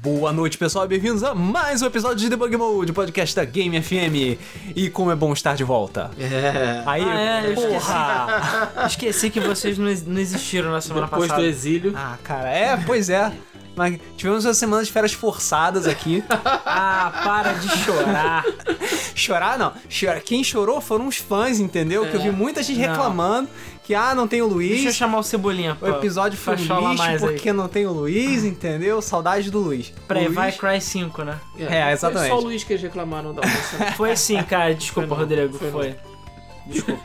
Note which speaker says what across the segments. Speaker 1: Boa noite, pessoal, e bem-vindos a mais um episódio de Debug Mode, podcast da Game FM. E como é bom estar de volta.
Speaker 2: É.
Speaker 1: Aí,
Speaker 3: Ah, é, eu
Speaker 1: porra!
Speaker 3: Esqueci que vocês não, ex- não existiram na semana
Speaker 2: Depois do
Speaker 3: passada.
Speaker 2: exílio.
Speaker 1: Ah, cara, é, pois é. Mas tivemos uma semana de férias forçadas aqui.
Speaker 3: Ah, para de chorar.
Speaker 1: Chorar não. Chorar. Quem chorou foram os fãs, entendeu? Que eu vi muita gente
Speaker 3: É. Não.
Speaker 1: reclamando que, ah, não tem o
Speaker 3: Deixa eu
Speaker 1: Luiz.
Speaker 3: chamar o Cebolinha.
Speaker 1: O episódio foi um lixo porque um não tem o Luiz, entendeu? Saudade do Luiz.
Speaker 3: Pré,
Speaker 1: Luiz-
Speaker 3: vai Cry 5, né?
Speaker 1: É, exatamente.
Speaker 2: Só o Luiz que eles reclamaram da almoça.
Speaker 3: Foi sim, cara. Desculpa,
Speaker 2: Foi não,
Speaker 3: Rodrigo.
Speaker 2: foi
Speaker 3: Foi.
Speaker 2: não.
Speaker 3: Desculpa.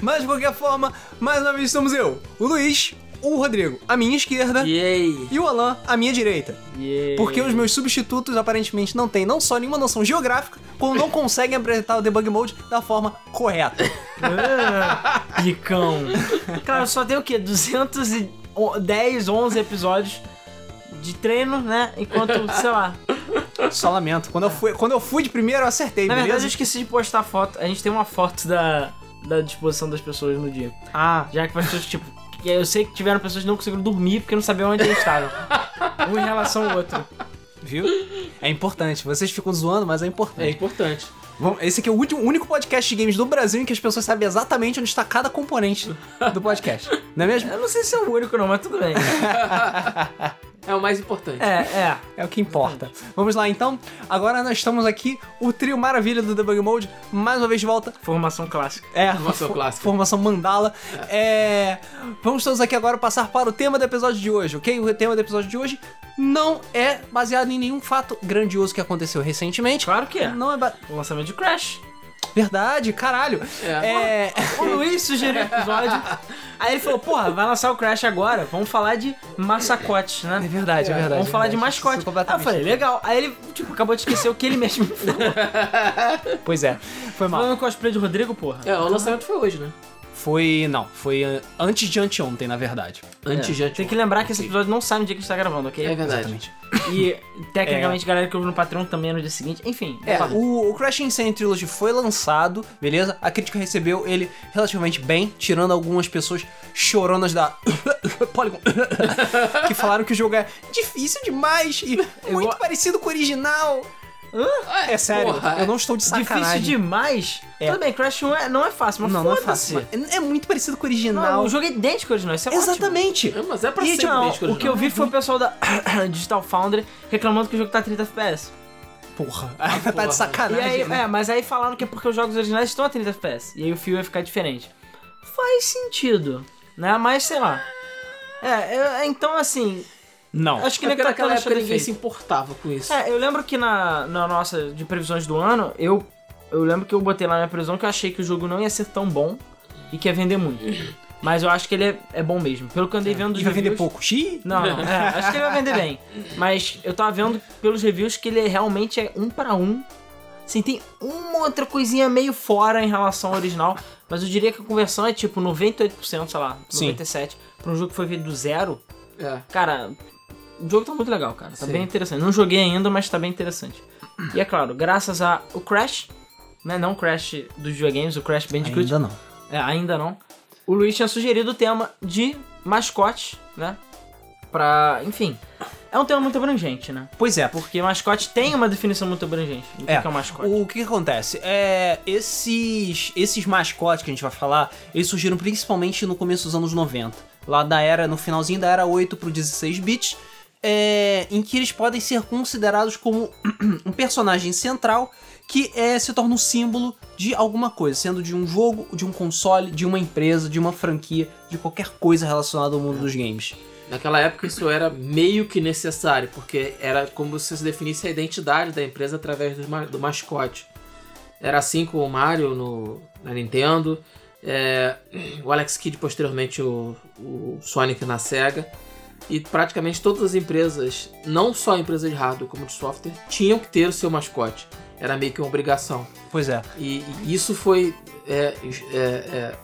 Speaker 1: Mas de qualquer forma, mais uma vez estamos eu, o Luiz, o Rodrigo, à minha esquerda.
Speaker 2: Yay!
Speaker 1: E o Alan, à minha direita.
Speaker 3: Yeah.
Speaker 1: Porque os meus substitutos aparentemente não têm não só nenhuma noção geográfica, como não conseguem apresentar o debug mode da forma correta.
Speaker 3: Ah, Picão. Cara, eu só tenho o quê? 210, 11 episódios de treino, né? Enquanto, sei lá.
Speaker 1: Só lamento. Quando eu fui, quando eu fui de primeiro, eu acertei,
Speaker 3: Na verdade, eu
Speaker 1: beleza?
Speaker 3: esqueci de postar foto. A gente tem uma foto da, da disposição das pessoas no dia.
Speaker 1: Ah,
Speaker 3: Já que pessoas, tipo. que Eu sei que tiveram pessoas que não conseguiram dormir porque não sabiam onde eles estavam. um em relação ao outro.
Speaker 1: viu? É importante. Vocês ficam zoando, mas é
Speaker 2: É
Speaker 1: importante.
Speaker 2: importante.
Speaker 1: Vamos- Esse aqui é o último- único podcast de games do Brasil em que as pessoas sabem exatamente onde está cada componente do podcast. Não é mesmo?
Speaker 3: Eu não sei se é o único, não, mas tudo bem.
Speaker 2: É o mais importante.
Speaker 3: É, é.
Speaker 1: É o que importa. Vamos lá então. Agora nós estamos aqui, o trio maravilha do Debug Mode, mais uma vez de volta.
Speaker 3: Formação clássica.
Speaker 1: É,
Speaker 2: Formação
Speaker 1: fo-
Speaker 2: clássica.
Speaker 1: Formação mandala. É, Vamos todos aqui agora passar para o tema do episódio de hoje, ok? O tema do episódio de hoje não é baseado em nenhum fato grandioso que aconteceu recentemente.
Speaker 3: Claro que é.
Speaker 1: Não é. ba-
Speaker 3: O lançamento de Crash.
Speaker 1: Verdade, caralho.
Speaker 2: É.
Speaker 1: É.
Speaker 3: O Luiz sugeriu o episódio. Aí ele falou, porra, vai lançar o Crash agora. Vamos falar de massacotes, né?
Speaker 1: É verdade, é verdade.
Speaker 3: Vamos falar de
Speaker 1: verdade.
Speaker 3: mascote.
Speaker 1: Isso
Speaker 3: Aí eu
Speaker 1: completamente.
Speaker 3: falei, legal. Aí ele, tipo, acabou de esquecer o que ele mesmo falou.
Speaker 1: Pois é, foi mal.
Speaker 3: Falando no cosplay de Rodrigo, porra.
Speaker 2: É, o lançamento foi hoje, né?
Speaker 1: Foi. Não, foi eh, antes de anteontem, na verdade.
Speaker 2: Antes de antes.
Speaker 3: É. Tem que lembrar que esse episódio não sai no dia que a gente tá gravando, ok?
Speaker 2: É verdade.
Speaker 1: Exatamente.
Speaker 3: E tecnicamente, galera que ouve no Patreon também é no dia seguinte. Enfim,
Speaker 1: É,
Speaker 3: sabe?
Speaker 1: o, o Crash Insane Trilogy foi lançado, beleza? A crítica recebeu ele relativamente bem, tirando algumas pessoas choronas da Polygon, que falaram que o jogo é difícil demais e muito
Speaker 3: Igual-
Speaker 1: parecido com o original. É sério,
Speaker 2: porra,
Speaker 1: eu não estou de
Speaker 3: Difícil
Speaker 1: sacanagem.
Speaker 3: demais.
Speaker 1: É.
Speaker 3: Tudo bem, Crash 1 é- não é fácil, mas
Speaker 1: Não, não é
Speaker 3: foda-se.
Speaker 1: fácil. mas É muito parecido com o
Speaker 3: Não,
Speaker 1: original.
Speaker 3: o jogo é idêntico ao original, isso é ótimo.
Speaker 1: Exatamente.
Speaker 2: É, mas é pra
Speaker 3: E,
Speaker 2: ser
Speaker 3: tipo, não,
Speaker 2: idêntico,
Speaker 3: o que eu vi foi o pessoal da Digital Foundry reclamando que o jogo tá 30 FPS.
Speaker 1: Porra, tá
Speaker 2: porra.
Speaker 1: de
Speaker 3: E
Speaker 1: sacanagem.
Speaker 3: aí,
Speaker 1: né?
Speaker 3: é, mas aí falaram que é porque os jogos originais estão a 30 FPS. E aí o fio ia ficar diferente. Faz sentido, né? Mas sei lá. É, eu- então assim,
Speaker 1: Não.
Speaker 3: acho que
Speaker 2: É porque
Speaker 3: nem
Speaker 2: naquela época
Speaker 3: achou
Speaker 2: ninguém
Speaker 3: defeito.
Speaker 2: se importava com isso.
Speaker 3: É, eu lembro que na, na nossa de previsões do ano, eu, eu lembro que eu botei lá na minha previsão que eu achei que o jogo não ia ser tão bom e que ia vender muito. Mas eu acho que ele é, é bom mesmo. Pelo que eu andei vendo dos
Speaker 1: E vai vender
Speaker 3: reviews-
Speaker 1: pouco. Xiii.
Speaker 3: Não, não. É, acho que ele vai vender bem. Mas eu tava vendo pelos reviews que ele é- realmente é um pra um. Assim, tem uma outra coisinha meio fora em relação ao original. Mas eu diria que a conversão é tipo 98%, sei lá,
Speaker 1: Sim.
Speaker 3: 97%. Pra um jogo que foi feito do zero.
Speaker 2: É.
Speaker 3: Cara, o jogo tá muito legal, cara. Tá
Speaker 2: Sim.
Speaker 3: bem interessante. Não joguei ainda, mas tá bem interessante. E é claro, graças a o Crash, né? Não o Crash dos videogames, o Crash Bandicoot.
Speaker 1: Ainda não.
Speaker 3: É, ainda não. O Luiz tinha sugerido o tema de mascote, né? Pra. Enfim. É um tema muito abrangente, né?
Speaker 1: Pois é,
Speaker 3: Porque mascote tem uma definição muito abrangente. do que
Speaker 1: É.
Speaker 3: que é um mascote?
Speaker 1: O que, que acontece? É, esses, esses mascotes que a gente vai falar, eles surgiram principalmente no começo dos anos 90. Lá da era, no finalzinho da era 8 pro 16 bits, é, em que eles podem ser considerados como um personagem central que é, se torna um símbolo de alguma coisa, sendo de um jogo, de um console, de uma empresa, de uma franquia, de qualquer coisa relacionada ao mundo dos games.
Speaker 2: Naquela época isso era meio que necessário, porque era como se se definisse a identidade da empresa através do, ma- do mascote. Era assim com o Mario no, na Nintendo, é, o Alex Kidd posteriormente o, o Sonic na SEGA. E praticamente todas as empresas, não só empresas de hardware como de software, tinham que ter o seu mascote. Era meio que uma obrigação.
Speaker 1: Pois é.
Speaker 2: E, e isso foi é, é, é,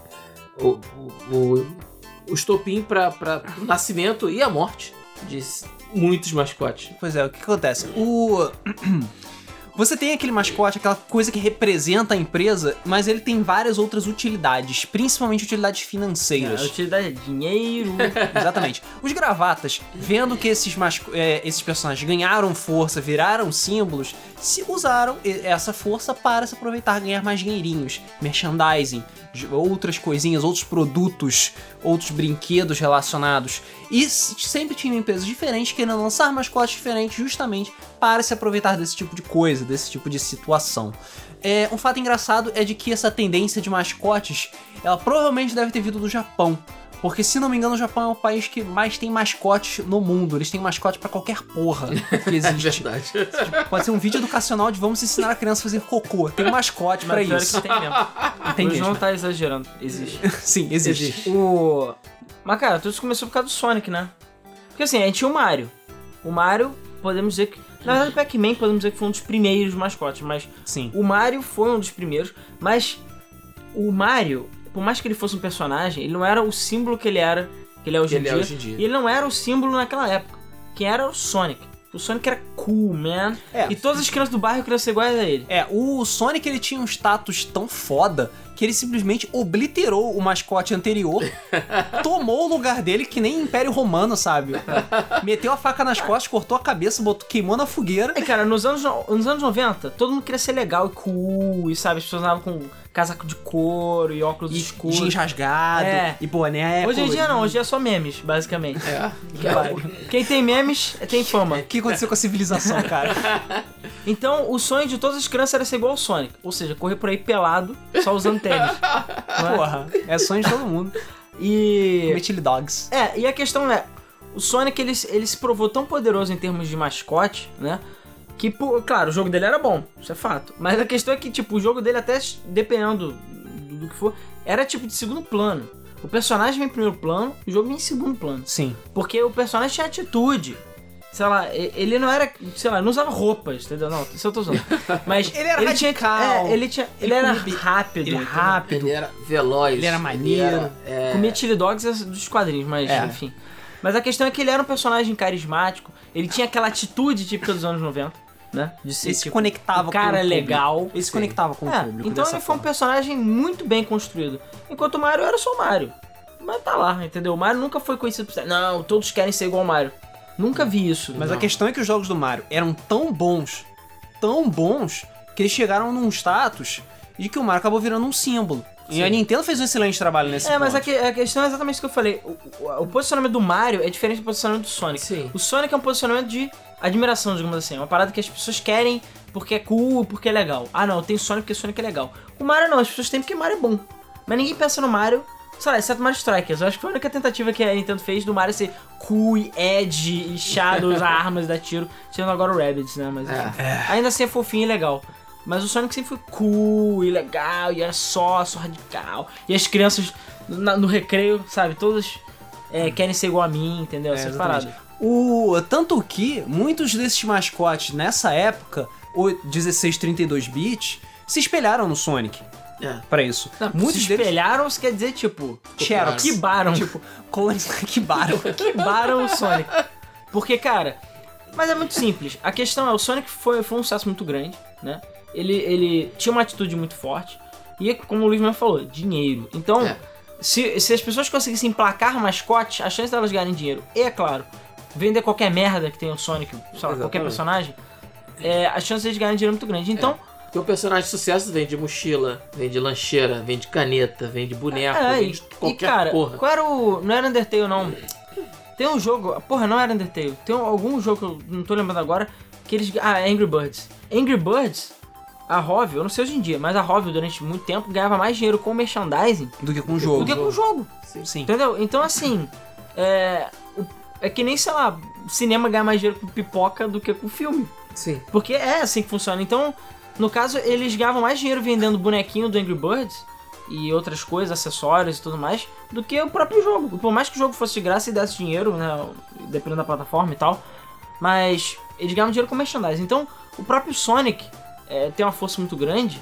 Speaker 2: o, o, o- o estopim para o nascimento e a morte de s- muitos mascotes.
Speaker 1: Pois é, o que acontece? O. Você tem aquele mascote, aquela coisa que representa a empresa, mas ele tem várias outras utilidades, principalmente utilidades
Speaker 3: A
Speaker 1: financeiras.
Speaker 3: utilidade é dinheiro.
Speaker 1: Exatamente. Os gravatas, vendo que esses, masco- é, esses personagens ganharam força, viraram símbolos, se usaram e- essa força para se aproveitar, ganhar mais dinheirinhos, merchandising, j- outras coisinhas, outros produtos, outros brinquedos relacionados. E s- sempre tinham empresas diferentes querendo lançar mascotes diferentes justamente para se aproveitar desse tipo de coisa, desse tipo de situação. É, um fato engraçado é de que essa tendência de mascotes, ela provavelmente deve ter vindo do Japão. Porque, se não me engano, o Japão é o país que mais tem mascotes no mundo. Eles têm mascote pra qualquer porra que
Speaker 2: É
Speaker 1: existe.
Speaker 2: verdade.
Speaker 1: Pode ser um vídeo educacional de vamos ensinar a criança a fazer cocô. Tem um mascote pra
Speaker 3: Mas pior é
Speaker 1: isso.
Speaker 3: que tem mesmo.
Speaker 1: Tem
Speaker 3: O
Speaker 1: mesmo.
Speaker 3: não tá exagerando. Existe.
Speaker 1: Sim, existe.
Speaker 3: O. Mas cara, tudo isso começou por causa do Sonic, né? Porque assim, a gente tinha o Mario. O Mario, podemos dizer que. Na verdade, o Pac-Man podemos dizer que foi um dos primeiros mascotes, mas
Speaker 1: Sim.
Speaker 3: o Mario foi um dos primeiros. Mas o Mario, por mais que ele fosse um personagem, ele não era o símbolo que ele era, que ele é hoje,
Speaker 2: Ele
Speaker 3: em,
Speaker 2: é
Speaker 3: dia,
Speaker 2: hoje em dia.
Speaker 3: E ele não era o símbolo naquela época. Quem era era o Sonic. O Sonic era cool, man.
Speaker 1: É.
Speaker 3: E todas as crianças do bairro queriam ser iguais a ele.
Speaker 1: É, o Sonic ele tinha um status tão foda que ele simplesmente obliterou o mascote anterior, tomou o lugar dele, que nem Império Romano, sabe? Meteu a faca nas costas, cortou a cabeça, botou, queimou na fogueira.
Speaker 3: É, cara, nos anos, no- nos anos 90, todo mundo queria ser legal e cool, e sabe, as pessoas andavam com casaco de couro e óculos
Speaker 1: E
Speaker 3: escuros.
Speaker 1: jeans rasgado,
Speaker 3: É.
Speaker 1: e boné.
Speaker 3: hoje em dia
Speaker 1: colorido.
Speaker 3: não, hoje é só memes, basicamente.
Speaker 2: É.
Speaker 3: Quem- Quem tem memes é, tem fama.
Speaker 1: O que aconteceu com a civilização, cara?
Speaker 3: Então, o sonho de todas as crianças era ser igual ao Sonic. Ou seja, correr por aí pelado, só usando tênis. Não é?
Speaker 1: Porra, é sonho de todo mundo.
Speaker 3: E.
Speaker 1: Metilly Dogs.
Speaker 3: É, e a questão é, o Sonic ele, se- ele se provou tão poderoso em termos de mascote, né? Que, pô, claro, o jogo dele era bom, isso é fato. Mas a questão é que, tipo, o jogo dele, até s- dependendo do, do que for, era tipo de segundo plano. O personagem vem em primeiro plano, o jogo vem em segundo plano.
Speaker 1: Sim.
Speaker 3: Porque o personagem tinha atitude. Sei lá, e- ele não era. Sei lá, não usava roupas, entendeu? Não, isso eu tô usando. Mas.
Speaker 1: Ele era
Speaker 3: tinha-
Speaker 1: radical.
Speaker 3: é, ele tinha. Ele, era rápido.
Speaker 1: ele-
Speaker 3: rápido.
Speaker 2: Ele era veloz.
Speaker 1: Ele era maneiro.
Speaker 2: é,
Speaker 3: Comia chili dogs é dos quadrinhos, mas
Speaker 1: É.
Speaker 3: enfim. Mas a questão é que ele era um personagem carismático, ele tinha aquela atitude típica dos anos 90, né? De ser
Speaker 1: Ele se
Speaker 3: tipo,
Speaker 1: conectava
Speaker 3: um cara
Speaker 1: com o
Speaker 3: legal.
Speaker 1: Público. Ele se conectava com
Speaker 3: É,
Speaker 1: o público.
Speaker 3: então
Speaker 1: dessa
Speaker 3: ele foi um
Speaker 1: forma.
Speaker 3: personagem muito bem construído. Enquanto o Mario era só o Mario. Mas tá lá, entendeu? O Mario nunca foi conhecido por ser. Não, todos querem ser igual ao Mario. Nunca vi isso.
Speaker 1: Mas
Speaker 3: não.
Speaker 1: a questão é que os jogos do Mario eram tão bons, tão bons, que eles chegaram num status de que o Mario acabou virando um símbolo. E a Nintendo fez um excelente trabalho nesse
Speaker 3: É, mas a,
Speaker 1: ponto.
Speaker 3: que- a questão é exatamente isso que eu falei. O, o- o posicionamento do Mario é diferente do posicionamento do Sonic.
Speaker 2: Sim.
Speaker 3: O Sonic é um posicionamento de admiração, digamos assim. É uma parada que as pessoas querem porque é cool, porque é legal. Ah, não, eu tenho Sonic porque Sonic é legal. O Mario não, as pessoas têm porque Mario é bom. Mas ninguém pensa no Mario, sei lá, exceto Mario Strikers. Eu acho que foi a única tentativa que a Nintendo fez do Mario é ser cool, e edge, e shadow, usar armas, dar tiro. Tirando agora o Rabbids, né? Mas enfim.
Speaker 2: É.
Speaker 3: Ainda assim é fofinho e legal. Mas o Sonic sempre foi cool e legal, e era só, só radical. E as crianças na- no recreio, sabe, todas é, querem ser igual a mim, entendeu? Essas
Speaker 1: exatamente.
Speaker 3: paradas.
Speaker 1: O, tanto que muitos desses mascotes nessa época, o 1632 bits, se espelharam no Sonic
Speaker 2: É.
Speaker 1: pra isso.
Speaker 3: Não,
Speaker 1: muitos
Speaker 3: se
Speaker 1: deles
Speaker 3: espelharam, isso Ah, quer dizer, tipo,
Speaker 1: Xerox.
Speaker 3: quibaram.
Speaker 1: tipo colores que baram.
Speaker 3: quibaram o Sonic. Porque, cara, mas é muito simples. A questão é, o Sonic foi, foi um sucesso muito grande, né? Ele, ele tinha uma atitude muito forte. E, como o Luiz mesmo falou, dinheiro. Então,
Speaker 2: É.
Speaker 3: se, se as pessoas conseguissem emplacar mascote, a chance delas ganharem dinheiro, e é claro, vender qualquer merda que tenha o Sonic, sei lá, qualquer
Speaker 2: Exatamente.
Speaker 3: personagem, é, a chance deles ganharem dinheiro é muito grande. Então,
Speaker 2: Porque o personagem de sucesso vende mochila, vende lancheira, vende caneta, vende boneco,
Speaker 3: É, e,
Speaker 2: vende
Speaker 3: e,
Speaker 2: qualquer
Speaker 3: cara,
Speaker 2: porra.
Speaker 3: qual era o. Não era Undertale, não. Tem um jogo. Porra, não era Undertale. Tem um- algum jogo que eu não tô lembrando agora. Que eles. Ah, Angry Birds. Angry Birds, a Rovio, eu não sei hoje em dia, mas a Rovio durante muito tempo ganhava mais dinheiro com merchandising
Speaker 1: Do que com o
Speaker 3: do
Speaker 1: jogo.
Speaker 3: que com o jogo.
Speaker 1: Sim.
Speaker 3: Entendeu? Então assim. É, o- é que nem, sei lá, cinema ganha mais dinheiro com pipoca do que com filme.
Speaker 2: Sim.
Speaker 3: Porque é assim que funciona. Então, no caso, eles ganhavam mais dinheiro vendendo bonequinho do Angry Birds e outras coisas, acessórios e tudo mais, do que o próprio jogo. Por mais que o jogo fosse de graça e desse dinheiro, né? Dependendo da plataforma e tal. Mas eles ganhavam dinheiro com merchandising. Então, o próprio Sonic é, tem uma força muito grande,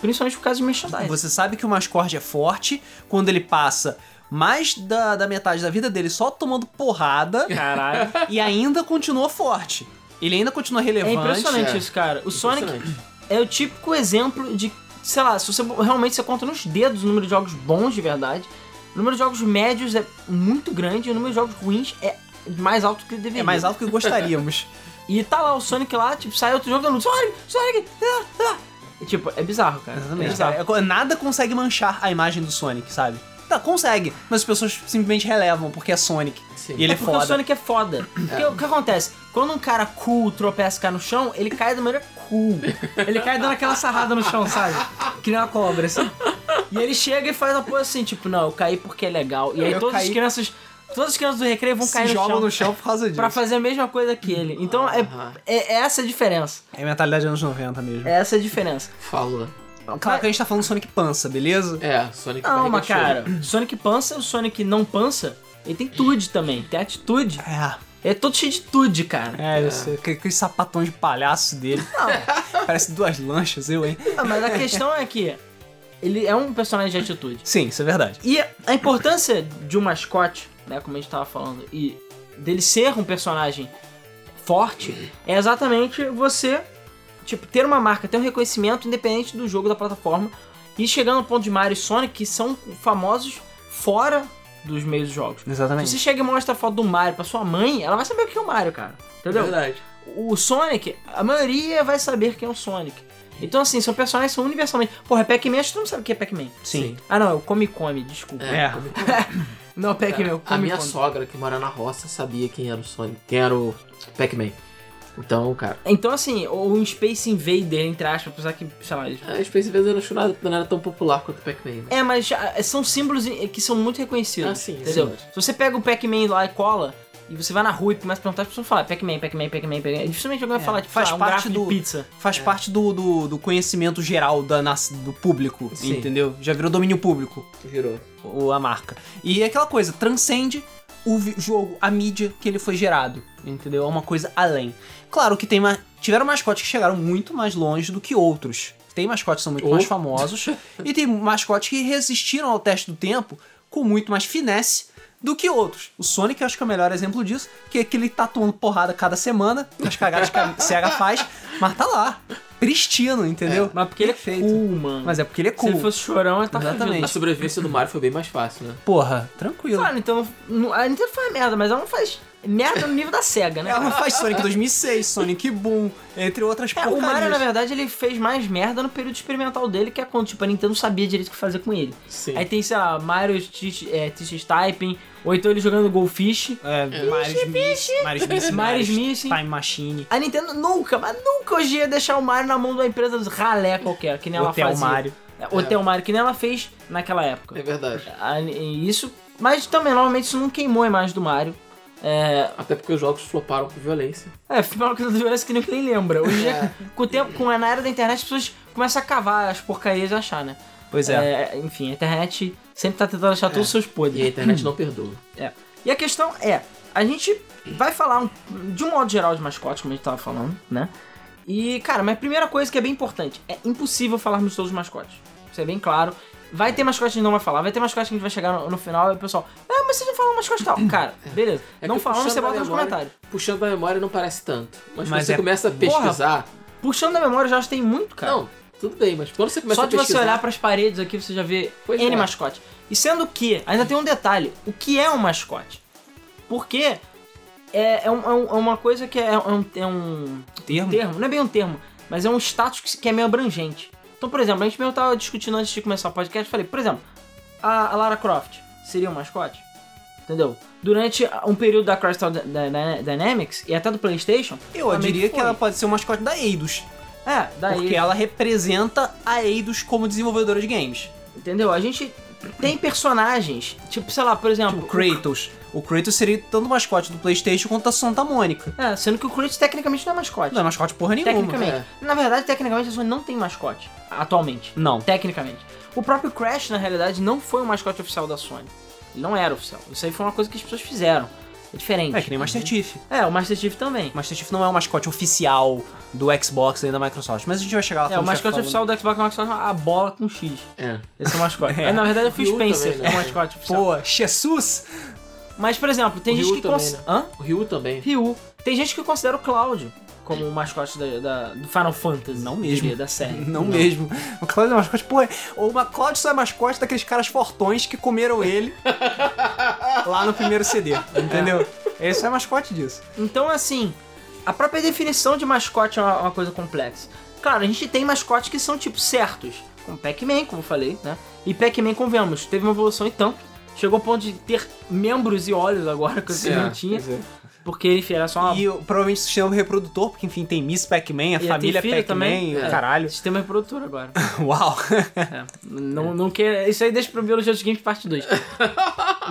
Speaker 3: principalmente por causa de merchandising.
Speaker 1: Você sabe que o mascote é forte quando ele passa mais da, da metade da vida dele só tomando porrada
Speaker 3: Caralho.
Speaker 1: e ainda continua forte. Ele ainda continua
Speaker 3: É
Speaker 1: relevante.
Speaker 3: impressionante
Speaker 2: é.
Speaker 3: isso, cara. O Sonic
Speaker 2: Impressionante.
Speaker 3: é o típico exemplo de, sei lá, se você realmente você conta nos dedos o número de jogos bons de verdade, o número de jogos médios é muito grande e o número de jogos ruins é mais alto que deveria.
Speaker 1: É mais alto que gostaríamos.
Speaker 3: E tá lá o Sonic lá, tipo, sai outro jogo dando Sonic, Sonic, ah, ah. E, tipo, é bizarro, cara. É
Speaker 1: Exatamente.
Speaker 3: bizarro.
Speaker 1: cara. Nada consegue manchar a imagem do Sonic, sabe? Tá, consegue, mas as pessoas simplesmente relevam porque é Sonic.
Speaker 2: Sim.
Speaker 1: E ele
Speaker 3: é
Speaker 1: é
Speaker 3: porque
Speaker 1: foda.
Speaker 3: o Sonic é foda. Porque o que acontece? Quando um cara cool tropeça e cai no chão, ele cai de maneira cool. Ele cai dando aquela sarrada no chão, sabe? Que nem uma cobra, assim. E ele chega e faz uma pose assim, tipo, não, eu caí porque é legal. E aí
Speaker 1: Eu
Speaker 3: todas as
Speaker 1: caí.
Speaker 3: crianças. Todas as crianças do recreio vão
Speaker 1: Se
Speaker 3: cair no
Speaker 1: jogam
Speaker 3: chão,
Speaker 1: no chão por causa disso.
Speaker 3: pra fazer a mesma coisa que ele. Então é,
Speaker 2: Aham.
Speaker 3: é, é essa a diferença.
Speaker 1: É mentalidade anos 90 mesmo.
Speaker 3: É essa a diferença.
Speaker 2: Falou.
Speaker 1: Claro que a gente tá falando Sonic Pança, beleza?
Speaker 2: É, Sonic
Speaker 3: Não,
Speaker 2: Barriga
Speaker 3: mas
Speaker 2: de Chouro.
Speaker 3: cara, Sonic pança, o Sonic não pança, ele tem tude também, tem atitude.
Speaker 1: É,
Speaker 3: Ele é todo cheio de tude, cara.
Speaker 1: é, eu sei. Aquele, aquele sapatão de palhaço dele. Parece duas lanchas, eu, hein?
Speaker 3: Ah, mas a questão é que ele é um personagem de atitude.
Speaker 1: Sim, isso é verdade.
Speaker 3: E a importância de um mascote, né, como a gente tava falando, e dele ser um personagem forte, é exatamente você, tipo, ter uma marca, ter um reconhecimento independente do jogo, da plataforma, e chegando ao ponto de Mario e Sonic, que são famosos fora dos meios de jogos. Se
Speaker 1: Exatamente.
Speaker 3: você chega e mostra a foto do Mario pra sua mãe, ela vai saber o que é o Mario, cara. Entendeu?
Speaker 2: Verdade.
Speaker 3: O Sonic, a maioria vai saber quem é o Sonic. Então, assim, são personagens que são universalmente. Porra, é Pac-Man, acho que tu não sabe o que é Pac-Man.
Speaker 1: Sim.
Speaker 3: Ah, não, é o Come Come, desculpa.
Speaker 1: É.
Speaker 2: como-
Speaker 3: Não, Pac-Man, é o
Speaker 2: A
Speaker 3: Come
Speaker 2: minha
Speaker 3: Come.
Speaker 2: sogra, que mora na roça, sabia quem era o Sonic, quem era o Pac-Man. Então, cara.
Speaker 3: Então, assim, ou um Space Invader, entre aspas, apesar que, sei lá. eles-
Speaker 2: A Space Invaders eu não acho nada, não era tão popular quanto o Pac-Man. né?
Speaker 3: É, mas ah, são símbolos em- que são muito reconhecidos.
Speaker 2: Ah, sim,
Speaker 3: entendeu?
Speaker 2: sim.
Speaker 3: Se você pega o Pac-Man lá e cola, e você vai na rua e começa a perguntar, as pessoas falam Pac-Man, Pac-Man, Pac-Man, Pac-Man. Dificilmente alguém vai
Speaker 1: É,
Speaker 3: falar, tipo,
Speaker 1: faz
Speaker 3: ah, um
Speaker 1: parte
Speaker 3: gráfico de
Speaker 1: do-
Speaker 3: pizza.
Speaker 1: Faz parte do, do, do conhecimento geral da, nas- do público,
Speaker 2: Sim.
Speaker 1: entendeu? Já virou domínio público.
Speaker 2: Virou.
Speaker 1: o- a marca. E é aquela coisa, transcende o vi- jogo, a mídia que ele foi gerado, entendeu? É uma coisa além. Claro que tem ma- tiveram mascotes que chegaram muito mais longe do que outros. Tem mascotes que são muito
Speaker 3: Oh.
Speaker 2: Ou-
Speaker 1: mais famosos e tem mascotes que resistiram ao teste do tempo com muito mais finesse do que outros. O Sonic eu acho que é o melhor exemplo disso, que é que ele tá tomando porrada cada semana, com as cagadas que a SEGA faz, mas tá lá, pristino, entendeu?
Speaker 3: Mas porque ele é
Speaker 1: Perfeito.
Speaker 3: cool, mano.
Speaker 1: Mas é porque ele é
Speaker 3: Se
Speaker 1: cool.
Speaker 3: ele fosse chorão, ele tá
Speaker 1: Exatamente.
Speaker 3: fudido.
Speaker 2: A sobrevivência do Mario foi bem mais fácil, né?
Speaker 1: Porra, tranquilo.
Speaker 3: Claro, então não- a Nintendo faz merda, mas ela não faz merda no nível da SEGA, né?
Speaker 1: É, Ela não faz Sonic 2006, Sonic Boom, entre outras
Speaker 3: É, o
Speaker 1: porcarias.
Speaker 3: Mario, na verdade, ele fez mais merda no período experimental dele, que é quando tipo, a Nintendo não sabia direito o que fazer com ele.
Speaker 2: Sim.
Speaker 3: Aí tem, sei lá, Mario Teach- é, Teacher's Typing, ou então ele jogando Goldfish.
Speaker 1: É, Mario Smith, Mario Smith,
Speaker 3: Mario Smith, hein?
Speaker 1: Time Machine,
Speaker 3: A Nintendo nunca, mas nunca hoje ia deixar o Mario na mão de uma empresa de ralé qualquer, que nem ela
Speaker 1: Hotel
Speaker 3: fazia.
Speaker 1: Mario.
Speaker 3: É, Hotel Mario, que nem ela fez naquela época.
Speaker 2: É verdade.
Speaker 3: A- e isso, mas também, normalmente, isso não queimou a imagem do Mario. É,
Speaker 2: Até porque os jogos floparam com violência.
Speaker 3: É, final que violência que ninguém lembra. Hoje, em dia, com o tempo, com a na era da internet, as pessoas começam a cavar as porcarias e achar, né?
Speaker 1: Pois é.
Speaker 3: É, enfim, a internet sempre tá tentando achar
Speaker 2: É.
Speaker 3: todos os seus podres.
Speaker 2: E a internet não perdoa.
Speaker 3: É. E a questão é, a gente vai falar um- de um modo geral de mascote, como a gente tava falando, né? E, cara, mas a primeira coisa que é bem importante, é impossível falarmos todos os mascotes. Isso é bem claro. Vai ter mascote que a gente não vai falar, vai ter mascote que a gente vai chegar no, no final e o pessoal, ah, mas vocês não falam mascote tal. Cara, beleza.
Speaker 2: É
Speaker 3: não
Speaker 2: que
Speaker 3: falamos,
Speaker 2: puxando
Speaker 3: você
Speaker 2: da
Speaker 3: bota nos
Speaker 2: memória-
Speaker 3: comentários.
Speaker 2: Puxando a memória não parece tanto. Mas,
Speaker 1: Mas
Speaker 2: você
Speaker 1: é-
Speaker 2: começa a pesquisar.
Speaker 3: Puxando da memória, eu já acho que tem muito, cara.
Speaker 2: Não, tudo bem, mas quando você começa
Speaker 3: tá. Só
Speaker 2: a
Speaker 3: de você
Speaker 2: pesquisar.
Speaker 3: olhar pras paredes aqui, você já vê
Speaker 2: Pois
Speaker 3: N
Speaker 2: é.
Speaker 3: mascote. E sendo que, ainda tem um detalhe: o que é um mascote? Porque é, é, um- é um- é uma coisa que é, um, é um
Speaker 1: Termo?
Speaker 3: termo, não é bem um termo, mas é um status que, se- que é meio abrangente. Então, por exemplo, a gente mesmo tava discutindo antes de começar o podcast, eu falei, por exemplo, a, a Lara Croft seria um mascote? Entendeu? Durante um período da Crystal Dy- Dy- Dy- Dynamics e até do PlayStation.
Speaker 1: Eu
Speaker 3: também
Speaker 1: diria que
Speaker 3: foi.
Speaker 1: ela pode ser o mascote da Eidos,
Speaker 3: É, daí.
Speaker 1: porque ela representa a Eidos como desenvolvedora de games.
Speaker 3: Entendeu? A gente tem personagens, tipo, sei lá, por exemplo.
Speaker 1: O Kratos. O Kratos seria tanto o mascote do Playstation quanto a Santa Mônica.
Speaker 3: É, sendo que o Kratos tecnicamente não é mascote.
Speaker 1: Não é mascote porra nenhuma.
Speaker 3: tecnicamente. Na verdade, tecnicamente a Sony não tem mascote atualmente.
Speaker 1: Não.
Speaker 3: Tecnicamente. O próprio Crash, na realidade, não foi o mascote oficial da Sony. Ele não era oficial. Isso aí foi uma coisa que as pessoas fizeram. É diferente.
Speaker 1: É que nem o Master Chief.
Speaker 3: É, o Master Chief também.
Speaker 1: O Master Chief não é o mascote oficial do Xbox nem da Microsoft, mas a gente vai chegar lá
Speaker 3: É, o
Speaker 1: quando a gente vai
Speaker 3: mascote
Speaker 1: falar.
Speaker 3: oficial do Xbox Microsoft é a bola com X.
Speaker 2: É.
Speaker 3: Esse é o mascote.
Speaker 1: É.
Speaker 3: É, na verdade, eu fui
Speaker 2: Ryu
Speaker 3: Spencer,
Speaker 2: também, né?
Speaker 3: é o mascote oficial.
Speaker 1: Pô, Jesus!
Speaker 3: Mas, por exemplo, tem
Speaker 2: O
Speaker 3: gente
Speaker 2: Ryu
Speaker 3: que...
Speaker 2: também,
Speaker 3: cons-
Speaker 2: né?
Speaker 3: Hã?
Speaker 2: O Ryu também.
Speaker 3: Ryu. Tem gente que considera o Cláudio como o mascote da, da- do Final Fantasy.
Speaker 1: Não mesmo.
Speaker 3: diria, Da série.
Speaker 1: Não, mesmo. O Cláudio é mascote, pô, é- o Cláudio só é mascote daqueles caras fortões que comeram ele lá no primeiro
Speaker 2: É.
Speaker 1: CD, entendeu? Esse é mascote disso.
Speaker 3: Então, assim, a própria definição de mascote é uma, uma coisa complexa. Claro, a gente tem mascotes que são, tipo, certos. Como Pac-Man, como eu falei, né? E Pac-Man, convenhamos, teve uma evolução e tanto. Chegou ao ponto de ter membros e olhos agora, coisa que
Speaker 2: Sim,
Speaker 3: ele
Speaker 2: é,
Speaker 3: não tinha. Porque ele enfim, era só uma...
Speaker 1: E o- provavelmente sistema reprodutor, porque enfim, tem Miss Pac-Man, a
Speaker 3: tem
Speaker 1: família
Speaker 3: filho também,
Speaker 1: Pac-Man,
Speaker 3: é.
Speaker 1: caralho.
Speaker 3: Sistema reprodutor agora.
Speaker 1: Uau.
Speaker 3: É. Não, não quero... Isso aí deixa pro Biologia dos Games parte 2.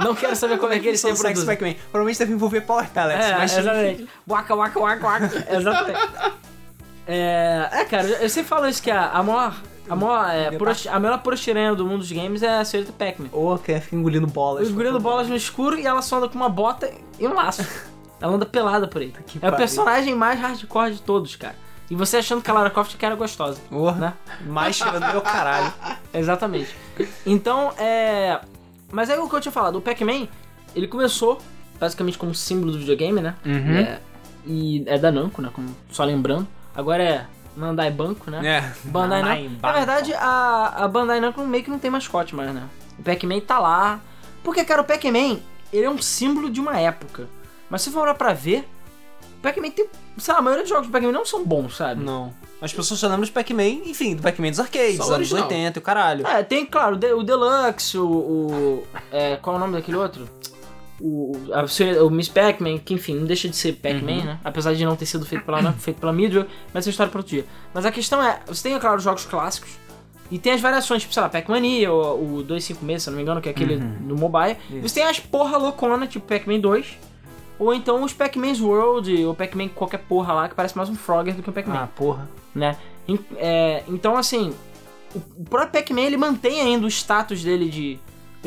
Speaker 3: não quero saber como é que eles se
Speaker 1: São sexo
Speaker 3: reproduzem.
Speaker 1: Pac-Man. Provavelmente deve envolver Power Talents,
Speaker 3: É,
Speaker 1: mas
Speaker 3: exatamente. Waka, waka, waka, waka. Exatamente. É, é, cara, eu sempre falo isso, que a, a maior... A, maior, é, puro- a melhor prostiranha do mundo dos games é a senhorita Pac-Man.
Speaker 1: Ou a Kef engolindo bolas.
Speaker 3: Engolindo bolas no escuro e ela só anda com uma bota e um laço. Ela anda pelada por aí.
Speaker 1: que
Speaker 3: É o
Speaker 1: pariu.
Speaker 3: personagem mais hardcore de todos, cara. E você achando que a Lara Croft é que era gostosa,
Speaker 1: Oh,
Speaker 3: né?
Speaker 1: mais cheirando meu caralho.
Speaker 3: Exatamente. Então, é. Mas é o que eu tinha falado, o Pac-Man, ele começou basicamente como símbolo do videogame, né?
Speaker 1: Hum?
Speaker 2: Uhum.
Speaker 3: É, e é da Namco, né? Como, só lembrando. Agora é Bandai Banco, né?
Speaker 1: É. Bandai
Speaker 3: Bandai Namco. Na
Speaker 1: Namco.
Speaker 3: verdade, a, a Bandai Namco meio que não tem mascote mais, né? O Pac-Man tá lá. Porque, cara, o Pac-Man, ele é um símbolo de uma época. Mas se for olhar pra ver, o Pac-Man tem. Sei lá, a maioria dos jogos do Pac-Man não são bons, sabe?
Speaker 1: Não. As pessoas só lembram de Pac-Man, enfim, do Pac-Man dos arcades,
Speaker 2: Só o
Speaker 1: dos anos
Speaker 2: original.
Speaker 1: 80 e o caralho.
Speaker 3: É, tem, claro, o De- o Deluxe, o. o- é, qual é o nome daquele outro? O, o- a senhora- o Miss Pac-Man, que enfim, não deixa de ser Pac-Man, né? Apesar de não ter sido feito pela, feito pela Midway, mas essa é história para outro dia. Mas a questão é: você tem, é claro, os jogos clássicos, e tem as variações, tipo, sei lá, Pac-Mania, ou o 256, se eu não me engano, que é aquele do mobile. E Você tem as porra loucona, tipo Pac-Man 2, ou então os Pac-Man's World, ou Pac-Man qualquer porra lá, que parece mais um Frogger do que um Pac-Man
Speaker 1: porra.
Speaker 3: né? Em- é, então, assim, o o próprio Pac-Man ele mantém ainda o status dele de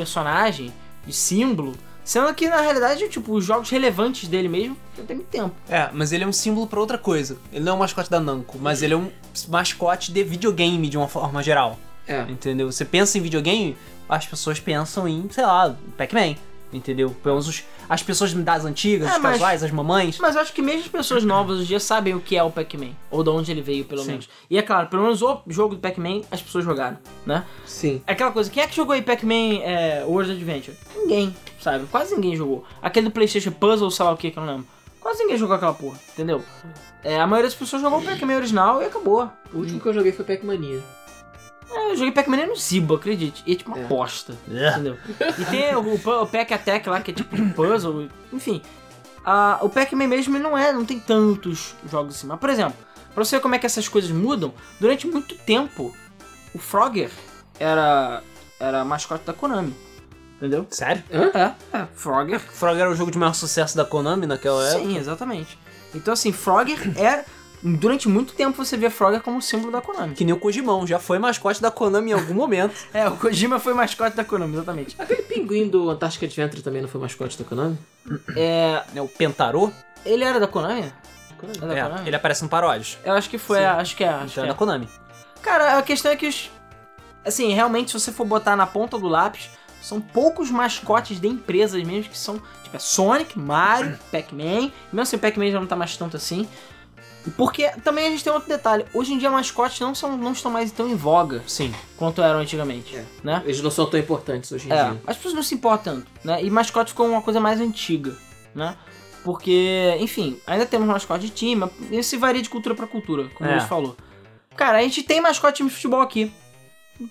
Speaker 3: personagem, de símbolo, sendo que na realidade, tipo, os jogos relevantes dele mesmo já tem muito tempo.
Speaker 1: É, mas ele é um símbolo pra outra coisa. Ele não é um mascote da Namco, mas ele é um mascote de videogame de uma forma geral.
Speaker 2: É.
Speaker 1: Entendeu? Você pensa em videogame, as pessoas pensam em, sei lá, Pac-Man. Entendeu? Pelo menos os- as pessoas das antigas,
Speaker 3: É,
Speaker 1: os
Speaker 3: mas-
Speaker 1: casuais, as mamães.
Speaker 3: Mas eu acho que mesmo as pessoas novas hoje em dia sabem o que é o Pac-Man, ou de onde ele veio, pelo
Speaker 1: Sim.
Speaker 3: menos. E é claro, pelo menos o jogo do Pac-Man as pessoas jogaram, né?
Speaker 2: Sim.
Speaker 3: É aquela coisa, quem é que jogou aí Pac-Man é, World Adventure? Ninguém, sabe? Quase ninguém jogou. Aquele do Playstation Puzzle, sei lá o que, que eu não lembro. Quase ninguém jogou aquela porra, entendeu? É, a maioria das pessoas jogou o Pac-Man original e acabou.
Speaker 2: O último que eu joguei foi Pac-Mania.
Speaker 3: É, eu joguei Pac-Man no Ziba, acredite. E é tipo uma
Speaker 2: É.
Speaker 3: aposta,
Speaker 1: É.
Speaker 3: entendeu? E tem o, pu- o Pac-Attack lá, que é tipo um puzzle, enfim. Ah, o Pac-Man mesmo ele não é, não tem tantos jogos assim. Mas, por exemplo, pra você ver como é que essas coisas mudam, durante muito tempo, o Frogger era, era a mascote da Konami, entendeu?
Speaker 1: Sério?
Speaker 3: É, é, Frogger.
Speaker 1: Frog era o jogo de maior sucesso da Konami naquela época.
Speaker 3: Sim, exatamente. Então, assim, Frogger era... Durante muito tempo você via Frogger como símbolo da Konami.
Speaker 1: Que nem o Kojimão, já foi mascote da Konami em algum momento.
Speaker 3: É, o Kojima foi mascote da Konami, exatamente.
Speaker 2: Aquele pinguim do Antarctic Adventure também não foi mascote da Konami?
Speaker 3: É,
Speaker 1: né, o Pentarô,
Speaker 3: ele era da Konami?
Speaker 2: Konami.
Speaker 3: Era da
Speaker 1: é,
Speaker 3: Konami?
Speaker 1: ele aparece no paródios.
Speaker 3: Eu acho que foi,
Speaker 2: Sim.
Speaker 3: acho que é. Acho
Speaker 1: Então é
Speaker 3: que
Speaker 1: da
Speaker 3: é.
Speaker 1: Konami.
Speaker 3: Cara, a questão é que os. Assim, realmente, se você for botar na ponta do lápis, são poucos mascotes de empresas mesmo que são. Tipo, é Sonic, Mario, Pac-Man. Mesmo assim, Pac-Man já não tá mais tanto assim. Porque também a gente tem um outro detalhe. Hoje em dia, mascotes não, são, não estão mais tão em voga
Speaker 1: Sim.
Speaker 3: quanto eram antigamente,
Speaker 2: É.
Speaker 3: né?
Speaker 2: Eles não são tão importantes hoje em
Speaker 3: É,
Speaker 2: dia.
Speaker 3: as pessoas não se importam tanto, né? E mascote ficou uma coisa mais antiga, né? Porque, enfim, ainda temos mascote de time, mas isso varia de cultura pra cultura, como
Speaker 1: É.
Speaker 3: o Luiz falou. Cara, a gente tem mascote de time de futebol aqui.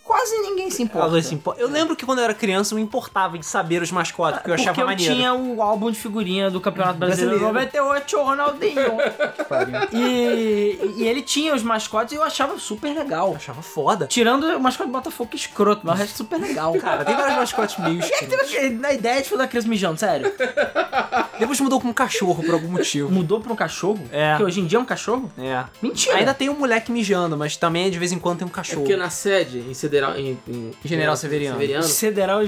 Speaker 3: Quase ninguém se importa.
Speaker 1: Ela se impo- Eu lembro que quando eu era criança eu me importava de saber os mascotes, porque eu
Speaker 3: Porque
Speaker 1: achava
Speaker 3: eu
Speaker 1: maneiro. Uhum.
Speaker 3: tinha o álbum de figurinha do Campeonato Brasileiro de
Speaker 1: Brasileiro.
Speaker 3: 98, o Ronaldinho. e, e ele tinha os mascotes e eu achava super legal.
Speaker 1: Eu achava foda.
Speaker 3: Tirando o mascote do Botafogo, que escroto, mas o resto é super legal. Então, assim,
Speaker 1: Cara, tem vários mascotes meio escrotos.
Speaker 3: Na ideia de falar criança mijando, sério.
Speaker 1: Depois mudou com um cachorro por algum motivo.
Speaker 3: Mudou pra um cachorro?
Speaker 1: É.
Speaker 3: Que hoje em dia é um cachorro?
Speaker 1: É.
Speaker 3: Mentira.
Speaker 1: Ainda tem um moleque mijando, mas também de vez em quando tem um
Speaker 2: É
Speaker 1: cachorro.
Speaker 2: porque É, na sede, em Federal. Em, em-
Speaker 1: General Severiano.
Speaker 3: Cederal e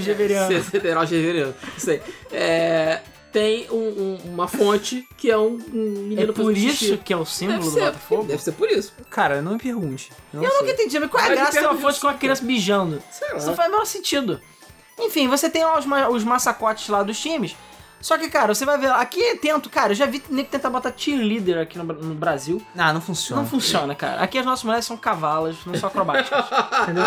Speaker 3: Geveriano.
Speaker 2: Federal Severiano. Isso aí. É, tem um- um- uma fonte que é um, um menino
Speaker 3: É por
Speaker 2: fazendo xixi.
Speaker 3: isso que é o símbolo
Speaker 2: Deve
Speaker 3: do
Speaker 2: ser,
Speaker 3: Botafogo?
Speaker 2: Deve ser por isso.
Speaker 1: Cara, não me pergunte. Eu não
Speaker 3: Eu
Speaker 1: sei.
Speaker 3: nunca entendi, mas qual é a
Speaker 2: Ai,
Speaker 3: graça
Speaker 2: que
Speaker 3: de uma
Speaker 2: pergunta
Speaker 3: foto com uma criança mijando?
Speaker 2: Sei
Speaker 3: Isso não
Speaker 2: lá.
Speaker 3: faz o menor sentido. Enfim, você tem lá os, ma- os massacotes lá dos times. Só que, cara, você vai ver, aqui é tento, cara, eu já vi nego tentar botar cheerleader aqui no, no Brasil.
Speaker 1: Ah, não funciona.
Speaker 3: Não funciona, cara. Aqui as nossas mulheres são cavalas, não são acrobáticas. entendeu?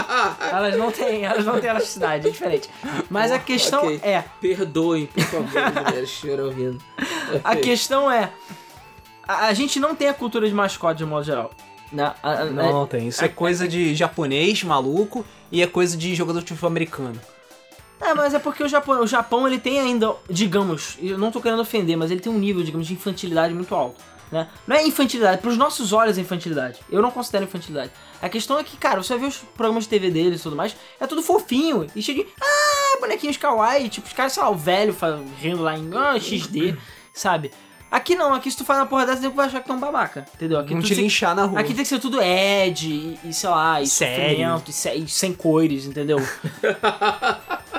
Speaker 3: Elas não têm, elas não têm elasticidade, é diferente. Mas a questão
Speaker 2: Ok.
Speaker 3: é,
Speaker 2: Perdoem, por favor, mulheres que estiveram ouvindo.
Speaker 3: A
Speaker 2: Ok.
Speaker 3: questão é. A, a gente não tem a cultura de mascote de modo geral. Na, a- a-
Speaker 1: Não, não tem. Isso é coisa de japonês maluco e é coisa de jogador de futebol americano.
Speaker 3: É, mas é porque o Japão, o Japão ele tem ainda, digamos, eu não tô querendo ofender, mas ele tem um nível, digamos, de infantilidade muito alto. Né? Não é infantilidade, pros nossos olhos é infantilidade. Eu não considero infantilidade. A questão é que, cara, você vai ver os programas de TV deles e tudo mais, é tudo fofinho. E cheio de. Ah, bonequinhos kawaii. Tipo, os caras, sei lá, o velho fa- rindo lá em ah, XD, sabe? Aqui não, aqui se tu faz uma porra dessa, nego vai achar que tu é um babaca. Entendeu? Aqui
Speaker 1: Vão
Speaker 3: tu
Speaker 1: te
Speaker 3: se-
Speaker 1: linchar na rua.
Speaker 3: Aqui tem que ser tudo Ed, e, e sei lá, e
Speaker 1: Sério?
Speaker 3: sofrimento, e, se- e sem cores, entendeu?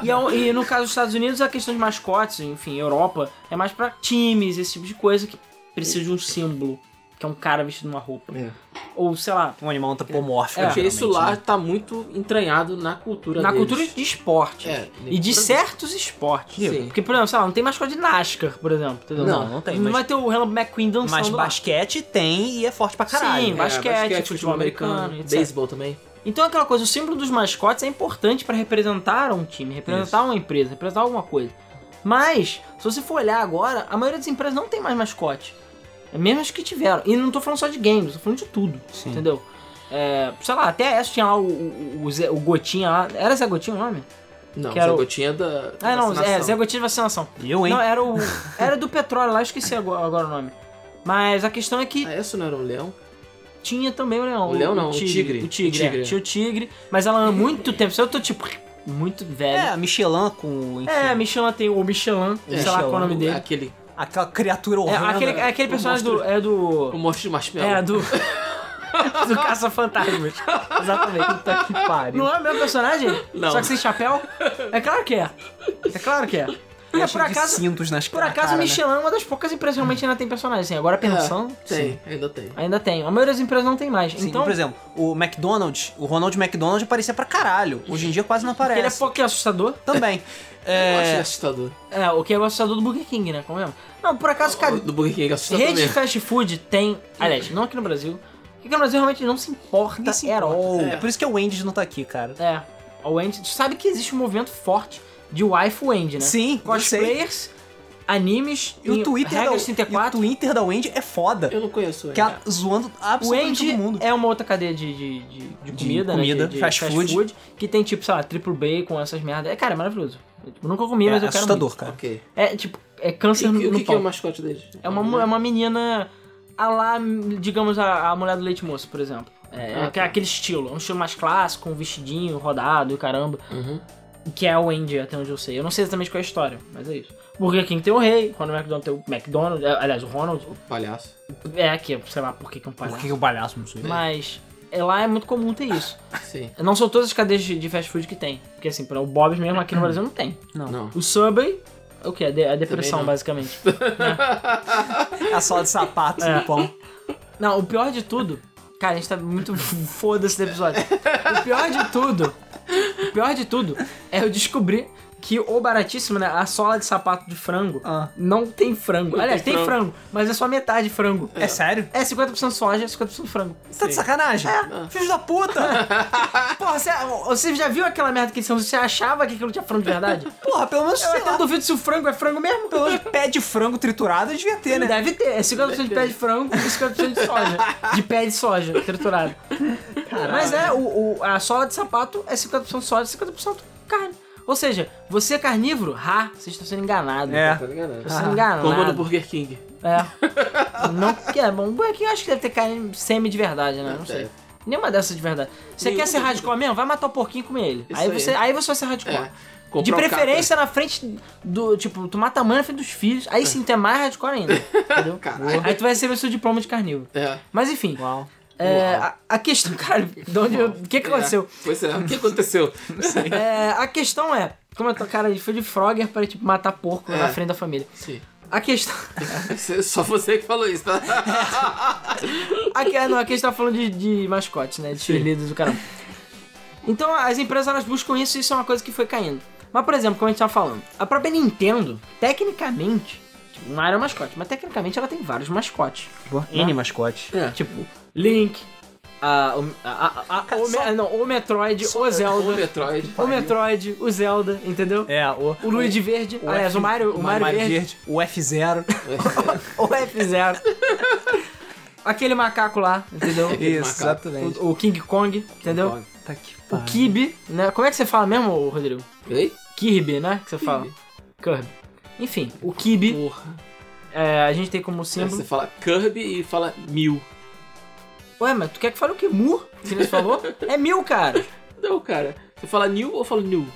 Speaker 3: e, é um- e no caso dos Estados Unidos, a questão de mascotes, enfim, Europa, é mais pra times, esse tipo de coisa que precisa de um símbolo, que é um cara vestido numa roupa.
Speaker 2: É.
Speaker 3: Ou, sei lá,
Speaker 1: Um animal antropomórfico.
Speaker 2: Porque
Speaker 1: geralmente,
Speaker 2: É, isso lá
Speaker 1: né?
Speaker 2: tá muito entranhado na cultura
Speaker 3: É. na
Speaker 2: deles.
Speaker 3: cultura de esporte.
Speaker 2: É,
Speaker 3: e de
Speaker 2: cultura-
Speaker 3: certos esportes.
Speaker 2: Sim.
Speaker 3: Porque, por exemplo, sei lá, não tem mascote de NASCAR, por exemplo, entendeu?
Speaker 1: Não, não tem,
Speaker 3: Não
Speaker 1: mas-
Speaker 3: vai ter o Relâmpago McQueen dançando
Speaker 1: Mas
Speaker 3: lá.
Speaker 1: basquete tem e é forte pra caralho.
Speaker 3: Sim,
Speaker 2: É,
Speaker 3: basquete, futebol tipo um americano, etc.
Speaker 2: beisebol também.
Speaker 3: Então é aquela coisa, o símbolo dos mascotes é importante pra representar um time, representar uma empresa, representar alguma coisa. Mas, se você for olhar agora, a maioria das empresas não tem mais mascote. É Mesmo as que tiveram. E não tô falando só de games, tô falando de tudo.
Speaker 1: Sim.
Speaker 3: Entendeu? É, sei lá, até essa tinha lá o, o, o Zé- o Gotinha lá. Era Zé Gotinha o nome?
Speaker 2: Não,
Speaker 3: Que era
Speaker 2: Zé
Speaker 3: o-
Speaker 2: Gotinha é da. da
Speaker 3: Ah, não, é,
Speaker 2: vacinação.
Speaker 3: Zé Gotinha de vacinação.
Speaker 1: Eu, hein?
Speaker 3: Não, é- era o. Era do petróleo lá, eu esqueci agora, agora o nome. Mas a questão é que
Speaker 2: Ah, essa não era um leão?
Speaker 3: Tinha também né, o leão.
Speaker 2: O leão não, o tigre.
Speaker 3: O tigre,
Speaker 2: O tigre.
Speaker 3: é. Tinha o tigre. Mas ela há muito tempo. Eu tô tipo, muito velho.
Speaker 1: É, a Michelin com. enfim,
Speaker 3: É, Michelin tem o Michelin,
Speaker 2: É, né,
Speaker 3: sei lá qual é o nome
Speaker 1: Michelin.
Speaker 3: dele.
Speaker 2: Aquele.
Speaker 1: Aquela criatura
Speaker 3: É,
Speaker 1: horrenda.
Speaker 3: aquele, é aquele
Speaker 2: o
Speaker 3: personagem do.
Speaker 2: monstro.
Speaker 3: É
Speaker 2: O
Speaker 3: do.
Speaker 2: monstro de marshmallow.
Speaker 3: É, do. do Caça-Fantasmas. Exatamente.
Speaker 1: Puta que pariu.
Speaker 3: Não é o meu personagem?
Speaker 2: Não.
Speaker 3: Só que sem chapéu? É claro que é. É claro que é.
Speaker 1: E
Speaker 3: É,
Speaker 1: é
Speaker 3: por
Speaker 1: cheio de
Speaker 3: acaso.
Speaker 1: cintos nas
Speaker 3: Por
Speaker 1: na
Speaker 3: acaso,
Speaker 1: cara, né?
Speaker 3: Michelin é uma das poucas empresas que realmente ainda tem personagem. Assim, agora pensando,
Speaker 2: É, Tem, ainda tem.
Speaker 3: ainda tem. A maioria das empresas não tem mais.
Speaker 1: Sim,
Speaker 3: então,
Speaker 1: por exemplo, o McDonald's, o Ronald McDonald aparecia pra caralho. Hoje em dia quase não aparece.
Speaker 3: ele é pouco assustador.
Speaker 1: Também.
Speaker 2: Eu acho
Speaker 1: É,
Speaker 2: assustador.
Speaker 3: É, o que é o assustador do Burger King, né? Como é? Não, por acaso, cara,
Speaker 2: O do Burger King é assustador
Speaker 3: rede de
Speaker 2: mesmo.
Speaker 3: fast food tem. Aliás, não aqui no Brasil. Aqui no Brasil realmente não se importa,
Speaker 1: nem se
Speaker 3: at
Speaker 1: importa.
Speaker 3: all.
Speaker 1: é. por isso que o Wendy's não tá aqui, cara.
Speaker 3: É. O Wendy. Tu sabe que existe um movimento forte de wife Wendy, né?
Speaker 1: Sim, eu sei.
Speaker 3: Cosplayers, animes,
Speaker 1: E o Twitter, é da,
Speaker 3: Regras
Speaker 1: e o
Speaker 3: 34.
Speaker 1: Twitter da Wendy é foda.
Speaker 2: Eu não conheço.
Speaker 3: é
Speaker 2: É,
Speaker 1: Que ela zoando
Speaker 3: O
Speaker 1: absolutamente
Speaker 3: Wendy
Speaker 1: todo mundo.
Speaker 3: é uma outra cadeia de, de, de, de
Speaker 1: De
Speaker 3: comida, né?
Speaker 1: comida,
Speaker 3: De, de
Speaker 1: fast food.
Speaker 3: Que tem tipo, sei lá, triple bacon, essas merdas. É, cara, é maravilhoso. Eu tipo, nunca comi,
Speaker 1: É
Speaker 3: mas eu quero.
Speaker 1: assustador, cara.
Speaker 2: Ok.
Speaker 3: Muito. É tipo, é
Speaker 2: E
Speaker 3: câncer
Speaker 2: que-
Speaker 3: no,
Speaker 2: o
Speaker 3: no
Speaker 2: que, que é
Speaker 3: pau.
Speaker 2: o mascote deles?
Speaker 3: É uma, mu- é uma menina a lá, digamos, a, a mulher do leite moço, por exemplo.
Speaker 2: Ah,
Speaker 3: É, é aque- aquele estilo, é um estilo mais clássico, um vestidinho rodado e caramba.
Speaker 2: Uhum.
Speaker 3: Que é o Andy, até onde eu sei. Eu não sei exatamente qual é a história, mas é isso. Burger King tem o rei, quando o McDonald's tem o McDonald's, é, aliás, o Ronald.
Speaker 2: O palhaço.
Speaker 3: É, que é, sei lá por que que é um
Speaker 1: Por
Speaker 3: palhaço.
Speaker 1: que um que o palhaço não sei?
Speaker 3: Mas é, lá é muito comum ter isso.
Speaker 2: Sim.
Speaker 3: Não são todas as cadeias de de fast food que tem. Porque assim, pra- o Bob's mesmo aqui no Brasil não tem.
Speaker 1: Não.
Speaker 2: Não.
Speaker 3: O Subway, é o que? É de- é a depressão,
Speaker 2: não.
Speaker 3: basicamente.
Speaker 1: A sola de sapato
Speaker 3: É.
Speaker 1: no pão.
Speaker 3: Não, o pior de tudo. Cara, a gente tá muito foda-se do episódio. O pior de tudo. O pior de tudo é eu descobrir que o baratíssimo, né? A sola de sapato de frango
Speaker 1: Ah.
Speaker 3: não tem frango. Aliás,
Speaker 2: tem
Speaker 3: tem frango. mas é só metade frango.
Speaker 1: É sério?
Speaker 3: É 50% soja, 50% frango.
Speaker 1: Você tá de sacanagem?
Speaker 2: É.
Speaker 1: Filho da puta! é-
Speaker 3: Porra, você, você já viu aquela merda que eles são? Você achava que aquilo tinha frango de verdade?
Speaker 1: Porra, pelo menos,
Speaker 3: Eu
Speaker 1: sei
Speaker 3: até
Speaker 1: lá,
Speaker 3: duvido se o frango é frango mesmo.
Speaker 1: pelo menos pé de frango triturado devia ter, né?
Speaker 3: Deve ter. É 50% de pé de frango e 50% de soja. De pé de soja triturado. Mas é, o, o- a sola de sapato é 50% soja e 50% carne. Ou seja, você é carnívoro? Ha, você está sendo enganado.
Speaker 1: É.
Speaker 2: Tá enganado.
Speaker 3: Você né? está
Speaker 1: Ah,
Speaker 3: sendo enganado.
Speaker 2: Como no Burger King.
Speaker 3: É. Não quer. Bom, bom, aqui eu acho que deve ter carne semi de verdade, né? Não sei.
Speaker 2: É.
Speaker 3: Nenhuma dessas de verdade. Você
Speaker 2: Nenhuma
Speaker 3: quer ser radical mesmo? Vai matar o porquinho e comer ele.
Speaker 2: Isso
Speaker 3: Aí
Speaker 2: aí.
Speaker 3: você, aí você vai ser radical.
Speaker 2: É. Comprar
Speaker 3: De
Speaker 2: o Capra.
Speaker 3: preferência na frente do. Tipo, tu mata a mãe na frente dos filhos. Aí sim, tu é mais radical ainda. Entendeu?
Speaker 2: Caralho.
Speaker 3: Aí tu vai receber seu diploma de carnívoro.
Speaker 2: É.
Speaker 3: Mas enfim,
Speaker 1: Uau.
Speaker 3: é,
Speaker 2: Uau.
Speaker 3: a, a questão, cara, de onde eu- o que, que aconteceu?
Speaker 2: É. Pois é, o que aconteceu?
Speaker 3: É, a questão é, como eu tô, cara, ele foi de Frogger pra tipo, matar porco
Speaker 2: É.
Speaker 3: na frente da família.
Speaker 2: Sim.
Speaker 3: A questão.
Speaker 2: Você- Só você que falou isso, tá?
Speaker 3: A, que- não, a questão tá falando de, de mascote, né? De cheerleaders do caramba. Então as empresas elas buscam isso e isso é uma coisa que foi caindo. Mas, por exemplo, como a gente tava falando, a própria Nintendo, tecnicamente, tipo, não era mascote, mas tecnicamente ela tem vários mascotes.
Speaker 1: N mascote.
Speaker 2: É.
Speaker 3: Tipo, Link, a, o- a- a- a- o, Me- não, o Metroid, o Zelda,
Speaker 2: O um Metroid.
Speaker 3: o Metroid, o Zelda, entendeu?
Speaker 1: É, o,
Speaker 3: O Luigi Verde, aliás, o Mario, o Mario, Verde,
Speaker 1: O F0.
Speaker 3: o F0. Aquele macaco lá, entendeu?
Speaker 2: Aquele
Speaker 1: Isso,
Speaker 2: macaco.
Speaker 1: exatamente.
Speaker 3: O, o King Kong, entendeu?
Speaker 1: Puta que
Speaker 3: O Kirby, né? Como é que você fala mesmo, ô, Rodrigo?
Speaker 2: Ei?
Speaker 3: Kirby, né? Que você fala. Kirby. Enfim, o Kirby,
Speaker 2: Porra.
Speaker 3: é, a gente tem como
Speaker 2: Aí
Speaker 3: símbolo.
Speaker 2: Você fala Kirby e fala Mil.
Speaker 3: Ué, mas tu quer que fale o quê? Mu? Que você falou? É mil, cara.
Speaker 2: Não, cara. Você fala New ou fala New?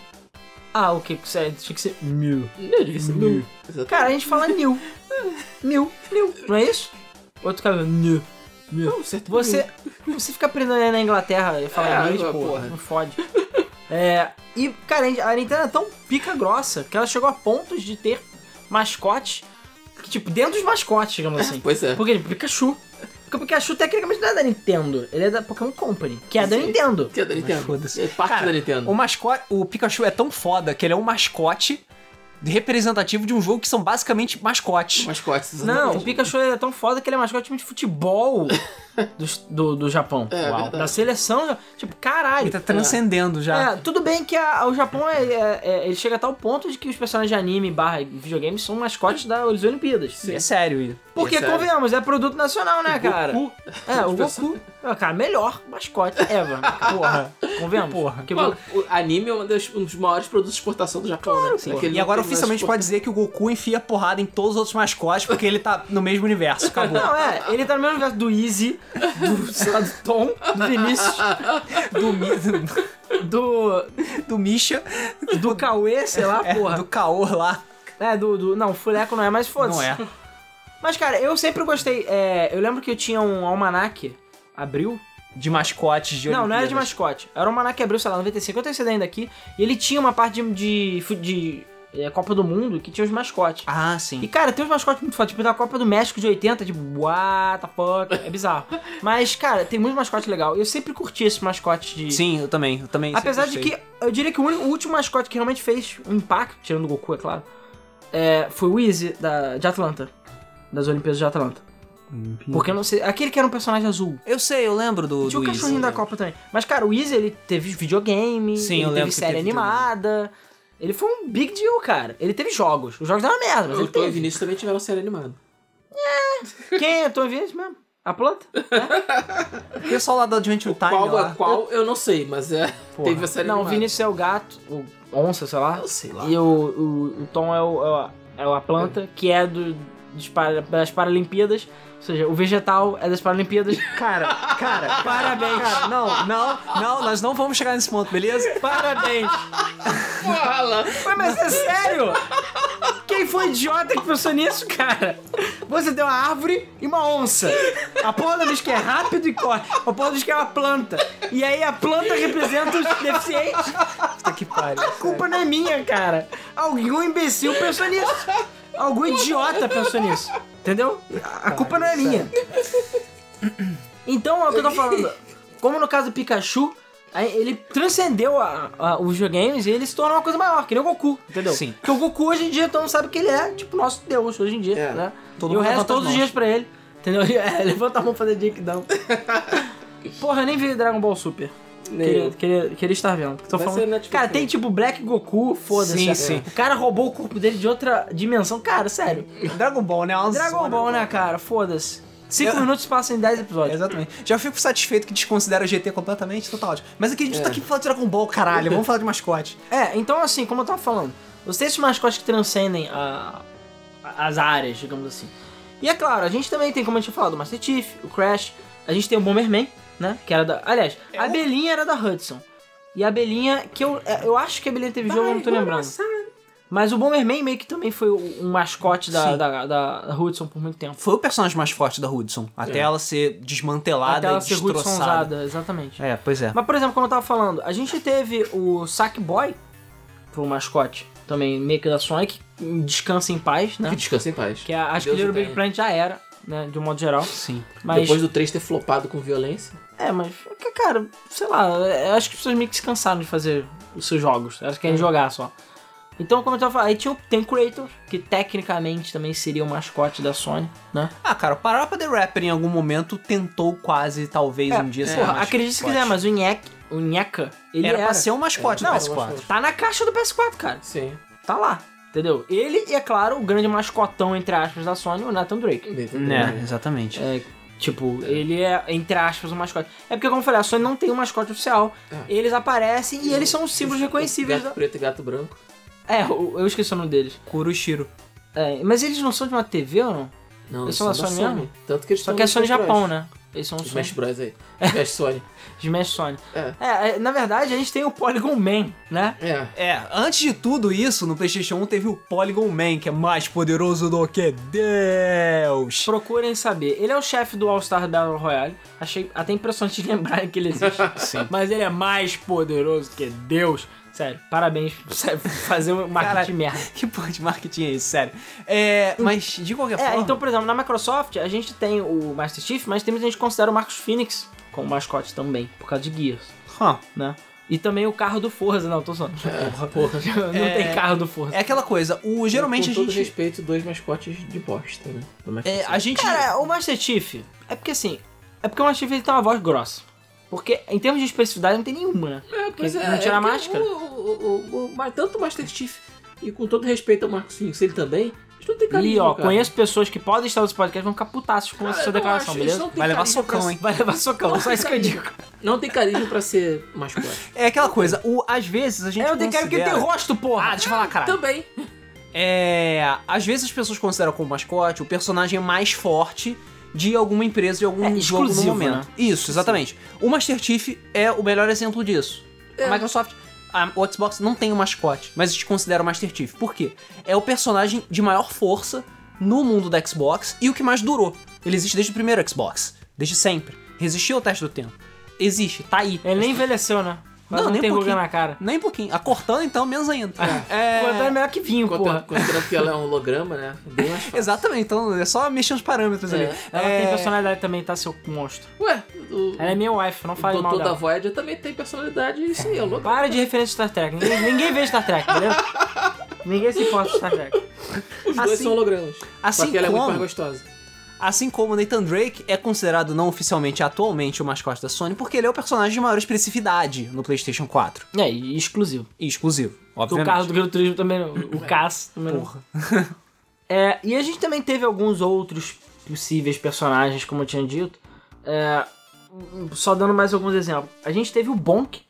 Speaker 3: Ah, o que? Tinha que ser mil.
Speaker 2: Não, devia ser New.
Speaker 3: Cara, a gente fala mil. Mil, mil. Não é isso? Outro cara, mil.
Speaker 2: Não, certo.
Speaker 3: Tipo, Você, você fica aprendendo na Inglaterra
Speaker 2: Uhum.
Speaker 3: e
Speaker 2: É,
Speaker 3: fala inglês,
Speaker 2: agora,
Speaker 3: porra,
Speaker 2: porra.
Speaker 3: Não fode. É, e, cara, a Nintendo é tão pica grossa que ela chegou a pontos de ter mascotes, que, tipo, dentro dos mascotes, digamos assim.
Speaker 2: Pois é.
Speaker 3: Porque, tipo, Pikachu. Porque o Pikachu tecnicamente não é da Nintendo, ele é da Pokémon Company, que é da
Speaker 2: Sim.
Speaker 3: Nintendo.
Speaker 2: Que é da Nintendo.
Speaker 1: foda-se.
Speaker 2: É parte
Speaker 1: Cara, um
Speaker 2: da Nintendo.
Speaker 1: O mascote, o Pikachu é tão foda que ele é um mascote representativo de um jogo que são basicamente mascotes.
Speaker 2: Mascotes.
Speaker 3: Não, o Pikachu é tão foda que ele é mascote de time de futebol do, do, do Japão.
Speaker 2: É, verdade.
Speaker 3: Da seleção, tipo, caralho.
Speaker 1: Ele tá transcendendo já.
Speaker 3: É, tudo bem que a- o Japão é, é- é- ele chega a tal ponto de que os personagens de anime barra videogame são mascotes das Olimpíadas.
Speaker 1: É, sério isso.
Speaker 3: Porque,
Speaker 2: É sério.
Speaker 3: convenhamos, é produto nacional, né, cara? É, o Goku. É, Cara, melhor mascote ever. né? Porra. Convenhamos.
Speaker 1: Porra.
Speaker 3: Porque o
Speaker 2: Pô,
Speaker 3: Goku-
Speaker 2: o anime é um dos, um dos maiores produtos de exportação do Japão, né?
Speaker 3: sim.
Speaker 2: Aquele
Speaker 1: E agora
Speaker 2: não tem mais
Speaker 1: oficialmente
Speaker 2: exporta-
Speaker 1: pode dizer que o Goku enfia porrada em todos os outros mascotes porque ele tá no mesmo universo. Acabou.
Speaker 3: Não, é, ele tá no mesmo universo do Easy, do, sei lá, do Tom, do Vinícius,
Speaker 1: Do, Mi- do,
Speaker 3: do,
Speaker 1: do Misha,
Speaker 3: do Cauê, sei lá,
Speaker 1: é,
Speaker 3: porra.
Speaker 1: do Kaor lá.
Speaker 3: É, do, do. Não, Fuleco não é, mas foda-se.
Speaker 1: Não é.
Speaker 3: Mas, cara, eu sempre gostei. é, eu lembro que eu tinha um almanac. Abril?
Speaker 1: De mascotes de
Speaker 3: Não, não era de
Speaker 1: Olimpíadas.
Speaker 3: mascote. Era um almanac que abriu, sei lá, 95. Eu tenho esse ainda aqui. E ele tinha uma parte de, de, fu- de, é, Copa do Mundo que tinha os mascotes.
Speaker 1: Ah,
Speaker 3: E,
Speaker 1: sim.
Speaker 3: cara, tem uns mascotes muito fodas. Tipo, da Copa do México de 80, tipo, what the fuck. É bizarro. Mas, cara, tem muitos mascotes legal. Eu sempre curti esse mascote de...
Speaker 1: Sim, eu também. Eu também
Speaker 3: Apesar de
Speaker 1: sempre
Speaker 3: que, eu diria que o, único- o último mascote que realmente fez um impacto, tirando o Goku, é claro, é, foi o Easy, da, de Atlanta. Das Olimpíadas de Atlanta.
Speaker 1: gostei.
Speaker 3: Porque eu não sei... Aquele que era um personagem azul.
Speaker 1: Eu sei, eu lembro do.
Speaker 3: Tinha o
Speaker 1: do Easy.
Speaker 3: cachorrinho da Copa também. Mas, cara, o Easy, ele teve videogame,
Speaker 1: né? Sim, eu
Speaker 3: ele
Speaker 1: lembro
Speaker 3: teve
Speaker 1: que
Speaker 3: série
Speaker 1: teve
Speaker 3: animada. Ele foi um big deal, cara. Ele teve jogos. Os jogos eram merda, mas
Speaker 2: O
Speaker 3: ele
Speaker 2: Tom e o
Speaker 3: teve.
Speaker 2: Vinícius também tiveram série animada.
Speaker 3: Quem é Tom Vinícius mesmo? A planta?
Speaker 1: O pessoal lá do Adventure Time.
Speaker 2: Qual,
Speaker 1: lá.
Speaker 2: qual eu... não sei, mas é. Teve a série
Speaker 3: Não, o
Speaker 2: animada.
Speaker 3: Vinícius é o gato, o onça, sei lá.
Speaker 2: Eu sei lá.
Speaker 3: E o, o, o Tom é o, é o- é o a planta, que é do, dos para- das Paralimpíadas. Ou seja, o vegetal é das Paralimpíadas.
Speaker 1: Cara, cara, parabéns. Cara, não, não, não, nós não vamos chegar nesse ponto, beleza?
Speaker 3: Parabéns!
Speaker 2: Fala!
Speaker 3: Ué, mas é sério? Quem foi idiota que pensou nisso, cara? Você tem uma árvore e uma onça. A porra do bicho que é rápido e corre. A porra do bicho que é uma planta. E aí a planta representa os deficientes.
Speaker 1: Puta que pariu.
Speaker 3: A culpa não é minha, cara. Algum imbecil pensou nisso. Algum idiota pensou nisso. Entendeu? A a culpa não é minha. Então, é o que eu tô falando. Como no caso do Pikachu, aí ele transcendeu a- a- os videogames e ele se tornou uma coisa maior, que nem o Goku, entendeu?
Speaker 1: Sim.
Speaker 3: Porque o Goku hoje em dia todo mundo sabe que ele é, tipo, nosso Deus hoje em dia,
Speaker 2: É.
Speaker 3: né?
Speaker 1: Todo
Speaker 3: e o
Speaker 1: mundo
Speaker 3: resto
Speaker 1: levanta as
Speaker 3: todos os
Speaker 1: mãos.
Speaker 3: dias pra ele, entendeu? É, levanta a mão pra fazer Jinkdão. Porra, eu nem vi Dragon Ball Super.
Speaker 2: Né?
Speaker 3: Queria, queria, queria estar vendo. Tô
Speaker 2: É. Vai ser
Speaker 3: falando...
Speaker 2: Netflix
Speaker 3: Cara, tem tipo Black Goku, foda-se.
Speaker 1: Sim,
Speaker 3: É.
Speaker 1: sim.
Speaker 3: O cara roubou o corpo dele de outra dimensão. Cara, sério.
Speaker 1: Dragon Ball, né? Uma
Speaker 3: Dragon
Speaker 1: zona.
Speaker 3: Ball, né, cara? Foda-se. Cinco
Speaker 1: Eu-
Speaker 3: minutos passam em 10 episódios.
Speaker 1: Exatamente. Já fico satisfeito que desconsidera GT completamente, total ótimo. Mas aqui a gente tá aqui pra falar de Dragon Ball, caralho. Vamos falar de mascote.
Speaker 3: É, então assim, como eu tava falando, você tem esses mascotes que transcendem a- a- as áreas, digamos assim. E é claro, a gente também tem, como a gente falou, o Master Chief, o Crash, a gente tem o Bomberman, né? Que era da. Aliás,
Speaker 1: É
Speaker 3: a Belinha era da Hudson. E a Belinha, que eu, é, eu acho que a Belinha teve jogo, eu não tô lembrando. Mas o Bomberman meio que também foi o- um mascote da,
Speaker 1: Sim.
Speaker 3: da, da, da Hudson por muito tempo.
Speaker 1: Foi o personagem mais forte da Hudson. Até ela ser desmantelada
Speaker 3: Até ela
Speaker 1: e
Speaker 3: ser
Speaker 1: destroçada.
Speaker 3: Hudsonzada, exatamente.
Speaker 1: É, pois é.
Speaker 3: Mas, por exemplo, como eu tava falando, a gente teve o Sackboy pro mascote, também meio que da Sonic, descansa em paz,
Speaker 2: Que
Speaker 3: né?
Speaker 2: descansa em paz.
Speaker 3: Que a, acho
Speaker 2: Deus
Speaker 3: que Little
Speaker 2: o
Speaker 3: Big
Speaker 2: tenha.
Speaker 3: Planet já era, né? De um modo geral.
Speaker 1: Sim.
Speaker 3: Mas.
Speaker 2: Depois do 3 ter flopado com violência.
Speaker 3: É, mas. que, Cara, sei lá, eu acho que as pessoas meio que se cansaram de fazer os seus jogos. Elas querem jogar só. Então, como eu tava falando, aí tinha, o- tem o Kratos, que tecnicamente também seria o mascote da Sony, né?
Speaker 1: Ah, cara, o Parappa the Rapper em algum momento tentou quase,
Speaker 3: É,
Speaker 1: talvez, um dia ser
Speaker 3: Porra,
Speaker 1: mascote.
Speaker 3: acredite se quiser, mas o Nhek, o Nheka, ele
Speaker 1: Era
Speaker 3: era.
Speaker 1: pra ser um mascote
Speaker 3: Não,
Speaker 1: do
Speaker 2: eu
Speaker 1: PS4.
Speaker 2: acho-
Speaker 3: Tá na caixa do PS4, cara.
Speaker 2: Sim.
Speaker 3: Tá lá, entendeu? Ele e, é claro, o grande mascotão, entre aspas, da Sony, o Nathan Drake.
Speaker 1: Né, exatamente.
Speaker 3: É, tipo, ele é, entre aspas, o mascote. É porque, como eu falei, a Sony não tem um mascote oficial.
Speaker 2: É.
Speaker 3: Eles aparecem e eles são os símbolos reconhecíveis. né?
Speaker 2: Gato
Speaker 3: Da...
Speaker 2: preto e gato branco.
Speaker 3: É, eu eu esqueci o nome deles.
Speaker 1: Kurushiro.
Speaker 3: É, mas eles não são de uma TV ou não?
Speaker 2: Não,
Speaker 3: Eles
Speaker 2: eles
Speaker 3: são da Sony
Speaker 2: Tanto que eles
Speaker 3: Só
Speaker 2: estão
Speaker 3: que é
Speaker 2: no
Speaker 3: Sony
Speaker 2: Smash
Speaker 3: Japão,
Speaker 2: Bros.
Speaker 3: né? É. Eles são Sony.
Speaker 2: Smash Bros aí. Smash Sony.
Speaker 3: Smash Sony.
Speaker 2: É.
Speaker 3: É, é, na verdade a gente tem o Polygon Man, né?
Speaker 2: É.
Speaker 1: É, antes de tudo isso, no PlayStation 1 teve o Polygon Man, que é mais poderoso do que Deus.
Speaker 3: Procurem saber. Ele é o chefe do All-Star Battle Royale. Achei até impressionante lembrar que ele existe.
Speaker 1: Sim.
Speaker 3: Mas ele é mais poderoso que Deus. Sério, parabéns sério, fazer um marketing
Speaker 1: Cara,
Speaker 3: de merda.
Speaker 1: Que porra de marketing é esse, sério? É, mas de qualquer
Speaker 3: É,
Speaker 1: forma.
Speaker 3: então, por exemplo, na Microsoft a gente tem o Master Chief, mas tem muita gente que considera o Marcos Phoenix como mascote também, por causa de Gears,
Speaker 1: Hã.
Speaker 3: né? E também o carro do Forza, não, tô zoando.
Speaker 2: Porra.
Speaker 3: Não tem carro do Forza.
Speaker 1: É aquela coisa, o, geralmente
Speaker 2: Com
Speaker 1: a
Speaker 2: todo
Speaker 1: gente.
Speaker 2: respeito, dois mascotes de bosta, né? Do Microsoft.
Speaker 1: é, a gente.
Speaker 3: Cara, o Master Chief, é porque assim, é porque o Master Chief ele tem uma voz grossa. Porque em termos de expressividade não tem nenhuma, né?
Speaker 2: É,
Speaker 3: Porque não tira a
Speaker 2: porque
Speaker 3: máscara.
Speaker 2: O, o, o, o- mas tanto o Master Chief e com todo respeito ao Marcos Phoenix, ele também, eles não têm carisma,
Speaker 3: E ó,
Speaker 2: cara.
Speaker 3: conheço pessoas que podem estar nesse podcast e vão ficar putaços com
Speaker 2: Cara,
Speaker 3: essa
Speaker 2: eu não
Speaker 3: declaração,
Speaker 2: acho, eles
Speaker 3: beleza?
Speaker 2: não têm
Speaker 1: Vai levar
Speaker 2: carisma pra
Speaker 1: socão,
Speaker 2: ser-
Speaker 1: hein?
Speaker 3: Vai levar socão, só isso que eu digo.
Speaker 2: Não tem carisma pra ser mascote.
Speaker 1: É aquela coisa, o, às vezes a gente.
Speaker 3: É o DK que tem
Speaker 1: considera-
Speaker 3: rosto, porra!
Speaker 1: Ah, deixa eu falar, caralho.
Speaker 2: também.
Speaker 1: É. Às vezes as pessoas consideram como mascote o personagem mais forte de alguma empresa, de algum
Speaker 3: É,
Speaker 1: jogo no
Speaker 3: exclusivo,
Speaker 1: momento. Isso, exatamente. O Master Chief é o melhor exemplo disso.
Speaker 3: É.
Speaker 1: A Microsoft. A, o Xbox não tem um mascote, mas eles consideram o Master Chief. Por quê? É o personagem de maior força no mundo da Xbox e o que mais durou. Ele existe desde o primeiro Xbox. Desde sempre. Resistiu ao teste do tempo. Existe, tá aí.
Speaker 3: Ele nem envelheceu, né? Mas
Speaker 1: Não,
Speaker 3: não,
Speaker 1: nem
Speaker 3: tem
Speaker 1: um
Speaker 3: ruga
Speaker 1: pouquinho.
Speaker 3: na cara.
Speaker 1: Nem um pouquinho. A Cortana, então, menos ainda.
Speaker 3: É... é melhor que vinho,
Speaker 2: Contra-
Speaker 3: porra.
Speaker 2: Considerando que ela é um holograma, né? Bem mais fácil.
Speaker 1: Exatamente, então é só mexer os parâmetros ali.
Speaker 3: Ela
Speaker 1: É,
Speaker 3: tem personalidade também, tá, seu monstro?
Speaker 2: Ué, o,
Speaker 3: Ela é minha wife, não
Speaker 2: o
Speaker 3: fale mal
Speaker 2: doutor da
Speaker 3: dela.
Speaker 2: Voyager também tem personalidade, isso aí, é louco.
Speaker 3: Para de referência Star Trek. Ninguém, ninguém vê Star Trek, beleza? ninguém se importa de Star Trek.
Speaker 2: Os dois
Speaker 1: assim-
Speaker 2: são hologramas.
Speaker 1: assim
Speaker 2: só que ela é muito
Speaker 1: como-
Speaker 2: mais gostosa.
Speaker 1: Assim como Nathan Drake é considerado não oficialmente atualmente o mascote da Sony, porque ele é o personagem de maior expressividade no PlayStation 4.
Speaker 3: É, e exclusivo.
Speaker 1: E exclusivo,
Speaker 3: O
Speaker 1: obviamente.
Speaker 3: carro do Gran Turismo também não. O Cass também não. É, e a gente também teve alguns outros possíveis personagens, como eu tinha dito. É, só dando mais alguns exemplos. A gente teve o Bonk,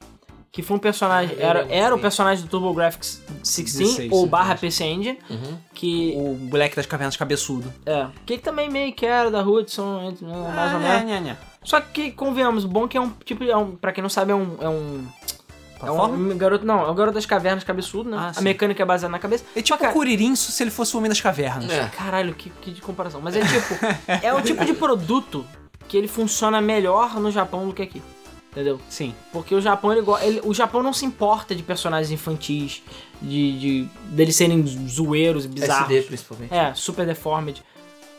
Speaker 3: que foi um personagem.
Speaker 1: Ah,
Speaker 2: Eu
Speaker 3: Era,
Speaker 2: lembro,
Speaker 3: era o
Speaker 2: sim.
Speaker 3: personagem do TurboGrafx 16,
Speaker 1: 16,
Speaker 3: ou
Speaker 1: sim,
Speaker 3: barra PC Engine,
Speaker 2: Uhum.
Speaker 3: que.
Speaker 1: O moleque das cavernas cabeçudo.
Speaker 3: É, que ele também meio que era da Hudson, entre- né, mais ou
Speaker 1: É, né,
Speaker 3: menos. Só que, convenhamos, o Bonk é um tipo. É um, pra quem não sabe, é um. É um, é
Speaker 1: Plataforma?
Speaker 3: um garoto. Não, é um garoto das cavernas cabeçudo, né?
Speaker 1: Ah,
Speaker 3: a
Speaker 1: sim.
Speaker 3: mecânica é baseada na cabeça.
Speaker 1: É tipo
Speaker 3: Mas, cara,
Speaker 1: o Kuririn se ele fosse o Homem das Cavernas.
Speaker 2: É.
Speaker 3: Caralho, que, que de comparação. Mas é tipo, é o tipo de produto que ele funciona melhor no Japão do que aqui. Entendeu?
Speaker 1: Sim.
Speaker 3: Porque o Japão, ele, go- ele- o Japão não se importa de personagens infantis, de, de deles serem zoeiros e bizarros.
Speaker 2: SD, principalmente.
Speaker 3: É, super deformed.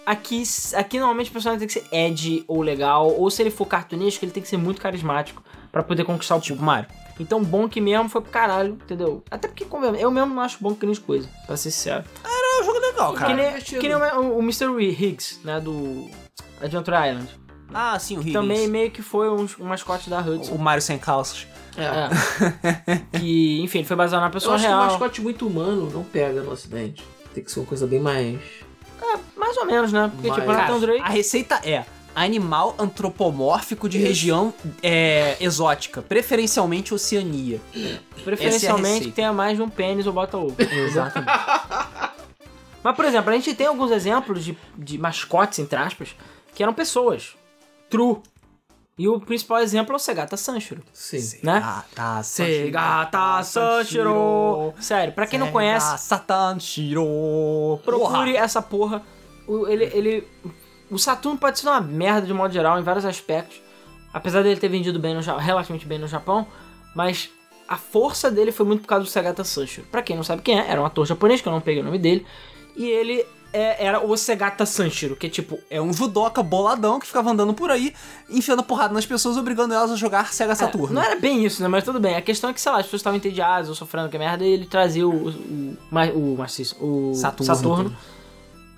Speaker 3: Aqui, aqui normalmente o personagem tem que ser edgy ou legal, ou se ele for cartunístico, ele tem que ser muito carismático pra poder conquistar o
Speaker 1: Tipo
Speaker 3: público.
Speaker 1: Mario.
Speaker 3: Então, Bonk mesmo foi pro caralho, entendeu? Até porque, como eu, eu mesmo não acho Bonk grande coisa, pra ser sincero.
Speaker 1: É um jogo legal,
Speaker 3: Que
Speaker 1: cara.
Speaker 3: nem,
Speaker 2: divertido.
Speaker 3: que nem o, o Mr. Higgs, né? Do Adventure Island.
Speaker 1: Ah, sim, o Higgins.
Speaker 3: Também meio que foi um, um mascote da
Speaker 1: O
Speaker 3: Hudson.
Speaker 1: Mario sem calças.
Speaker 2: É.
Speaker 3: É. que, enfim, ele foi baseado na
Speaker 2: Eu
Speaker 3: pessoa
Speaker 2: acho que um
Speaker 3: real.
Speaker 2: mascote muito humano não pega no ocidente. Tem que ser uma coisa bem mais.
Speaker 3: Mais ou menos, né? Porque, tipo,
Speaker 2: Mas-
Speaker 3: Nathan
Speaker 1: A
Speaker 3: Drake...
Speaker 1: receita é animal antropomórfico de
Speaker 2: Isso.
Speaker 1: região é, exótica, preferencialmente Oceania.
Speaker 3: Preferencialmente
Speaker 1: receita.
Speaker 3: tenha mais de um pênis ou bota ovo.
Speaker 1: Exatamente.
Speaker 3: Mas, por exemplo, a gente tem alguns exemplos de, de mascotes, entre aspas, que eram pessoas. True. E o principal exemplo é o Segata Sanshiro,
Speaker 2: Sim.
Speaker 3: né?
Speaker 1: Ah, tá.
Speaker 3: Segata Sanshiro! Sério, pra quem não conhece,
Speaker 1: Satan Shiro.
Speaker 3: Procure essa porra. O, ele, ele, o Saturno pode ser uma merda de modo geral em vários aspectos. Apesar dele ter vendido bem no Ja- relativamente bem no Japão, mas a força dele foi muito por causa do Sagata Sanshiro. Pra quem não sabe quem é, era um ator japonês, que eu não peguei o nome dele. E ele é- era o Segata Sanshiro, que é tipo.
Speaker 1: É um judoca boladão que ficava andando por aí, enfiando porrada nas pessoas, obrigando elas a jogar Sega Saturno.
Speaker 3: é, Não era bem isso, né? Mas tudo bem. A questão é que, sei lá, as pessoas estavam entediadas ou sofrendo que merda, e ele trazia o. o, ma- o, Master System, o
Speaker 1: Saturno.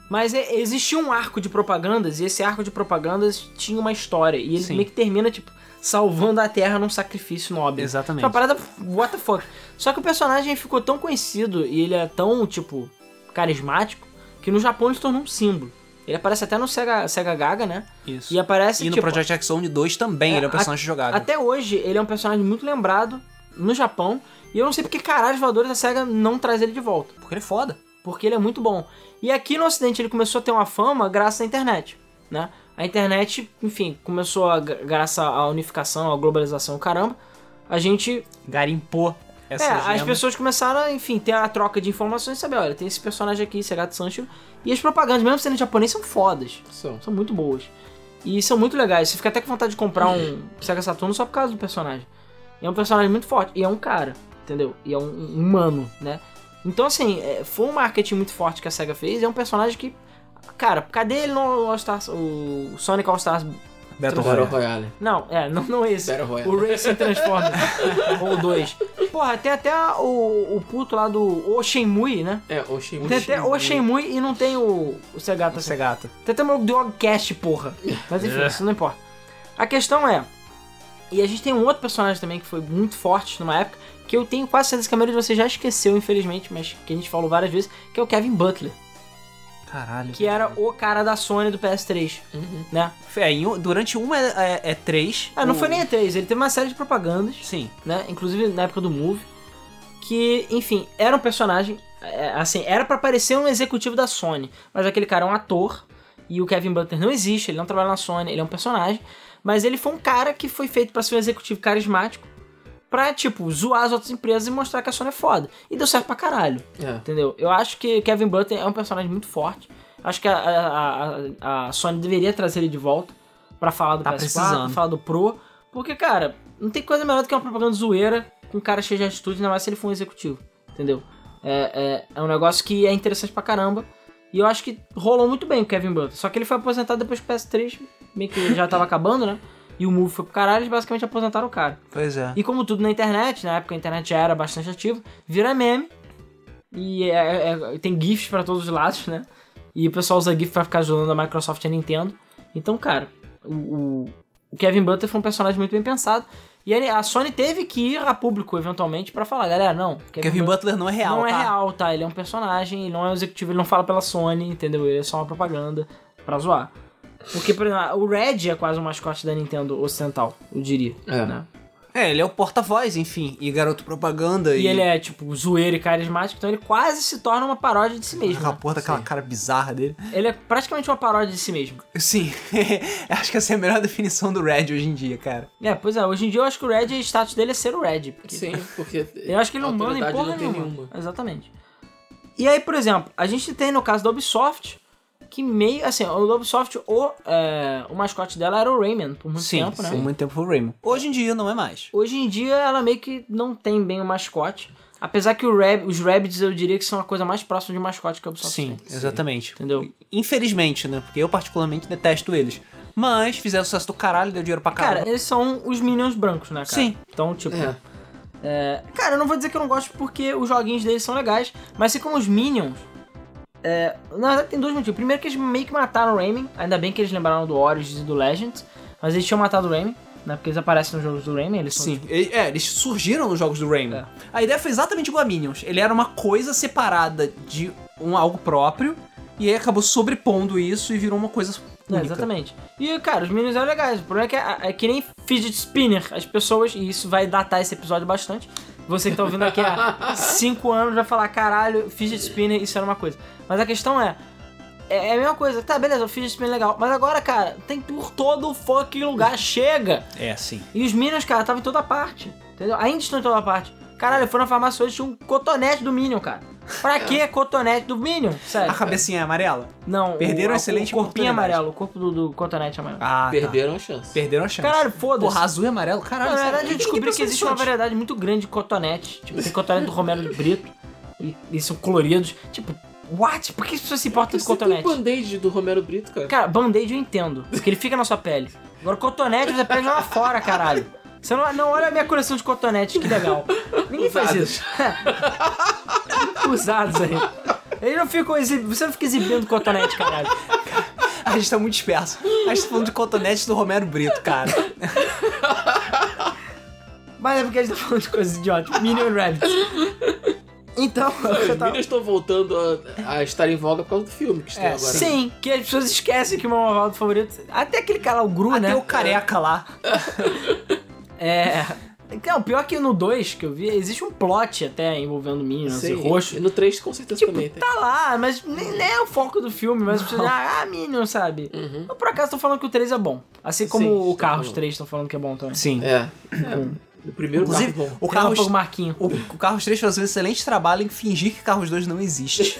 Speaker 3: Mas é- existia um arco de propagandas, e esse arco de propagandas tinha uma história. E ele
Speaker 1: Sim.
Speaker 3: meio que termina, tipo, salvando a Terra num sacrifício nobre.
Speaker 1: Exatamente.
Speaker 3: Uma parada, what the fuck. Só que o personagem ficou tão conhecido e ele é tão, tipo, carismático, que no Japão ele se tornou um símbolo. Ele aparece até no Sega, Sega Gaga, né?
Speaker 1: Isso.
Speaker 3: E aparece,
Speaker 1: E no
Speaker 3: tipo,
Speaker 1: Project X Zone 2 também,
Speaker 3: é,
Speaker 1: ele é um personagem jogável.
Speaker 3: até hoje, ele é um personagem muito lembrado no Japão. E eu não sei porque caralho os voadores da SEGA não traz ele de volta.
Speaker 1: Porque ele é foda.
Speaker 3: Porque ele é muito bom. E aqui no Ocidente ele começou a ter uma fama graças à internet, né? A internet, enfim, começou a, gra- graças à unificação, à globalização, caramba. A gente.
Speaker 1: Garimpou essa
Speaker 3: é,
Speaker 1: gema.
Speaker 3: as pessoas começaram a, enfim, ter a troca de informações e saber, olha, tem esse personagem aqui, esse é gato Sancho. E as propagandas, mesmo sendo em japonês, são fodas.
Speaker 2: São.
Speaker 3: São muito boas. E são muito legais. Você fica até com vontade de comprar um Sega Saturno só por causa do personagem. E é um personagem muito forte. E é um cara, entendeu? E é um, um humano, né? Então, assim, é, foi um marketing muito forte que a SEGA fez. E é um personagem que. Cara, cadê ele no All Stars? O Sonic All Stars.
Speaker 1: Battle
Speaker 2: Battle
Speaker 1: Royale.
Speaker 2: Royale.
Speaker 3: Não, é, não, não esse.
Speaker 2: Battle Royale.
Speaker 3: O Racing Transformers. ou dois. Porra, tem até o, o puto lá do O Shenmue, né?
Speaker 2: É, o Shenmue.
Speaker 3: Tem até o Shenmue e não tem o, o Segata
Speaker 1: Você é gata.
Speaker 3: tem até o Dogcast, porra. Mas enfim, isso não importa. A questão é. E a gente tem um outro personagem também que foi muito forte numa época, que eu tenho quase certeza que a maioria de vocês já esqueceu, infelizmente, mas que a gente falou várias vezes, que é o Kevin Butler,
Speaker 1: Caralho.
Speaker 3: que era o cara da Sony do PS3,
Speaker 2: Uhum.
Speaker 3: né?
Speaker 1: É, em um- durante uma é, é, é três.
Speaker 3: Ah, não
Speaker 1: o-
Speaker 3: foi nem a 3, ele teve uma série de propagandas,
Speaker 1: Sim.
Speaker 3: né? Inclusive na época do Move, que, enfim, era um personagem, é, assim, era pra parecer um executivo da Sony, mas aquele cara é um ator e o Kevin Butler não existe, ele não trabalha na Sony, ele é um personagem, mas ele foi um cara que foi feito pra ser um executivo carismático, pra, tipo, zoar as outras empresas e mostrar que a Sony é foda. E deu certo pra caralho.
Speaker 2: É.
Speaker 3: Entendeu? Eu acho que Kevin Butler é um personagem muito forte. Acho que a, a- a- a Sony deveria trazer ele de volta pra falar do
Speaker 1: Tá
Speaker 3: PS4,
Speaker 1: precisando.
Speaker 3: falar do Pro. Porque, cara, não tem coisa melhor do que uma propaganda zoeira com um cara cheio de atitude, ainda mais se ele for um executivo. Entendeu? É, é- é um negócio que é interessante pra caramba. E eu acho que rolou muito bem o Kevin Butler. Só que ele foi aposentado depois que o PS3, meio que já tava acabando, né? E o Move foi pro caralho, eles basicamente aposentaram o cara.
Speaker 1: Pois é.
Speaker 3: E como tudo na internet, na época a internet já era bastante ativa, vira meme. E é- é- tem GIFs pra todos os lados, né? E o pessoal usa GIF pra ficar zoando a Microsoft e a Nintendo. Então, cara, o, o- o Kevin Butler foi um personagem muito bem pensado. E ele- a Sony teve que ir a público, eventualmente, pra falar, galera, não.
Speaker 1: Kevin Butler não é real,
Speaker 3: não é
Speaker 1: tá?
Speaker 3: real, tá? Ele é um personagem, ele não é um executivo, ele não fala pela Sony, entendeu? Ele é só uma propaganda pra zoar. Porque, por exemplo, o Red é quase o mascote da Nintendo ocidental, eu diria.
Speaker 2: É.
Speaker 3: Né?
Speaker 1: É, ele é o porta-voz, enfim. E garoto propaganda.
Speaker 3: E ele é, tipo, zoeiro e carismático, então ele quase se torna uma paródia de si mesmo.
Speaker 1: Aquela
Speaker 3: né?
Speaker 1: porra daquela cara bizarra dele.
Speaker 3: Ele é praticamente uma paródia de si mesmo.
Speaker 1: Sim, acho que essa é a melhor definição do Red hoje em dia, cara.
Speaker 3: É, pois é, hoje em dia eu acho que o Red, o status dele é ser o Red. Porque
Speaker 2: Sim, porque.
Speaker 3: Eu acho que ele não manda em
Speaker 2: autoridade
Speaker 3: porra
Speaker 2: não tem
Speaker 3: nenhuma.
Speaker 2: nenhuma.
Speaker 3: Exatamente. E aí, por exemplo, a gente tem no caso da Ubisoft, que meio, assim, a Ubisoft, o, é, o mascote dela era o Rayman, por muito tempo, né?
Speaker 1: Por muito tempo foi o Raymond. Hoje em dia não é mais.
Speaker 3: Hoje em dia ela meio que não tem bem o mascote. Apesar que o Rab, os Rabbids eu diria que são a coisa mais próxima de mascote que a Ubisoft
Speaker 1: Sim,
Speaker 3: tem.
Speaker 1: exatamente.
Speaker 3: Entendeu?
Speaker 1: Infelizmente, né? Porque eu particularmente detesto eles. Mas fizeram sucesso do caralho, deu dinheiro pra
Speaker 3: Cara,
Speaker 1: caralho.
Speaker 3: eles são os Minions brancos, né, cara?
Speaker 1: Sim.
Speaker 3: Então, tipo...
Speaker 2: É.
Speaker 3: é, Cara, eu não vou dizer que eu não gosto porque os joguinhos deles são legais, mas assim como os Minions... É... Na verdade, tem dois motivos. Primeiro que eles meio que mataram o Rayman. Ainda bem que eles lembraram do Origins e do Legends. Mas eles tinham matado o Rayman, né? Porque eles aparecem nos jogos do Rayman, eles são...
Speaker 1: Sim, e- é, eles surgiram nos jogos do Raymond.
Speaker 3: É.
Speaker 1: A ideia foi exatamente igual a Minions. Ele era uma coisa separada de um algo próprio, e aí acabou sobrepondo isso e virou uma coisa
Speaker 3: É,
Speaker 1: única.
Speaker 3: exatamente. E, cara, os Minions eram legais. O problema é que é, é que nem fidget spinner. As pessoas, e isso vai datar esse episódio bastante. Você que tá ouvindo aqui há 5 anos vai falar, caralho, fidget spinner, isso era uma coisa. Mas a questão é. É é a mesma coisa, tá, beleza, o fidget spinner é legal. Mas agora, cara, tem por todo o fucking lugar, chega!
Speaker 1: É, sim.
Speaker 3: E os Minions, cara, estavam em toda parte. Entendeu? Ainda estão em toda parte. Caralho, eu fui na farmácia hoje tinha um cotonete do Minion, cara.
Speaker 1: É.
Speaker 3: Pra que cotonete do Minion?
Speaker 1: A
Speaker 3: Sério.
Speaker 1: cabecinha é amarela?
Speaker 3: Não,
Speaker 1: Perderam
Speaker 3: o,
Speaker 1: a excelente
Speaker 3: o corpinho
Speaker 1: oportunidade.
Speaker 3: amarelo, o corpo do, do cotonete amarelo.
Speaker 1: Ah,
Speaker 2: Perderam a chance.
Speaker 1: Perderam a chance.
Speaker 3: Caralho, foda-se.
Speaker 1: Porra, azul e amarelo? Caralho,
Speaker 3: Na
Speaker 1: sério,
Speaker 3: verdade, eu
Speaker 1: ninguém
Speaker 3: descobri que tá
Speaker 1: pensou
Speaker 3: existe
Speaker 1: nisso
Speaker 3: uma
Speaker 1: antes.
Speaker 3: variedade muito grande de cotonete. Tipo, tem cotonete do Romero de Brito. E, e são coloridos. Tipo, What? Por que as pessoas se importam
Speaker 2: Porque
Speaker 3: do
Speaker 2: sempre
Speaker 3: cotonete?
Speaker 2: o um band-aid do Romero Brito, cara.
Speaker 3: Cara, band-aid eu entendo, porque ele fica na sua pele. Agora, cotonete você pega lá fora, caralho. Você não, não olha a minha coleção de cotonetes, que legal. Ninguém faz
Speaker 2: Usados.
Speaker 3: isso. Usados aí. Ele não fica exibindo, você não fica exibindo cotonete, caralho.
Speaker 1: A gente tá muito disperso. A gente tá falando de cotonete do Romero Brito, cara.
Speaker 3: Mas é porque a gente tá falando de coisas idiotas. Minion Rabbit. Então, é o que eu
Speaker 2: As
Speaker 3: tava...
Speaker 2: meninas estão voltando a, a estar em voga por causa do filme que estreou
Speaker 1: É,
Speaker 2: agora.
Speaker 3: Sim, que as pessoas esquecem que o meu malvado favorito. Até aquele cara, lá, o Gru, né?
Speaker 1: Até o careca lá.
Speaker 3: É. Não, pior que no 2 que eu vi, existe um plot até envolvendo Minions
Speaker 2: Sim,
Speaker 3: e roxo.
Speaker 2: E no 3, com certeza também tem.
Speaker 3: Tá lá, mas nem, nem é o foco do filme, mas as pessoas ah, ah, Minions, sabe?
Speaker 2: Uhum.
Speaker 3: Mas por acaso estão falando que o 3 é bom. Assim como
Speaker 2: Sim,
Speaker 3: o
Speaker 2: estão
Speaker 3: Carros
Speaker 2: falando.
Speaker 3: 3 estão falando que é bom também.
Speaker 1: tá Sim.
Speaker 2: É. é. O primeiro
Speaker 1: Inclusive,
Speaker 2: Inclusive, bom.
Speaker 1: o
Speaker 3: Carro um
Speaker 1: Carros,
Speaker 3: pouco Marquinho.
Speaker 1: o, o Carros 3 faz um excelente trabalho em fingir que Carros 2 não existe.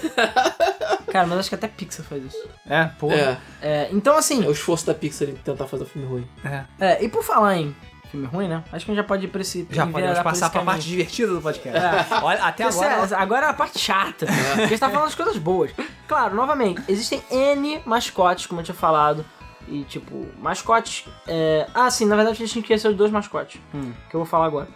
Speaker 3: Cara, mas acho que até Pixar faz isso.
Speaker 1: É, porra.
Speaker 2: É,
Speaker 3: É, então, assim,
Speaker 2: é o esforço da Pixar em tentar fazer um filme ruim.
Speaker 1: É.
Speaker 3: é, e por falar em filme ruim, né? Acho que a gente já pode ir pra esse.
Speaker 1: Já
Speaker 3: enveredar
Speaker 1: podemos
Speaker 3: por
Speaker 1: passar
Speaker 3: esse
Speaker 1: pra
Speaker 3: caminho.
Speaker 1: parte divertida do podcast.
Speaker 3: É.
Speaker 1: Olha, até
Speaker 3: Essa
Speaker 1: agora.
Speaker 3: é- agora é a parte chata. Porque
Speaker 2: É.
Speaker 3: a gente tá falando as coisas boas. Claro, novamente, existem N mascotes, como eu tinha falado. E, tipo, mascotes. é, Ah, sim, na verdade a gente esqueceu de dois mascotes.
Speaker 2: Hum.
Speaker 3: Que eu vou falar agora.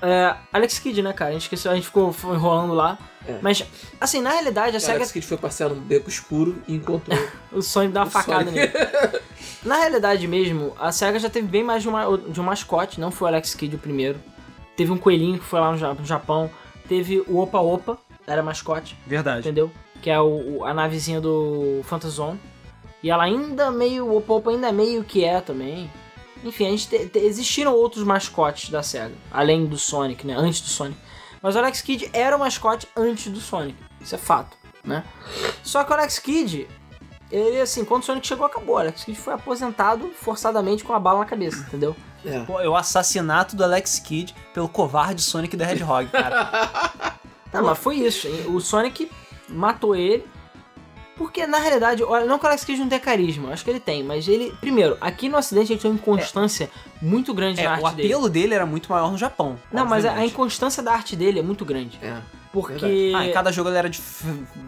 Speaker 3: É, Alex Kidd, né, cara? A gente esqueceu, a gente ficou enrolando lá.
Speaker 2: É.
Speaker 3: Mas, assim, na realidade, a
Speaker 2: Cara,
Speaker 3: SEGA
Speaker 2: Alex Kidd foi passear num beco escuro e encontrou. um
Speaker 3: o sonho de dar uma
Speaker 2: O
Speaker 3: facada
Speaker 2: sonho.
Speaker 3: nele. Na realidade mesmo, a SEGA já teve bem mais de, uma- de um mascote, não foi o Alex Kidd o primeiro. Teve um coelhinho que foi lá no Ja- no Japão. Teve o Opa Opa, era mascote,
Speaker 1: Verdade.
Speaker 3: entendeu? Que é o- o- a navezinha do Phantasm. E ela ainda meio. O Opa Opa ainda meio que é também. Enfim, a gente te- te- existiram outros mascotes da SEGA, além do Sonic, né? Antes do Sonic. Mas o Alex Kidd era o mascote antes do Sonic. Isso é fato, né? Só que o Alex Kidd, ele assim, quando o Sonic chegou, acabou. O Alex Kidd foi aposentado forçadamente com a bala na cabeça, entendeu?
Speaker 2: É.
Speaker 1: Pô, é o assassinato do Alex Kidd pelo covarde Sonic the Hedgehog, cara.
Speaker 3: Não, Tá, mas foi isso. hein? O Sonic matou ele. Porque, na realidade, olha, não que o Alex Kidd não tenha carisma, acho que ele tem, mas ele. Primeiro, aqui no Ocidente ele tem uma inconstância muito grande
Speaker 1: É,
Speaker 3: na
Speaker 1: o
Speaker 3: arte dele.
Speaker 1: apelo dele era muito maior no Japão.
Speaker 3: Não, mas é a, a
Speaker 1: obviamente.
Speaker 3: inconstância da arte dele é muito grande.
Speaker 2: É.
Speaker 3: Porque.
Speaker 2: Verdade.
Speaker 1: Ah, tá em cada jogo ele era de.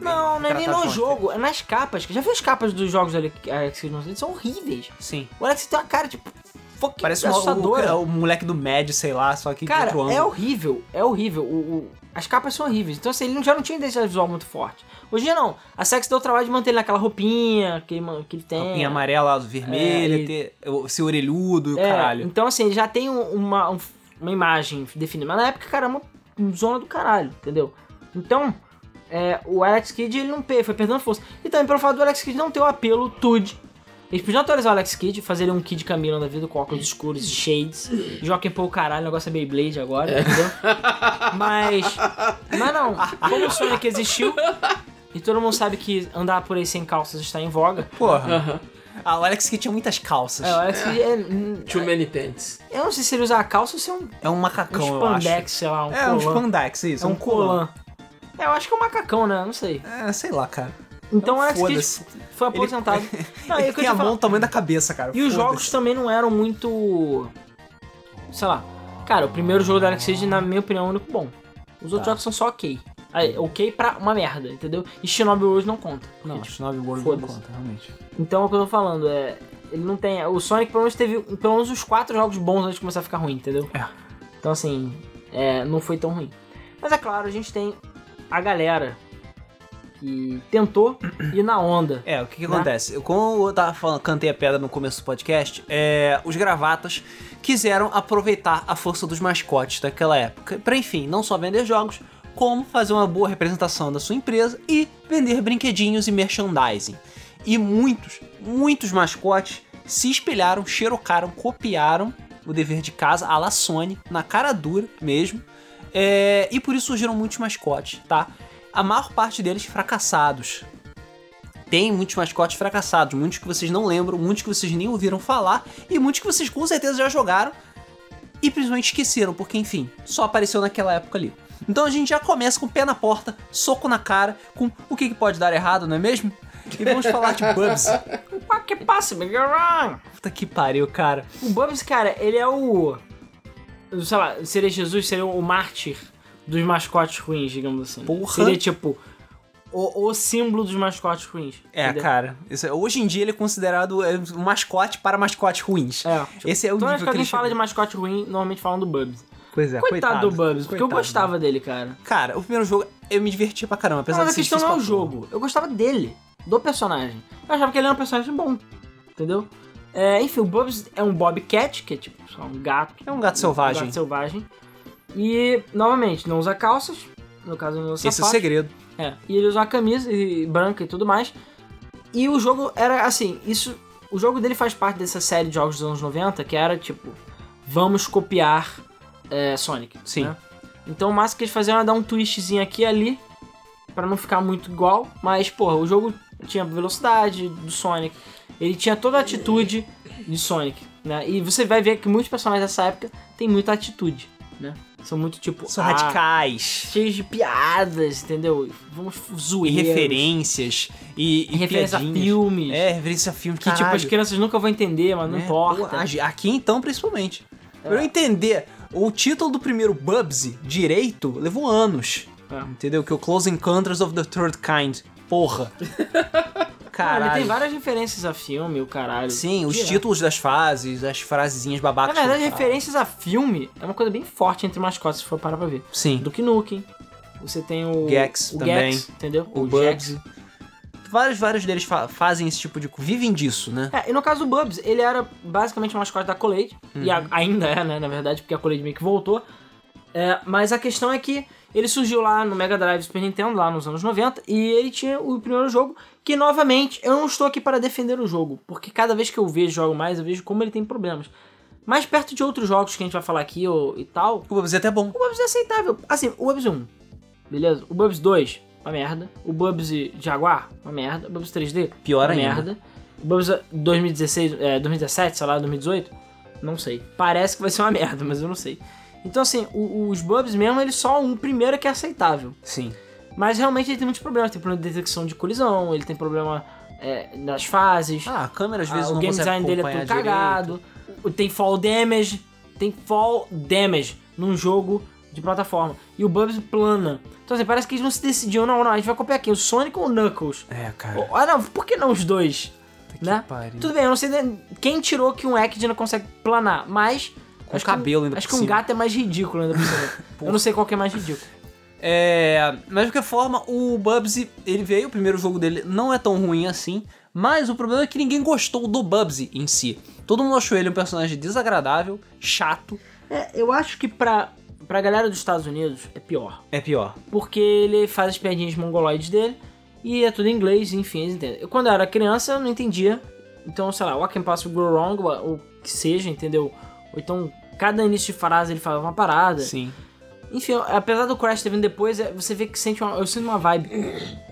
Speaker 3: Não, não é nem
Speaker 1: tratado
Speaker 3: no
Speaker 1: de-
Speaker 3: jogo, é nas capas. Já viu as capas dos jogos do Alex Alex Kidd no Ocidente? São horríveis.
Speaker 1: Sim.
Speaker 3: O Alex tem uma cara, tipo, fucking
Speaker 1: Parece uma, o,
Speaker 3: assustadora.
Speaker 1: o, o moleque do Mad, sei lá, só que
Speaker 3: Cara,
Speaker 1: de outro
Speaker 3: é
Speaker 1: ângulo.
Speaker 3: horrível, é horrível. O, o- as capas são horríveis. Então, assim, ele não- já não tinha identidade visual muito forte. Hoje em dia, não. A Sex deu o trabalho de manter ele naquela roupinha que ele, man- que ele tem.
Speaker 1: Roupinha amarela, vermelha,
Speaker 3: É, e-
Speaker 1: ter, o- ser orelhudo e o
Speaker 3: É,
Speaker 1: caralho.
Speaker 3: Então, assim, ele já tem um- uma, um- uma imagem definida. Mas na época, cara, é uma zona do caralho, entendeu? Então, é, o Alex Kidd, ele não pe- foi perdendo força. E também pelo fato do Alex Kidd não ter o apelo Tud. Eles podiam atualizar o Alex Kidd, fazer ele um Kid Camila da vida com óculos escuros e shades. Joga em pô o caralho, o negócio é Beyblade agora, entendeu? Mas. Mas não, como o Sonic existiu. E todo mundo sabe que andar por aí sem calças está em voga.
Speaker 1: Porra.
Speaker 2: Aham.
Speaker 1: Ah, o Alex que tinha muitas calças.
Speaker 3: É, o Alex Kidd é-
Speaker 2: Too many pants.
Speaker 3: Eu não sei se ele usar calça ou se é um
Speaker 1: É um
Speaker 3: um
Speaker 1: macacão, eu acho.
Speaker 3: spandex, sei lá, um
Speaker 1: é
Speaker 3: colan.
Speaker 1: um spandex, isso.
Speaker 3: É um colan. É, eu acho que é um macacão, né? Não sei.
Speaker 1: É, sei lá, cara.
Speaker 3: Então o Alex
Speaker 1: Foda-se.
Speaker 3: Kidd foi aposentado. Não, é
Speaker 1: Ele
Speaker 3: o que
Speaker 1: tem
Speaker 3: eu ia
Speaker 1: a
Speaker 3: falar.
Speaker 1: mão do tamanho da cabeça, cara.
Speaker 3: E os
Speaker 1: Foda-se.
Speaker 3: jogos também não eram muito... Sei lá. Cara, o primeiro jogo do Alex Kidd, na minha opinião, é o único bom. Os outros
Speaker 1: Tá.
Speaker 3: jogos são só ok. Aí, ok pra uma merda, entendeu? E Shinobi World não conta.
Speaker 1: Não,
Speaker 3: Porque, tipo,
Speaker 1: Shinobi World não
Speaker 3: foda-se.
Speaker 1: conta, realmente.
Speaker 3: Então é o que eu tô falando, é... Ele não tem... O Sonic pelo menos teve pelo menos uns quatro jogos bons antes de começar a ficar ruim, entendeu?
Speaker 1: É.
Speaker 3: Então assim, é, não foi tão ruim. Mas é claro, a gente tem a galera que tentou ir na onda.
Speaker 1: É, o que, que
Speaker 3: Né?
Speaker 1: acontece? Eu- Como eu tava falando, cantei a pedra no começo do podcast, é, os gravatas quiseram aproveitar a força dos mascotes daquela época. Pra, enfim, não só vender jogos, como fazer uma boa representação da sua empresa e vender brinquedinhos e merchandising. E muitos, muitos mascotes se espelharam, xerocaram, copiaram o dever de casa, a la Sony, na cara dura mesmo. É, e por isso surgiram muitos mascotes, tá? A maior parte deles fracassados, tem muitos mascotes fracassados, muitos que vocês não lembram, muitos que vocês nem ouviram falar e muitos que vocês com certeza já jogaram e principalmente esqueceram, porque enfim, só apareceu naquela época ali. Então a gente já começa com o pé na porta, soco na cara, com o que, que pode dar errado, não é mesmo? E vamos falar de Bubsy.
Speaker 3: What que passa, Big Run?
Speaker 1: Puta que pariu, cara.
Speaker 3: O Bubs, cara, ele é o. Sei lá, seria Jesus, seria o mártir dos mascotes ruins, digamos assim.
Speaker 1: Porra.
Speaker 3: Seria tipo. o, o símbolo dos mascotes ruins.
Speaker 1: É,
Speaker 3: entendeu?
Speaker 1: cara. isso é- hoje em dia ele é considerado é, um mascote para mascotes ruins.
Speaker 3: É, tipo,
Speaker 1: Esse é o
Speaker 3: Toda vez
Speaker 1: nível
Speaker 3: que
Speaker 1: que
Speaker 3: alguém
Speaker 1: ele
Speaker 3: fala de
Speaker 1: chegou.
Speaker 3: mascote ruim, normalmente falam do Bubs.
Speaker 1: Pois é,
Speaker 3: coitado,
Speaker 1: coitado
Speaker 3: do Bubs, porque eu
Speaker 1: coitado.
Speaker 3: gostava dele, cara.
Speaker 1: Cara, o primeiro jogo eu me diverti pra caramba, apesar
Speaker 3: Mas
Speaker 1: de
Speaker 3: a
Speaker 1: ser
Speaker 3: questão não é o
Speaker 1: difícil pra
Speaker 3: jogo. Eu gostava dele, do personagem. Eu achava que ele era um personagem bom, entendeu? É, enfim, o Bubs é um Bobcat, que é tipo só um gato.
Speaker 1: É um gato selvagem.
Speaker 3: Um gato selvagem. E, novamente, não usa calças. No caso, não
Speaker 1: Esse
Speaker 3: usa
Speaker 1: é o
Speaker 3: sapato.
Speaker 1: segredo.
Speaker 3: É, e ele usou uma camisa e- branca e tudo mais. E o jogo era assim, isso. O jogo dele faz parte dessa série de jogos dos anos 90, que era tipo, vamos copiar é, Sonic.
Speaker 1: Sim.
Speaker 3: né? Então o máximo que eles faziam era dar um twistzinho aqui e ali, pra não ficar muito igual. Mas, porra, o jogo tinha velocidade do Sonic, ele tinha toda a atitude de Sonic, né? E você vai ver que muitos personagens dessa época têm muita atitude, né? São muito tipo.
Speaker 1: São
Speaker 3: ah,
Speaker 1: radicais.
Speaker 3: cheios de piadas, entendeu? Vamos
Speaker 1: E
Speaker 3: zoar.
Speaker 1: referências. E, e
Speaker 3: referência a
Speaker 1: piadinhas.
Speaker 3: filmes. É,
Speaker 1: É, referência a filmes.
Speaker 3: que tipo, as crianças nunca vão entender, mas não importa.
Speaker 1: Aqui então, principalmente. Pra eu entender, o título do primeiro Bubsy, direito, levou anos.
Speaker 3: É.
Speaker 1: Entendeu? Que é o Close Encounters of the Third Kind. Porra.
Speaker 3: Cara, ele
Speaker 1: Caralho.
Speaker 3: tem várias referências a filme, o caralho.
Speaker 1: Sim, os
Speaker 3: Direto.
Speaker 1: títulos das fases, as frasezinhas
Speaker 3: Na
Speaker 1: babacas.
Speaker 3: verdade,
Speaker 1: que ele fala.
Speaker 3: referências a filme é uma coisa bem forte entre mascotes, se for parar pra ver.
Speaker 1: Sim.
Speaker 3: Do Nukem. Você tem o.
Speaker 1: Gex
Speaker 3: o
Speaker 1: também.
Speaker 3: Gex, entendeu?
Speaker 1: O
Speaker 3: Gex.
Speaker 1: Bubsy. Vários, vários deles fa- fazem esse tipo de... co- Vivem disso, né?
Speaker 3: É, e no caso do Bubs, ele era basicamente o mascote da Colade, e a- ainda é, né, na verdade, porque a Colade meio que voltou. É, mas a questão é que ele surgiu lá no Mega Drive Super Nintendo, lá nos anos 90, e ele tinha o primeiro jogo, que novamente, eu não estou aqui para defender o jogo, porque cada vez que eu vejo jogo mais, eu vejo como ele tem problemas. Mais perto de outros jogos que a gente vai falar aqui ou, e tal,
Speaker 1: O Bubsy é até bom.
Speaker 3: o Bubs é aceitável. Assim, o Bubs 1, beleza? O Bubs 2, uma merda. O Bubs Jaguar, uma merda. O Bubs 3D,
Speaker 1: Pior
Speaker 3: uma
Speaker 1: ainda.
Speaker 3: merda. ah, O Bubs 2016, é, 2017, sei lá, 2018, não sei. Parece que vai ser uma merda, mas eu não sei. Então, assim, o- os Bubs mesmo, eles só um primeiro que é aceitável.
Speaker 1: Sim.
Speaker 3: Mas realmente ele tem muitos problemas. Tem problema de detecção de colisão, ele tem problema é, nas fases.
Speaker 1: Ah, a câmera às
Speaker 3: Ah,
Speaker 1: vezes
Speaker 3: o
Speaker 1: não
Speaker 3: game
Speaker 1: consegue
Speaker 3: design dele é
Speaker 1: acompanhar
Speaker 3: tudo
Speaker 1: direito.
Speaker 3: cagado. O- Tem fall damage. Tem fall damage num jogo de plataforma. E o Bubs plana. Então assim, parece que eles não se decidiam. Não, não, a gente vai copiar aqui. O Sonic ou o Knuckles?
Speaker 1: É, cara.
Speaker 3: Ou- Ah, não, por que não os dois?
Speaker 1: que
Speaker 3: né?
Speaker 1: pariu.
Speaker 3: Tudo bem, eu não sei né, quem tirou que um Ekid não consegue planar, mas...
Speaker 1: Com
Speaker 3: acho
Speaker 1: cabelo
Speaker 3: que, um-
Speaker 1: ainda
Speaker 3: Acho
Speaker 1: por
Speaker 3: que um
Speaker 1: cima.
Speaker 3: gato é mais ridículo ainda por cima. eu não sei qual que é mais ridículo.
Speaker 1: É, mas de qualquer forma, o Bubsy, ele veio, o primeiro jogo dele não é tão ruim assim, mas o problema é que ninguém gostou do Bubsy em si. Todo mundo achou ele um personagem desagradável, chato,
Speaker 3: É, eu acho que pra, pra galera dos Estados Unidos é pior.
Speaker 1: é pior.
Speaker 3: porque ele faz as piadinhas mongoloides dele e é tudo em inglês, enfim, eles entendem. Eu, quando eu era criança, eu não entendia. Então, sei lá, what can possibly go wrong, ou ou que seja, entendeu? Ou então, cada início de frase ele falava uma parada.
Speaker 1: Sim.
Speaker 3: Enfim, apesar do Crash ter vindo depois, é- você vê que sente uma, eu sinto uma vibe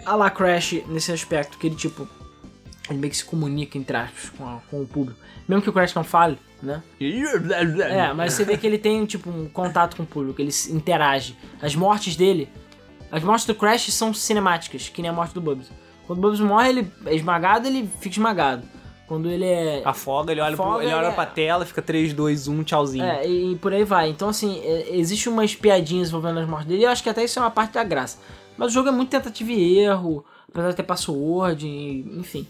Speaker 3: a la Crash nesse aspecto, que ele tipo. Ele meio que se comunica, entre aspas, com, a- com o público. Mesmo que o Crash não fale, né? É, mas você vê que ele tem, tipo, um contato com o público, ele se- interage. As mortes dele. As mortes do Crash são cinemáticas, que nem a morte do Bubs. Quando o Bubs morre, ele é esmagado, ele fica esmagado. Quando ele é.
Speaker 1: Afoga, ele olha, pro-
Speaker 3: Afoga,
Speaker 1: ele olha
Speaker 3: ele é-
Speaker 1: pra tela, fica 3, 2, 1, tchauzinho.
Speaker 3: É, e, e por aí vai. Então, assim, é- existe umas piadinhas envolvendo as mortes dele, e eu acho que até isso é uma parte da graça. Mas o jogo é muito tentativa e erro, apesar de ter password, e- enfim.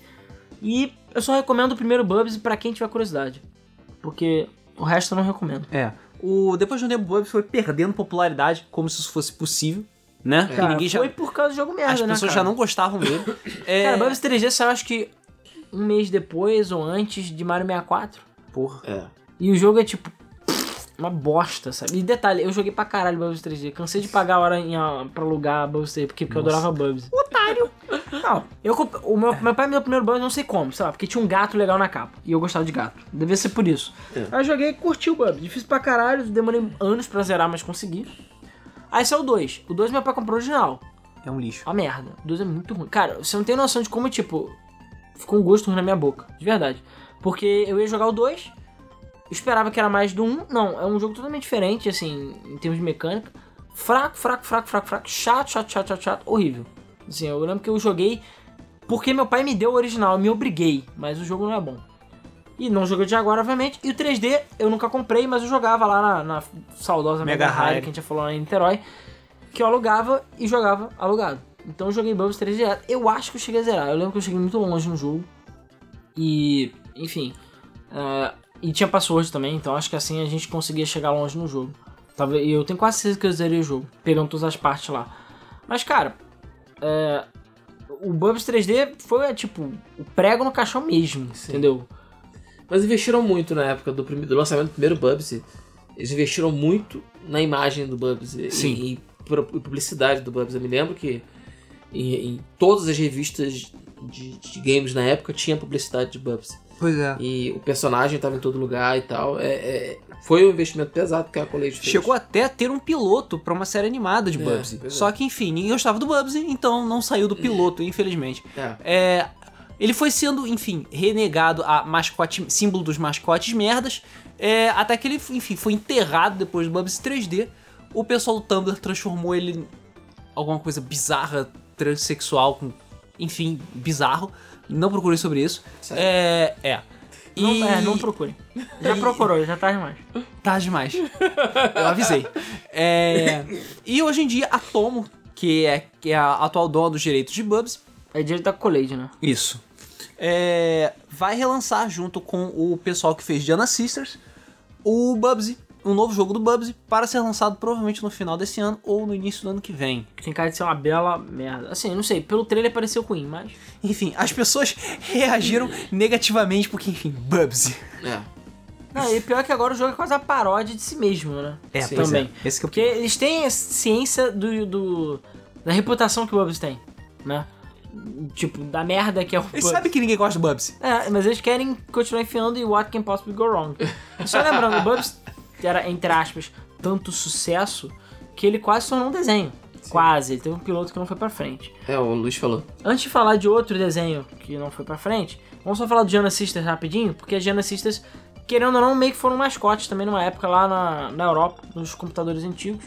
Speaker 3: E eu só recomendo o primeiro Bubs pra quem tiver curiosidade. Porque o resto eu não recomendo.
Speaker 1: É. O, depois de um tempo, o Bubsy foi perdendo popularidade, como se isso fosse possível, né? Que
Speaker 3: Cara,
Speaker 1: ninguém já-
Speaker 3: foi por causa do jogo merda,
Speaker 1: as
Speaker 3: né,
Speaker 1: pessoas
Speaker 3: cara?
Speaker 1: já não gostavam dele. É,
Speaker 3: Cara, Bubs 3D saiu acho que um mês depois ou antes de Mario 64.
Speaker 1: Porra.
Speaker 2: É.
Speaker 3: E o jogo é tipo. Uma bosta, sabe? E detalhe, eu joguei pra caralho Bubs 3D. Cansei de pagar a hora em, ah, pra alugar Bubs 3D, porque, porque eu
Speaker 1: Nossa.
Speaker 3: adorava Bubs. Otário! Não, eu comp- o meu, meu pai me deu o primeiro Bubs, não sei como, sei lá, porque tinha um gato legal na capa. E eu gostava de gato. Devia ser por isso. Aí eu joguei e curti o Bubs. Difícil pra caralho, demorei anos pra zerar, mas consegui. Aí saiu o 2. O 2 meu pai comprou original.
Speaker 1: É um lixo.
Speaker 3: Uma merda. O 2 é muito ruim. Cara, você não tem noção de como, tipo, ficou um gosto ruim na minha boca. De verdade. Porque eu ia jogar o 2, esperava que era mais do 1. Um. Não, é um jogo totalmente diferente, assim, em termos de mecânica. Fraco, fraco, fraco, fraco, fraco. Chato, chato, chato, chato, chato. Horrível. Assim, eu lembro que eu joguei porque meu pai me deu o original, eu me obriguei. Mas o jogo não é bom. E não joguei de agora, obviamente. E o 3D eu nunca comprei, mas eu jogava lá na, na saudosa Mega,
Speaker 1: Mega
Speaker 3: Mega High,
Speaker 1: High.
Speaker 3: que a gente já falou lá em Niterói. Que eu alugava e jogava alugado. Então eu joguei Bubbles 3 direto. Eu acho que eu cheguei a zerar. Eu lembro que eu cheguei muito longe no jogo. E, enfim. ah, e tinha password também, então acho que assim a gente conseguia chegar longe no jogo. Tava, e eu tenho quase certeza que eu zerei o jogo, pegando todas as partes lá. Mas, cara, é, o Bubbles 3D foi, tipo, o prego no caixão mesmo,
Speaker 2: Sim.
Speaker 3: entendeu?
Speaker 2: Mas investiram muito na época do, prime- do lançamento do primeiro Bubsy. Eles investiram muito na imagem do Bubsy
Speaker 1: Sim.
Speaker 2: e, e pro- e publicidade do Bubsy. Eu me lembro que em, em todas as revistas de, de games na época tinha publicidade de Bubsy.
Speaker 1: Pois é.
Speaker 2: E o personagem estava em todo lugar e tal. É- é- foi um investimento pesado que a College fez.
Speaker 1: Chegou até a ter um piloto pra uma série animada de
Speaker 2: É,
Speaker 1: Bubsy.
Speaker 2: pois é.
Speaker 1: Só que, enfim, ninguém gostava do Bubsy, então não saiu do piloto, infelizmente.
Speaker 2: É.
Speaker 1: É, ele foi sendo, enfim, renegado a mascote, símbolo dos mascotes merdas, é, até que ele, enfim, foi enterrado depois do Bubsy 3D. O pessoal do Tumblr transformou ele em alguma coisa bizarra, transexual, com, enfim, bizarro. Não procurei sobre isso.
Speaker 2: Sério?
Speaker 1: É, é. E-
Speaker 3: Não, é, não procure. Já procurou, já tá demais.
Speaker 1: Tá demais. Eu avisei. É, E hoje em dia, a Tomo, que é, que é a atual dona dos direitos de Bubsy,
Speaker 3: É direito da Collade, né?
Speaker 1: isso. É, vai relançar junto com o pessoal que fez Diana Sisters o Bubsy, um novo jogo do Bubsy, para ser lançado provavelmente no final desse ano ou no início do ano que vem.
Speaker 3: Tem cara de ser uma bela merda. Assim, não sei, pelo trailer pareceu ruim, mas.
Speaker 1: Enfim, as pessoas reagiram negativamente porque, enfim, Bubsy.
Speaker 2: É.
Speaker 3: Não, e pior que agora o jogo é quase a paródia de si mesmo, né?
Speaker 2: Sim.
Speaker 1: É, pois
Speaker 3: também.
Speaker 1: Esse que eu...
Speaker 3: Porque eles têm a ciência do, do- da reputação que o Bubs tem, né? Tipo, da merda que é o
Speaker 1: Eles
Speaker 3: Bubs.
Speaker 1: sabem que ninguém gosta do Bubsy.
Speaker 3: É, mas eles querem continuar enfiando e what can possibly go wrong. Só lembrando, o Bubs era, entre aspas, tanto sucesso que ele quase tornou um desenho. Quase, ele teve um piloto que não foi pra frente.
Speaker 2: É, o Luiz falou.
Speaker 3: Antes de falar de outro desenho que não foi pra frente, vamos só falar do Gianna Sisters rapidinho, porque a Gianna Sisters, querendo ou não, meio que foram mascotes também numa época lá na, na Europa, nos computadores antigos.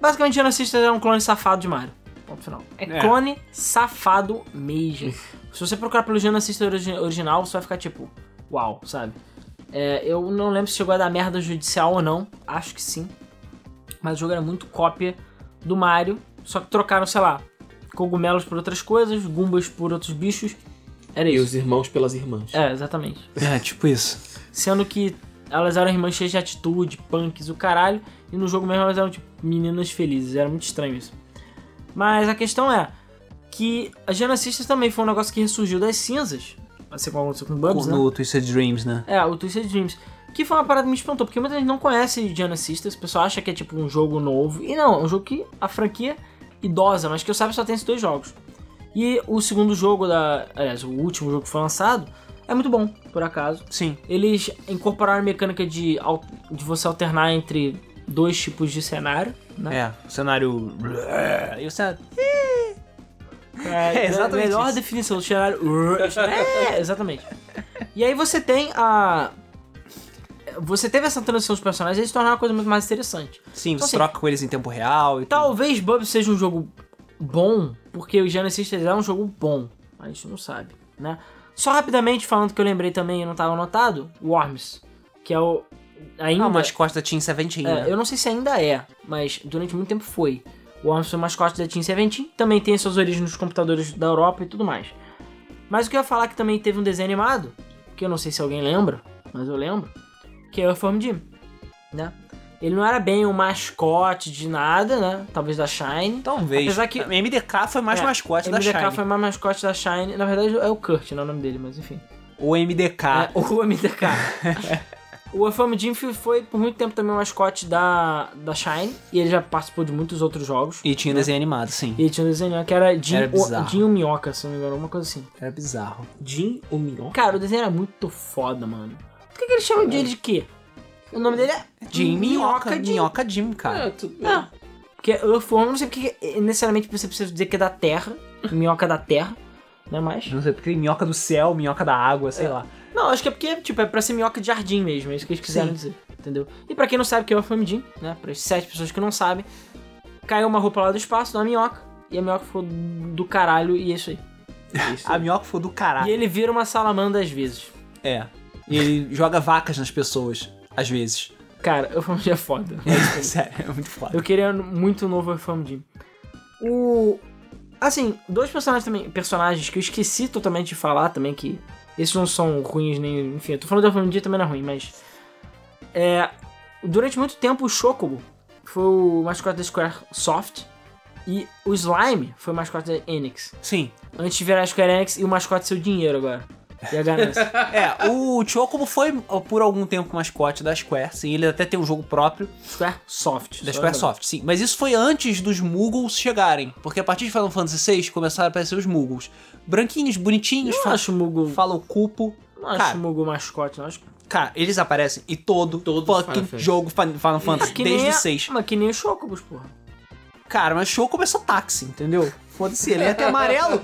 Speaker 3: Basicamente, Gianna Sisters era um clone safado de Mario. Ponto final. É,
Speaker 1: É.
Speaker 3: clone safado mesmo. Se você procurar pelo Gianna Sisters origi- original, você vai ficar tipo, uau, sabe? É, eu não lembro se chegou a dar merda judicial ou não, acho que sim. Mas o jogo era muito cópia do Mario, só que trocaram, sei lá, cogumelos por outras coisas, gumbas por outros bichos. Era
Speaker 2: E
Speaker 3: isso.
Speaker 2: os irmãos pelas irmãs.
Speaker 3: É, exatamente.
Speaker 1: É, tipo isso.
Speaker 3: Sendo que elas eram irmãs cheias de atitude, punks, o caralho, e no jogo mesmo elas eram tipo meninas felizes, era muito estranho isso. Mas a questão é que a Genesis também foi um negócio que ressurgiu das cinzas, assim como aconteceu com o Bubs, né?
Speaker 1: No Twisted Dreams, né?
Speaker 3: É, o Twisted Dreams. Que foi uma parada que me espantou, porque muita gente não conhece Diana Sisters, o pessoal acha que é tipo um jogo novo. E não, é um jogo que a franquia é idosa, mas que eu saiba só tem esses dois jogos. E o segundo jogo da. Aliás, o último jogo que foi lançado é muito bom, por acaso.
Speaker 1: Sim.
Speaker 3: Eles incorporaram a mecânica de, al- de você alternar entre dois tipos de cenário, né?
Speaker 1: É, o cenário. E o cenário.
Speaker 3: É,
Speaker 1: exatamente
Speaker 3: A melhor
Speaker 1: isso.
Speaker 3: definição do cenário. É, exatamente. E aí você tem a. Você teve essa transição dos personagens e eles tornaram a coisa muito mais interessante.
Speaker 1: Sim,
Speaker 3: Então,
Speaker 1: você
Speaker 3: assim,
Speaker 1: troca com eles em tempo real e tal.
Speaker 3: Talvez Bubsy seja um jogo bom, porque o Genesis é um jogo bom. A gente não sabe, né? Só rapidamente falando que eu lembrei também e não tava anotado, Worms. Que é o. Ainda.
Speaker 1: Ah, o mascote da Team Seventeen,
Speaker 3: É,
Speaker 1: né?
Speaker 3: eu não sei se ainda é, mas durante muito tempo foi. O Worms foi o mascote da Team Seventeen, também tem suas origens nos computadores da Europa e tudo mais. Mas o que eu ia falar que também teve um desenho animado, que eu não sei se alguém lembra, mas eu lembro, que é o Form Jim, né? Ele não era bem um mascote de nada, né? Talvez da Shine.
Speaker 1: Talvez.
Speaker 3: Apesar que-
Speaker 1: A MDK foi mais
Speaker 3: É,
Speaker 1: mascote da
Speaker 3: MDK
Speaker 1: Shine.
Speaker 3: foi mais mascote da Shine. Na verdade é o Kurt, não é o nome dele, mas enfim.
Speaker 1: O MDK.
Speaker 3: É, o MDK. o Afam Jim foi por muito tempo também o mascote da, da Shine. E ele já participou de muitos outros jogos. E,
Speaker 1: E tinha desenho animado, sim.
Speaker 3: ele tinha um desenho que era Jim,
Speaker 1: Era
Speaker 3: o-
Speaker 1: bizarro.
Speaker 3: Jim o Minhoca, se não me engano, alguma coisa assim.
Speaker 1: Era É bizarro.
Speaker 2: Jim ou Minhoca?
Speaker 3: Cara, o desenho era muito foda, mano. Por que, que eles chamam de ele de quê? O nome dele é
Speaker 1: Jim Minhoca, Hum, Minhoca,
Speaker 3: Jim.
Speaker 1: Jim, cara.
Speaker 2: É, tudo bem.
Speaker 3: É. Porque Earthworm, não sei porque que é. necessariamente você precisa dizer que é da Terra. Minhoca da Terra. Não é mais?
Speaker 1: Não sei porque minhoca do céu, minhoca da água, sei lá.
Speaker 3: Não, acho que é porque, tipo, é pra ser minhoca de jardim mesmo, é isso que eles quiseram
Speaker 1: Sim.
Speaker 3: dizer, entendeu? E pra quem não sabe o que é o Famidin, né? Pra as sete pessoas que não sabem, caiu uma roupa lá do espaço, uma minhoca, e a minhoca ficou do caralho e é isso aí.
Speaker 2: Isso.
Speaker 1: A minhoca foi do
Speaker 3: E
Speaker 1: caralho.
Speaker 3: ele vira uma salamandra às vezes.
Speaker 1: É. E ele joga vacas nas pessoas, às vezes.
Speaker 3: Cara, eu Famidin é foda.
Speaker 1: Sério, é muito foda.
Speaker 3: Eu queria muito um novo Famidin. O Assim, dois personagens também. Personagens que eu esqueci totalmente de falar também, que. Esses não são ruins, nem. Enfim, eu tô falando da família também não é ruim, mas. É. Durante muito tempo o Chocobo foi o mascote da Square Soft. E o Slime foi o mascote da Enix.
Speaker 1: Sim.
Speaker 3: Antes de virar a Square Enix e o mascote seu dinheiro agora. E a ganância.
Speaker 1: É, o Chocobo foi ó, por algum tempo mascote da Square, sim. Ele até tem um jogo próprio
Speaker 3: Square
Speaker 1: da
Speaker 3: Soft. só
Speaker 1: Square
Speaker 3: lembrando.
Speaker 1: Soft, sim. Mas isso foi antes dos Muggles chegarem. Porque a partir de Final Fantasy VI começaram a aparecer os Muggles. Branquinhos, bonitinhos,
Speaker 3: Eu não
Speaker 1: fa-
Speaker 3: acho o Mugu.
Speaker 1: falam cupo.
Speaker 3: Não acho
Speaker 1: Cara.
Speaker 3: o Mugu mascote, não acho.
Speaker 1: Cara, eles aparecem e todo,
Speaker 2: Todo Final
Speaker 1: fucking
Speaker 2: Fantasy.
Speaker 1: jogo Fin- Final Fantasy,
Speaker 3: É, Que
Speaker 1: desde
Speaker 3: nem
Speaker 1: o
Speaker 3: a-
Speaker 1: 6.
Speaker 3: Mas que nem o Chocobos, porra.
Speaker 1: Cara, mas o show começou táxi, entendeu? Foda-se, ele é até amarelo.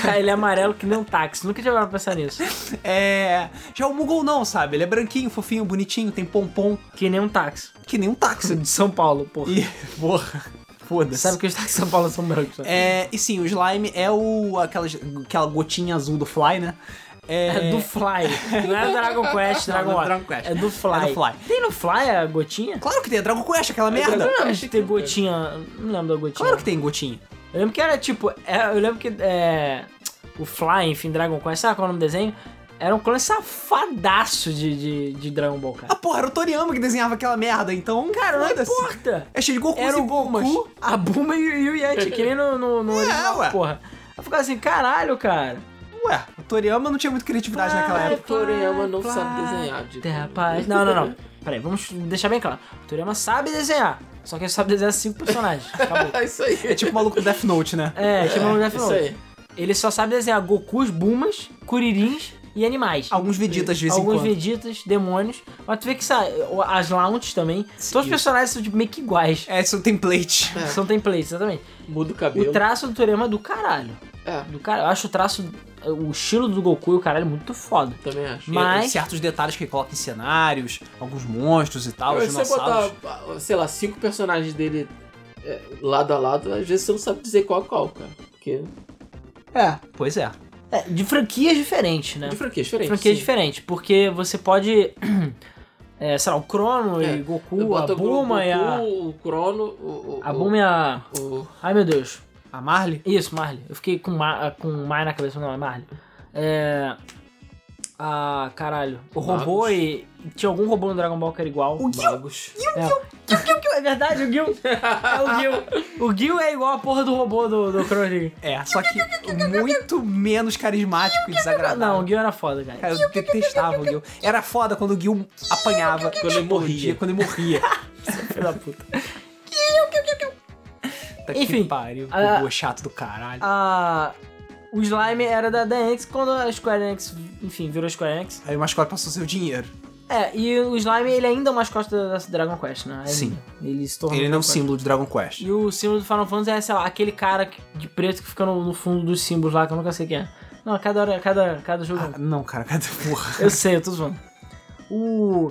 Speaker 3: Cara, ele é amarelo que nem um táxi. Nunca tinha parado pra pensar nisso.
Speaker 1: É. Já o Moogle não, sabe? Ele é branquinho, fofinho, bonitinho, tem pompom,
Speaker 3: Que nem um táxi.
Speaker 1: que nem um táxi.
Speaker 3: De São Paulo, porra.
Speaker 1: E. Porra. Foda-se.
Speaker 3: Sabe que os táxis de São Paulo são brancos. né?
Speaker 1: É, e sim, o slime é o aquela, aquela gotinha azul do Fly, né?
Speaker 3: É do Fly. Não é Dragon Quest,
Speaker 1: Não, não
Speaker 3: Dragon
Speaker 1: é
Speaker 3: Warrior.
Speaker 1: Dragon Quest.
Speaker 3: É do Fly.
Speaker 1: É do Fly.
Speaker 3: Tem no Fly a gotinha?
Speaker 1: Claro que tem, é Dragon Quest, aquela
Speaker 3: Eu
Speaker 1: merda.
Speaker 3: não lembro
Speaker 2: Quest
Speaker 3: de ter
Speaker 2: que eu quero.
Speaker 3: gotinha. Não lembro da gotinha.
Speaker 1: Claro que tem gotinha.
Speaker 3: Eu lembro que era tipo. é, eu lembro que. É, o Fly, enfim, Dragon Quest, sabe qual é o nome do desenho? Era um clone safadaço de, de, de Dragon Ball, cara.
Speaker 1: Ah, porra, era o Toriyama que desenhava aquela merda, então. Cara,
Speaker 3: Não importa!
Speaker 1: É cheio de Goku
Speaker 3: Era
Speaker 1: e
Speaker 3: o
Speaker 1: Bulmas.
Speaker 3: Goku, a Buma e, o- e o Yeti, que nem no, no, no original,
Speaker 1: assim? É, ué.
Speaker 3: porra. Eu ficava assim, caralho, cara.
Speaker 1: Ué, o Toriyama não tinha muita criatividade naquela
Speaker 3: Fly,
Speaker 1: época.
Speaker 2: O Toriyama É, não
Speaker 3: fly,
Speaker 2: sabe desenhar, tipo, de-
Speaker 3: Terra, paz. Não, não, não. Peraí, vamos deixar bem claro. O Toriyama sabe desenhar, só que ele sabe desenhar cinco personagens. Acabou.
Speaker 2: É isso aí.
Speaker 1: É tipo o maluco do Death Note, né?
Speaker 3: É, chama o Death
Speaker 2: isso
Speaker 3: Note.
Speaker 2: aí.
Speaker 3: Ele só sabe desenhar Gokus, Bumas, Kuririns e animais.
Speaker 1: Alguns Vegetas de vez em
Speaker 3: Alguns
Speaker 1: quando.
Speaker 3: Vegetitas, demônios. Mas tu vê que sabe, as Launch também. Todos os personagens são tipo, meio que iguais.
Speaker 1: É, isso é um template.
Speaker 3: São templates, exatamente.
Speaker 2: Muda o
Speaker 3: O
Speaker 2: cabelo.
Speaker 3: traço do Toriyama é do caralho.
Speaker 2: É,
Speaker 3: Do cara, eu acho o traço, o estilo do Goku e o caralho muito foda.
Speaker 2: também acho.
Speaker 3: Mas-
Speaker 1: Certos detalhes que ele coloca em cenários, alguns monstros e tal, os
Speaker 2: Mas se você
Speaker 1: dinossauros.
Speaker 2: botar, ah, sei lá, cinco personagens dele é, lado a lado, às vezes você não sabe dizer qual é qual, cara. Porque.
Speaker 1: É, pois é.
Speaker 3: É, de franquias diferentes, né?
Speaker 2: De franquia, é diferente.
Speaker 3: franquias
Speaker 2: sim.
Speaker 3: diferentes, porque você pode. é, sei lá, o Crono
Speaker 2: É,
Speaker 3: e Goku, a
Speaker 2: Bota o
Speaker 3: Buma e a.
Speaker 2: Goku, O Crono, o. o-
Speaker 3: A Buma e a.
Speaker 2: o-
Speaker 3: Ai meu Deus.
Speaker 1: A Marley?
Speaker 3: Isso, Marley. Eu fiquei com Ma- com Mai na cabeça, não, é Marley. É. Ah, caralho. O
Speaker 2: Magos.
Speaker 3: robô e. Tinha algum robô no Dragon Ball que era igual.
Speaker 1: O Gil?
Speaker 2: Magos.
Speaker 3: É. Gil, Gil, é verdade, o Gil. É o Gil. O Gil é igual a porra do robô do, do Crono.
Speaker 1: É, só que muito menos carismático e desagradável.
Speaker 3: Não, o Gil era foda, cara.
Speaker 1: Cara, eu detestava o Gil. Era foda quando o Gil apanhava. tipo,
Speaker 2: Quando ele morria.
Speaker 1: Quando ele morria.
Speaker 3: Filho da puta.
Speaker 1: Tá
Speaker 3: Enfim, Ah,
Speaker 1: que pariu.
Speaker 3: a-
Speaker 1: robô chato do caralho.
Speaker 3: A. O slime era da, da Enix quando a Square Enix, enfim, virou Square Enix.
Speaker 1: Aí o mascote passou seu dinheiro.
Speaker 3: É, e o slime, ele ainda é o mascote da, da Dragon Quest, né? Ainda.
Speaker 1: Sim.
Speaker 3: Ele se tornou.
Speaker 1: Ele não é um
Speaker 3: Dragon Quest.
Speaker 1: símbolo de Dragon Quest.
Speaker 3: E o símbolo do Final Fantasy é, sei lá, aquele cara que- de preto que fica no, no fundo dos símbolos lá, que eu nunca sei quem é. Não, cada hora, cada, cada jogo. é um.
Speaker 1: Ah, não, cara, cadê porra?
Speaker 3: Eu sei, eu tô zoando. O.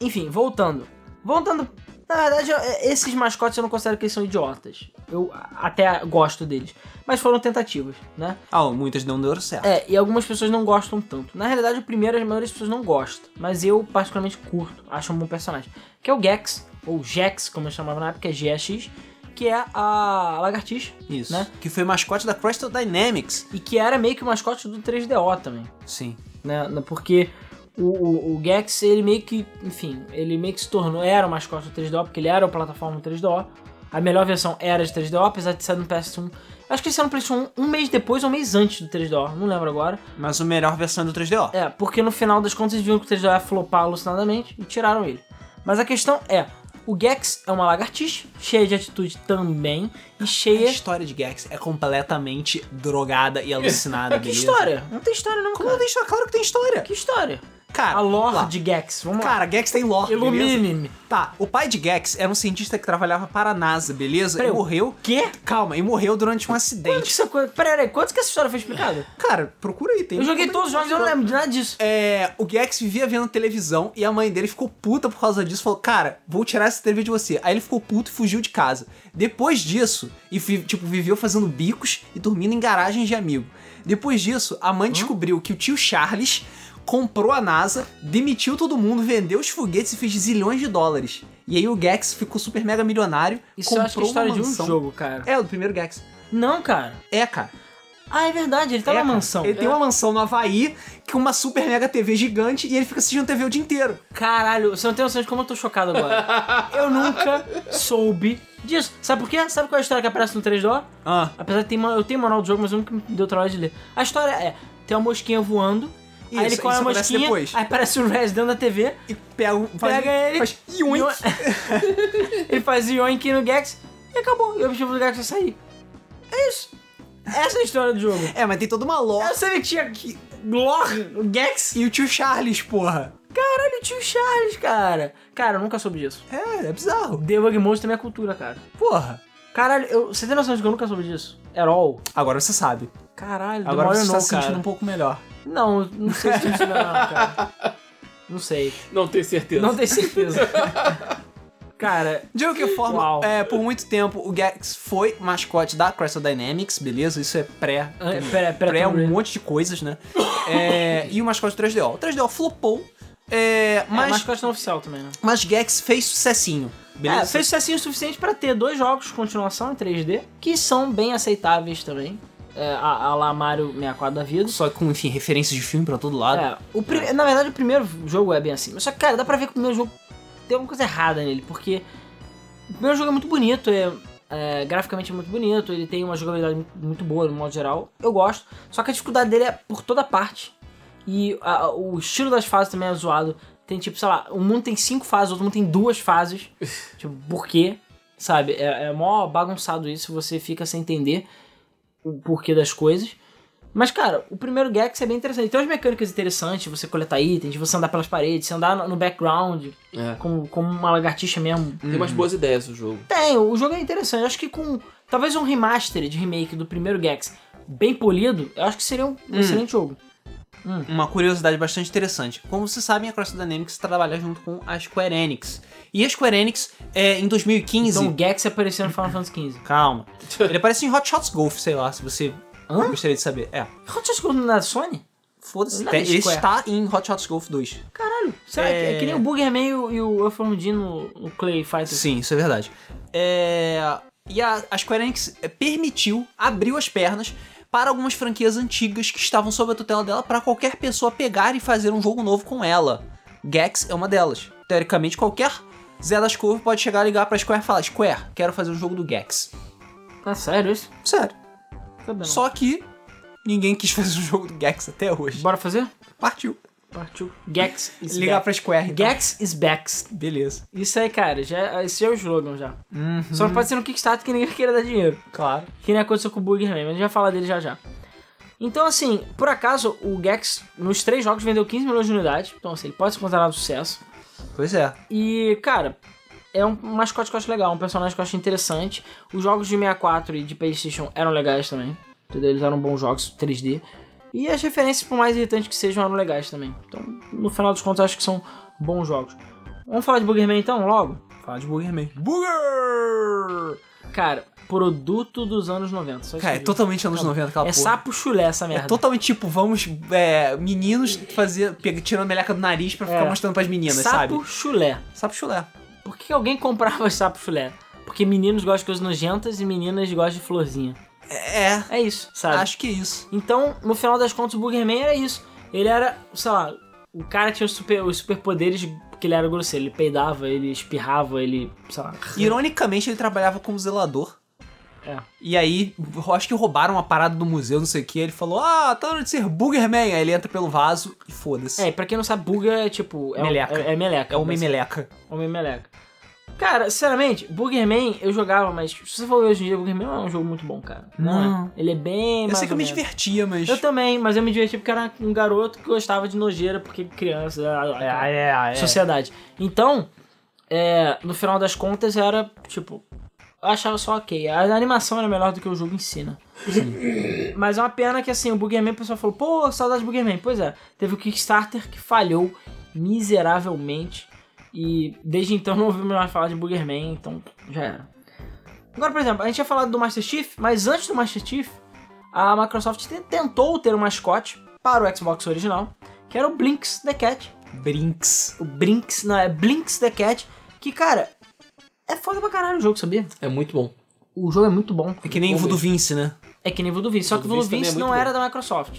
Speaker 3: Enfim, voltando. Voltando. Na verdade, eu- é, esses mascotes eu não considero que eles são idiotas. Eu até gosto deles. Mas foram tentativas, né?
Speaker 1: Ah, muitas não deram certo.
Speaker 3: É, e algumas pessoas não gostam tanto. Na realidade, o primeiro, as maiores pessoas não gostam. Mas eu, particularmente, curto. Acho um bom personagem. Que é o Gex, ou Jex, como eu chamava na época, é GX, que é a lagartixa.
Speaker 1: Isso.
Speaker 3: Né?
Speaker 1: Que foi mascote da Crystal Dynamics.
Speaker 3: E que era meio que o mascote do 3DO também,
Speaker 1: Sim.
Speaker 3: né? Na- Porque o, o, o Gex, ele meio que, enfim, ele meio que se tornou, era o mascote do 3DO, porque ele era a plataforma do 3DO. A melhor versão era de 3DO, apesar de ser no PS1. Acho que ele saiu no PlayStation 1 um mês depois ou um mês antes do 3DO, não lembro agora.
Speaker 1: Mas a melhor versão do 3DO.
Speaker 3: É, porque no final das contas eles viram que o 3DO ia flopar alucinadamente e tiraram ele. Mas a questão é, o Gex é uma lagartixa, cheia de atitude também, e
Speaker 1: A
Speaker 3: cheia...
Speaker 1: história de Gex é completamente drogada e alucinada,
Speaker 3: Que
Speaker 1: beleza?
Speaker 3: história? Não tem história não,
Speaker 1: Como
Speaker 3: cara.
Speaker 1: não tem história? Claro que tem história.
Speaker 3: Que história?
Speaker 1: Cara,
Speaker 3: A
Speaker 1: vamos lá.
Speaker 3: lore de Gex, vamos lá.
Speaker 1: Cara, Gex tem lore, beleza?
Speaker 3: Ilumine-me.
Speaker 1: Tá, o pai de Gex era um cientista que trabalhava para a NASA, beleza?
Speaker 3: Peraí,
Speaker 1: e morreu...
Speaker 3: Quê?
Speaker 1: Calma, e morreu durante um
Speaker 3: Quanto que
Speaker 1: acidente.
Speaker 3: essa é coisa... Pera aí, quantos que essa história foi explicada?
Speaker 1: Cara, procura aí, tem... um
Speaker 3: Eu joguei todos os jogos e eu não lembro de nada disso.
Speaker 1: É, o Gex vivia vendo televisão e a mãe dele ficou puta por causa disso. Falou, cara, vou tirar essa TV de você. Aí ele ficou puto e fugiu de casa. Depois disso, e fi- tipo, viveu fazendo bicos e dormindo em garagens de amigo. Depois disso, a
Speaker 3: Hum?
Speaker 1: mãe descobriu que o tio Charles comprou a NASA, demitiu todo mundo, vendeu os foguetes e fez zilhões de dólares. E aí o Gex ficou super mega milionário.
Speaker 3: Isso eu acho que é
Speaker 1: comprou
Speaker 3: a
Speaker 1: uma
Speaker 3: história de um
Speaker 1: mansão.
Speaker 3: jogo, cara.
Speaker 1: É, o do primeiro Gex.
Speaker 3: Não, cara.
Speaker 1: É, cara.
Speaker 3: Ah, é verdade, ele tá
Speaker 1: é,
Speaker 3: na
Speaker 1: cara.
Speaker 3: mansão.
Speaker 1: Ele tem uma mansão no Havaí, com uma super mega TV gigante, e ele fica assistindo TV o dia inteiro.
Speaker 3: Caralho, você não tem noção de como eu tô chocado agora. eu nunca soube disso. Sabe por quê? Sabe qual é a história que aparece no 3DO?
Speaker 1: Ah.
Speaker 3: Apesar de ter, ma- eu tenho manual do jogo, mas eu nunca me deu trabalho de ler. A história é: tem uma mosquinha voando, aí ele
Speaker 1: Isso,
Speaker 3: come a
Speaker 1: isso aparece
Speaker 3: mosquinha,
Speaker 1: depois.
Speaker 3: aí aparece o Rez dentro da TV,
Speaker 1: E pega, o- faz,
Speaker 3: pega ele. um
Speaker 1: Faz, um- yoink.
Speaker 3: Yo- ele faz yoink no Gex e acabou. E o objetivo do Gex é sair. É isso. Essa é a história do jogo.
Speaker 1: É, mas tem toda uma
Speaker 3: Eu
Speaker 1: lore.
Speaker 3: sabia que tinha que- Glor, o Gex.
Speaker 1: E o tio Charles, porra.
Speaker 3: Caralho, o tio Charles, cara. Cara, eu nunca soube disso.
Speaker 1: É, é bizarro.
Speaker 3: Debug Mode também é cultura, cara.
Speaker 1: Porra.
Speaker 3: Caralho, eu, você tem noção de que eu nunca soube disso? At all.
Speaker 1: Agora você sabe.
Speaker 3: Caralho,
Speaker 1: Agora
Speaker 3: demora
Speaker 1: você
Speaker 3: não,
Speaker 1: tá
Speaker 3: cara.
Speaker 1: se sentindo um pouco melhor.
Speaker 3: Não, não sei se isso não, cara. Não sei.
Speaker 2: Não tenho certeza.
Speaker 3: Não tenho certeza. cara,
Speaker 1: De qualquer
Speaker 3: Uau.
Speaker 1: forma, é, por muito tempo, o Gex foi mascote da Crystal Dynamics, beleza? Isso é pré.
Speaker 3: é, pera, pera,
Speaker 1: pré
Speaker 3: pera.
Speaker 1: um monte de coisas, né? É, e o mascote 3DO. O 3DO flopou, é,
Speaker 3: mas... É,
Speaker 1: mas,
Speaker 3: mascote não oficial também, né?
Speaker 1: mas Gex fez sucessinho, beleza?
Speaker 3: É, fez sucessinho o suficiente pra ter dois jogos de continuação em 3D, que são bem aceitáveis também. É, a, a lá Mario 64 da vida.
Speaker 1: Só com, enfim, referências de filme pra todo lado.
Speaker 3: É, o prim- Na verdade, o primeiro jogo é bem assim. Mas só que, cara, dá pra ver que o primeiro jogo tem alguma coisa errada nele, porque o primeiro jogo é muito bonito, é, é, graficamente é muito bonito, ele tem uma jogabilidade mu- muito boa no modo geral. Eu gosto, só que a dificuldade dele é por toda parte. E a- a- o estilo das fases também é zoado. Tem tipo, sei lá, um mundo tem cinco fases, outro mundo tem duas fases. tipo, por quê? Sabe? É, é mó bagunçado isso, você fica sem entender o porquê das coisas. Mas, cara, o primeiro Gex é bem interessante. Tem umas mecânicas interessantes, você coletar itens, você andar pelas paredes, você andar no no background,
Speaker 2: É.
Speaker 3: como, como uma lagartixa mesmo.
Speaker 2: Tem umas boas ideias o jogo.
Speaker 3: Tem, o jogo é interessante. Eu acho que com. Talvez um remaster de remake do primeiro Gex bem polido, eu acho que seria um
Speaker 1: Hum.
Speaker 3: excelente jogo.
Speaker 1: Uma curiosidade bastante interessante. Como vocês sabem, a Crystal Dynamics trabalha junto com a Square Enix. E a Square Enix, é, em 2015...
Speaker 3: Então o Gex apareceu no Final Fantasy XV.
Speaker 1: Calma. Ele aparece em Hot Shots Golf, sei lá, se você
Speaker 3: Hã?
Speaker 1: gostaria de saber. É.
Speaker 3: Hot Shots Gold na Sony?
Speaker 1: Foda-se.
Speaker 3: Não é
Speaker 1: Tem- Ele
Speaker 3: Square.
Speaker 1: está em Hot Shots Golf 2.
Speaker 3: Caralho, será que- é... que nem o Boogerman e o, e o Earthworm Jim no, no Clay Fighter?
Speaker 1: Sim, isso é verdade. É, E a, a Square Enix é, permitiu, abriu as pernas para algumas franquias antigas que estavam sob a tutela dela para qualquer pessoa pegar e fazer um jogo novo com ela. Gex é uma delas. Teoricamente, qualquer Zé das Cove pode chegar e ligar pra Square e falar: Square, quero fazer um jogo do Gex.
Speaker 3: Tá sério isso?
Speaker 1: Sério.
Speaker 3: Tá bem.
Speaker 1: Só que ninguém quis fazer um jogo do Gex até hoje.
Speaker 3: Bora fazer?
Speaker 1: Partiu.
Speaker 3: Partiu. Gex is
Speaker 1: Ligar
Speaker 3: back.
Speaker 1: pra Square. então.
Speaker 3: Gex is back.
Speaker 1: Beleza.
Speaker 3: Isso aí, cara, já, esse é o slogan já. Só não pode ser no Kickstarter que ninguém vai querer dar dinheiro.
Speaker 1: Claro.
Speaker 3: Que nem aconteceu com o Boogerman, mas a gente vai falar dele já já. Então, assim, por acaso, o Gex, nos três jogos, vendeu 15 milhões de unidades. Então, assim, ele pode ser considerado um sucesso.
Speaker 1: Pois é.
Speaker 3: E, cara, é um mascote que eu acho legal, um personagem que eu acho interessante. Os jogos de 64 e de Playstation eram legais também. Entendeu? Eles eram bons jogos, 3D. E as referências, por mais irritantes que sejam, eram legais também. Então, no final dos contos, eu acho que são bons jogos. Vamos falar de Boogerman, então, logo?
Speaker 1: Fala de Booger mesmo. Booger!
Speaker 3: Cara, produto dos anos 90. Só
Speaker 1: Cara,
Speaker 3: isso
Speaker 1: é
Speaker 3: que eu digo.
Speaker 1: totalmente anos 90 aquela
Speaker 3: É
Speaker 1: porra.
Speaker 3: sapo chulé essa
Speaker 1: É
Speaker 3: merda.
Speaker 1: totalmente tipo, vamos, é, meninos fazer, pega, tirando a meleca do nariz pra ficar
Speaker 3: É.
Speaker 1: mostrando pras meninas,
Speaker 3: sapo
Speaker 1: sabe?
Speaker 3: chulé.
Speaker 1: Sapo chulé.
Speaker 3: Por que alguém comprava sapo chulé? Porque meninos gostam de coisas nojentas e meninas gostam de florzinha.
Speaker 1: É,
Speaker 3: É isso, sabe?
Speaker 1: acho que é isso.
Speaker 3: Então, no final das contas, o Boogerman era isso. Ele era, sei lá, o cara tinha os, super, os superpoderes porque ele era grosseiro. Ele peidava, ele espirrava, ele, sei lá.
Speaker 1: Ironicamente, ele trabalhava como zelador.
Speaker 3: É.
Speaker 1: E aí, eu acho que roubaram uma parada do museu, não sei o que. Ele falou, ah, tá na hora de ser Boogerman. Aí ele entra pelo vaso e foda-se.
Speaker 3: É, e pra quem não sabe, Buga é tipo. É um-
Speaker 1: Meleca.
Speaker 3: é, é meleca.
Speaker 1: É uma meleca.
Speaker 3: Homem Meleca. Cara, sinceramente, Boogerman eu jogava, mas se você for ver hoje em dia, Boogerman não é um jogo muito bom, cara.
Speaker 1: Não.
Speaker 3: é. Ele é bem
Speaker 1: Eu
Speaker 3: mais
Speaker 1: sei que eu
Speaker 3: ou
Speaker 1: me
Speaker 3: menos.
Speaker 1: divertia, mas...
Speaker 3: Eu também, mas eu me diverti porque era um garoto que gostava de nojeira, porque criança,
Speaker 1: É, é, é.
Speaker 3: sociedade. Então, é, no final das contas, era tipo. Eu achava só ok. A animação era melhor do que o jogo ensina. Mas é uma pena que assim, o Boogerman, o pessoal falou, pô, saudade do Boogerman. Pois é, teve o Kickstarter que falhou miseravelmente. E desde então não ouvimos mais falar de Boogerman, então já era. Agora, por exemplo, a gente tinha falado do Master Chief, mas antes do Master Chief, a Microsoft te- tentou ter um mascote para o Xbox original, que era o Blinks the Cat.
Speaker 1: Brinks.
Speaker 3: O Brinks, não, é Blinks the Cat, que, cara, é foda pra caralho o jogo, sabia?
Speaker 2: É muito bom.
Speaker 3: o jogo é muito bom.
Speaker 1: É que nem o do Vince, né?
Speaker 3: É que nem Voodoo só que o
Speaker 2: Voodoo Vince também é
Speaker 3: Vince
Speaker 2: muito
Speaker 3: não
Speaker 2: bom.
Speaker 3: era da Microsoft.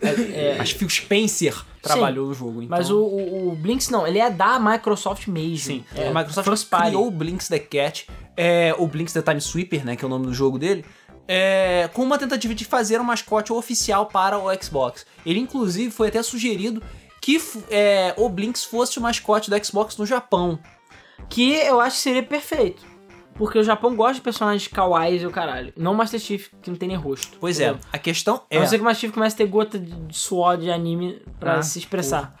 Speaker 3: É, é,
Speaker 1: Mas Phil Spencer trabalhou o jogo, então...
Speaker 3: mas o, o, o Blinks não, ele é da Microsoft mesmo.
Speaker 1: Sim,
Speaker 3: é,
Speaker 1: a Microsoft
Speaker 3: first party.
Speaker 1: criou o Blinks the Cat, é, o Blinks the Time Sweeper, né, que é o nome do jogo dele, é, com uma tentativa de fazer um mascote oficial para o Xbox. Ele, inclusive, foi até sugerido que f- é, o Blinks fosse o mascote do Xbox no Japão.
Speaker 3: Que eu acho que seria perfeito. Porque o Japão gosta de personagens kawaiis e o caralho. Não Master Chief, que não tem nem rosto.
Speaker 1: Pois
Speaker 3: entendeu?
Speaker 1: é, a questão
Speaker 3: A
Speaker 1: é...
Speaker 3: não ser que o Master Chief comece a ter gota de de suor de anime pra
Speaker 1: Ah,
Speaker 3: se expressar.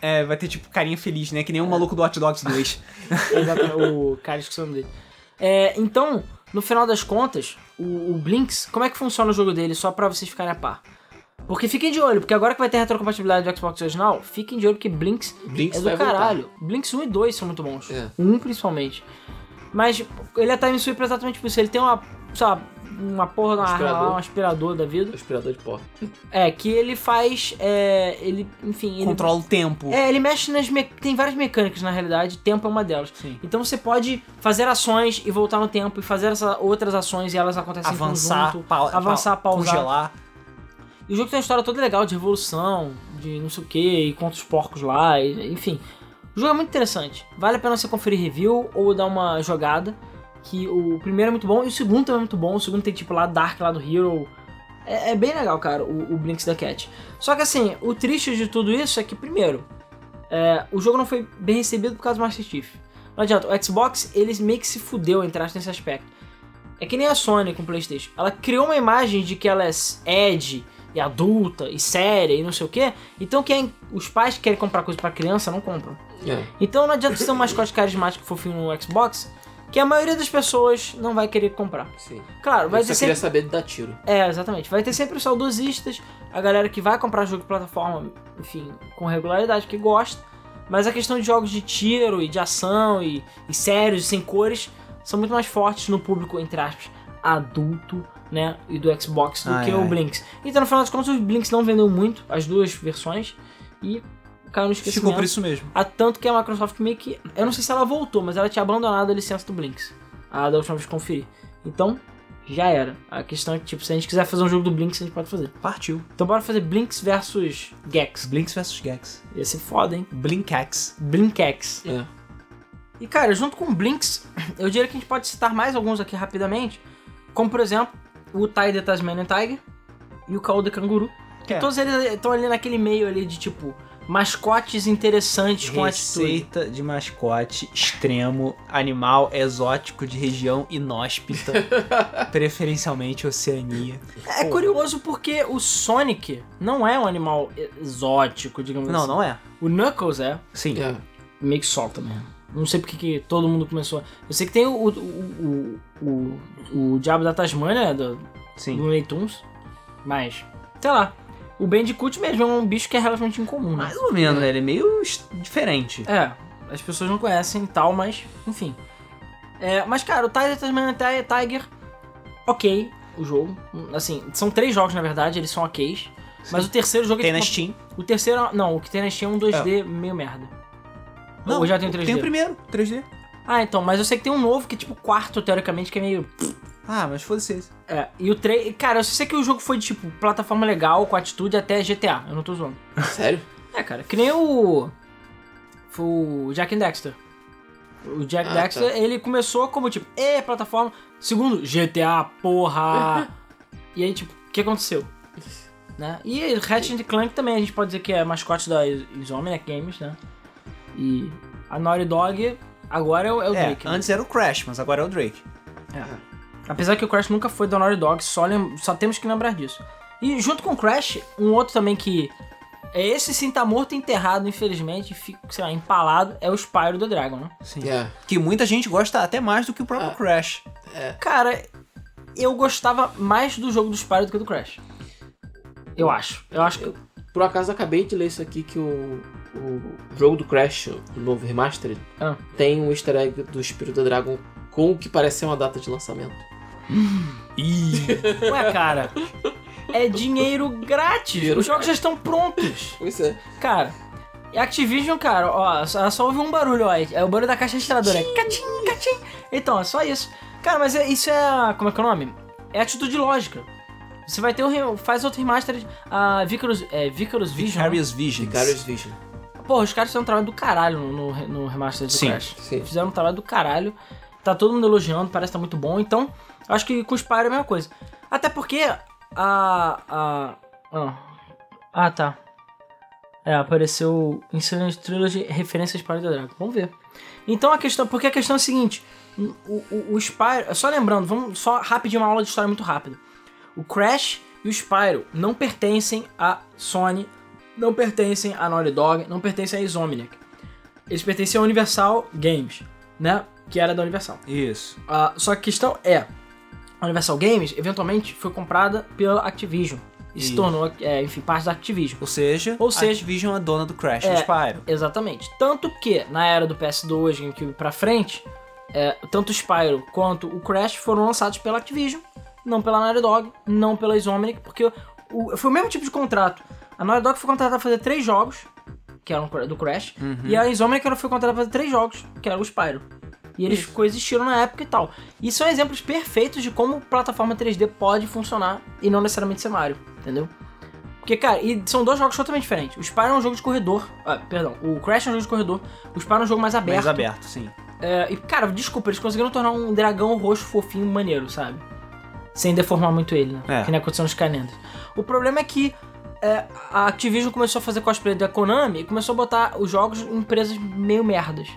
Speaker 1: é, vai ter, tipo, carinha feliz, né, que nem o maluco do Hot Dogs 2.
Speaker 3: Exatamente, né? o cara esqueceu o nome dele. É, então, no final das contas, o, o Blinks, como é que funciona o jogo dele, só pra vocês ficarem a par? Porque fiquem de olho, porque agora que vai ter a retrocompatibilidade do Xbox original, fiquem de olho porque Blinks,
Speaker 2: Blinks
Speaker 3: é do
Speaker 2: vai voltar.
Speaker 3: caralho. Blinks 1 e 2 são muito bons.
Speaker 2: É.
Speaker 3: Um principalmente. Mas ele é time sweep exatamente por isso. Ele tem uma, sei lá, uma porra, de uma,
Speaker 2: Aspirador.
Speaker 3: um aspirador da vida.
Speaker 2: Aspirador de pó.
Speaker 3: É, que ele faz, é, ele, enfim... Ele,
Speaker 1: Controla o tempo.
Speaker 3: é, ele mexe nas... me- Tem várias mecânicas, na realidade. Tempo é uma delas.
Speaker 1: Sim.
Speaker 3: Então você pode fazer ações e voltar no tempo e fazer essa- outras ações e elas acontecem em
Speaker 1: Assim, Avançar,
Speaker 3: conjunto.
Speaker 1: pau-
Speaker 3: avançar,
Speaker 1: pau-
Speaker 3: pausar.
Speaker 1: congelar.
Speaker 3: E o jogo tem uma história toda legal de revolução, de não sei o que, e contra os porcos lá, e- enfim. O jogo é muito interessante. Vale a pena você conferir review ou dar uma jogada. Que o primeiro é muito bom e o segundo também é muito bom. O segundo tem tipo lá Dark, lá do Hero. É, é bem legal, cara, o, o Blinks da Cat. Só que assim, o triste de tudo isso é que, primeiro, é, o jogo não foi bem recebido por causa do Master Chief. Não adianta, o Xbox, ele meio que se fudeu, entre aspas, nesse aspecto. É que nem a Sony com o PlayStation. Ela criou uma imagem de que ela é edgy e adulta e séria e não sei o quê. Então quem os pais que querem comprar coisa pra criança não compram.
Speaker 2: É.
Speaker 3: Então não adianta você ter um mascote carismático fofinho no Xbox, que a maioria das pessoas não vai querer comprar.
Speaker 2: Sim.
Speaker 3: Claro, vai
Speaker 2: Eu
Speaker 3: ter
Speaker 2: só
Speaker 3: sempre
Speaker 2: queria saber de dar tiro.
Speaker 3: é, exatamente. Vai ter sempre os saudosistas, a galera que vai comprar jogo de plataforma, enfim, com regularidade, que gosta. Mas a questão de jogos de tiro e de ação e, e sérios e sem cores são muito mais fortes no público, entre aspas, adulto, né? E do Xbox do
Speaker 1: Ai,
Speaker 3: que o
Speaker 1: ai.
Speaker 3: Blinks. Então, no final das contas, o Blinks não vendeu muito, as duas versões, e caiu no
Speaker 1: Ficou por
Speaker 3: esquecimento.
Speaker 1: isso mesmo.
Speaker 3: A tanto que a Microsoft meio que. Eu não sei se ela voltou, mas ela tinha abandonado a licença do Blinks. A da última vez que conferi. Então, já era. A questão é que, tipo, se a gente quiser fazer um jogo do Blinks, a gente pode fazer.
Speaker 1: Partiu.
Speaker 3: Então bora fazer Blinks versus Gex.
Speaker 1: Blinks vs Gex.
Speaker 3: Ia ser foda, hein?
Speaker 1: Blinkax.
Speaker 3: Blinkex.
Speaker 2: É.
Speaker 3: E cara, junto com o Blinks, eu diria que a gente pode citar mais alguns aqui rapidamente. Como por exemplo, o Tiger Tasmanian Tiger e o Caô de Canguru. Que
Speaker 1: É.
Speaker 3: todos eles estão ali naquele meio ali de tipo mascotes interessantes com atitude.
Speaker 1: Receita de mascote extremo, animal exótico de região inóspita, preferencialmente Oceania.
Speaker 3: É curioso porque o Sonic não é um animal exótico, digamos
Speaker 1: Não,
Speaker 3: assim.
Speaker 1: não é.
Speaker 3: O Knuckles é
Speaker 1: Sim.
Speaker 2: É.
Speaker 3: meio que solta mesmo. Não sei porque que todo mundo começou. Eu sei que tem o. O, o, o, o- o Diabo da Tasmania, do, do
Speaker 1: Sim.
Speaker 3: Looney Tunes, mas. Sei lá. O Bandicoot mesmo é um bicho que é relativamente incomum, né?
Speaker 1: Mais ou menos, né? Ele é meio est- diferente.
Speaker 3: É, as pessoas não conhecem e tal, mas, enfim. É, mas, cara, o Tiger Tasmanian Ti- Tiger, ok, o jogo. Assim, são três jogos, na verdade, eles são ok. Mas o terceiro jogo
Speaker 1: Tem
Speaker 3: é
Speaker 1: na
Speaker 3: tipo,
Speaker 1: Steam.
Speaker 3: O terceiro, não, o que tem na Steam é um 2D meio merda. Ou já tem o 3D?
Speaker 1: Tem o primeiro, 3D.
Speaker 3: Ah, então, mas eu sei que tem um novo que é tipo o quarto, teoricamente, que é meio.
Speaker 1: Ah, mas foda-se esse.
Speaker 3: É, e o 3. Cara, eu só sei que o jogo foi de tipo plataforma legal, com atitude até GTA. Eu não tô zoando.
Speaker 2: Sério?
Speaker 3: É, cara, que nem o. Foi o Jack and Dexter. O Jack
Speaker 2: Ah,
Speaker 3: Dexter, ele começou como tipo, é plataforma. Segundo, GTA, porra! e aí, tipo, o que aconteceu? Né? E Ratchet and Clank também, a gente pode dizer que é mascote da Insomniac Games, né? E a Naughty Dog agora é o, é o
Speaker 1: é,
Speaker 3: Drake. né?
Speaker 1: antes era o Crash, mas agora é o Drake.
Speaker 3: Apesar que o Crash nunca foi da Naughty Dog, só, lem- só temos que lembrar disso. E junto com o Crash, um outro também que. é Esse sim tá morto e enterrado, infelizmente, e fica, sei lá, empalado, é o Spyro do Dragon, né?
Speaker 1: Sim.
Speaker 2: É.
Speaker 1: Que muita gente gosta até mais do que o próprio
Speaker 2: Ah.
Speaker 1: Crash.
Speaker 3: Cara, eu gostava mais do jogo do Spyro do que do Crash. Eu acho. Eu acho que.
Speaker 2: Por acaso acabei de ler isso aqui que o, o jogo do Crash, o novo remastered,
Speaker 3: Ah.
Speaker 2: tem um easter egg do Espírito da Dragon com o que parece ser uma data de lançamento.
Speaker 1: Ih.
Speaker 3: Ué, cara. É dinheiro grátis.
Speaker 2: Dinheiro
Speaker 3: Os jogos já estão prontos.
Speaker 2: Pois é.
Speaker 3: Cara, e Activision, cara, ó, só, só ouve um barulho, ó. É o barulho da caixa registradora. É catim, catim. Então, é só isso. Cara, mas é- isso é. Como é que é o nome? É atitude lógica. Você vai ter o. re- Faz outro remaster. A Vicarus. É, Vicarus Vision. né?
Speaker 1: Vicarious Visions.
Speaker 2: Vicarious Vision.
Speaker 3: Pô, os caras fizeram um trabalho do caralho no, no re- no remaster do
Speaker 1: Sim,
Speaker 3: Crash.
Speaker 2: sim.
Speaker 3: Fizeram um trabalho do caralho. Tá todo mundo elogiando, parece que tá muito bom. Então, acho que com o Spyro é a mesma coisa. Até porque a. a. Ah, ah tá. É, apareceu em Silent Trilogy referência a Spyro the Dragon. Vamos ver. Então a questão. Porque a questão é a seguinte: o, o, o Spyro. Só lembrando, vamos só rapidinho uma aula de história muito rápida. O Crash e o Spyro não pertencem à Sony, não pertencem à Naughty Dog, não pertencem à Insomniac. Eles pertencem à Universal Games, né? Que era da Universal.
Speaker 1: Isso.
Speaker 3: Ah, só que a questão é: a Universal Games eventualmente foi comprada pela Activision e se
Speaker 1: Isso.
Speaker 3: tornou, é, enfim, parte da Activision.
Speaker 1: Ou seja,
Speaker 3: Ou seja-
Speaker 1: a Activision é a dona do Crash
Speaker 3: É.
Speaker 1: do Spyro.
Speaker 3: Exatamente. Tanto que, na era do PS2, GameCube pra frente, é, tanto o Spyro quanto o Crash foram lançados pela Activision, não pela Naughty Dog, não pela Insomniac, porque o- foi o mesmo tipo de contrato. A Naughty Dog foi contratada a fazer três jogos, que eram do Crash, e a Insomniac ela foi contratada a fazer três jogos, que era o Spyro. E eles coexistiram na época e tal. E são exemplos perfeitos de como plataforma 3D pode funcionar e não necessariamente ser Mario, entendeu? Porque, cara, e são dois jogos totalmente diferentes. O Spyro é um jogo de corredor. Ah, perdão, o Crash é um jogo de corredor. O Spyro é um jogo mais aberto.
Speaker 1: Mais aberto, sim.
Speaker 3: É, e, cara, desculpa, eles conseguiram tornar um dragão roxo fofinho maneiro, sabe? Sem deformar muito ele, né?
Speaker 1: É.
Speaker 3: Que nem aconteceu nos Canendas. O problema é que é, a Activision começou a fazer cosplay da Konami e começou a botar os jogos em empresas meio merdas.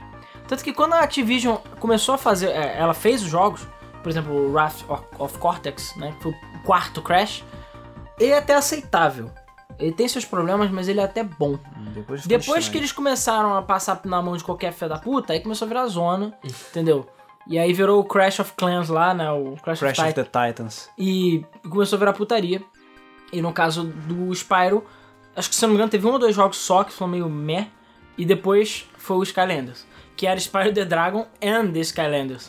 Speaker 3: Tanto que quando a Activision começou a fazer. é, ela fez os jogos, por exemplo, o Wrath of- of Cortex, né? Que foi o quarto Crash. Ele é até aceitável. Ele tem seus problemas, mas ele é até bom.
Speaker 1: Hum, Depois, ficou
Speaker 3: Depois que
Speaker 1: estranho.
Speaker 3: eles começaram a passar na mão de qualquer fé da puta, aí começou a virar zona, entendeu? E aí virou o Crash of Clans lá, né? O Crash,
Speaker 1: Crash
Speaker 3: of
Speaker 1: of
Speaker 3: Titan.
Speaker 1: the Titans.
Speaker 3: E começou a virar putaria. E no caso do Spyro, acho que se eu não me engano, teve um ou dois jogos só que foram meio meh. E depois foi o Skylanders. Que era Spyro the Dragon and the Skylanders.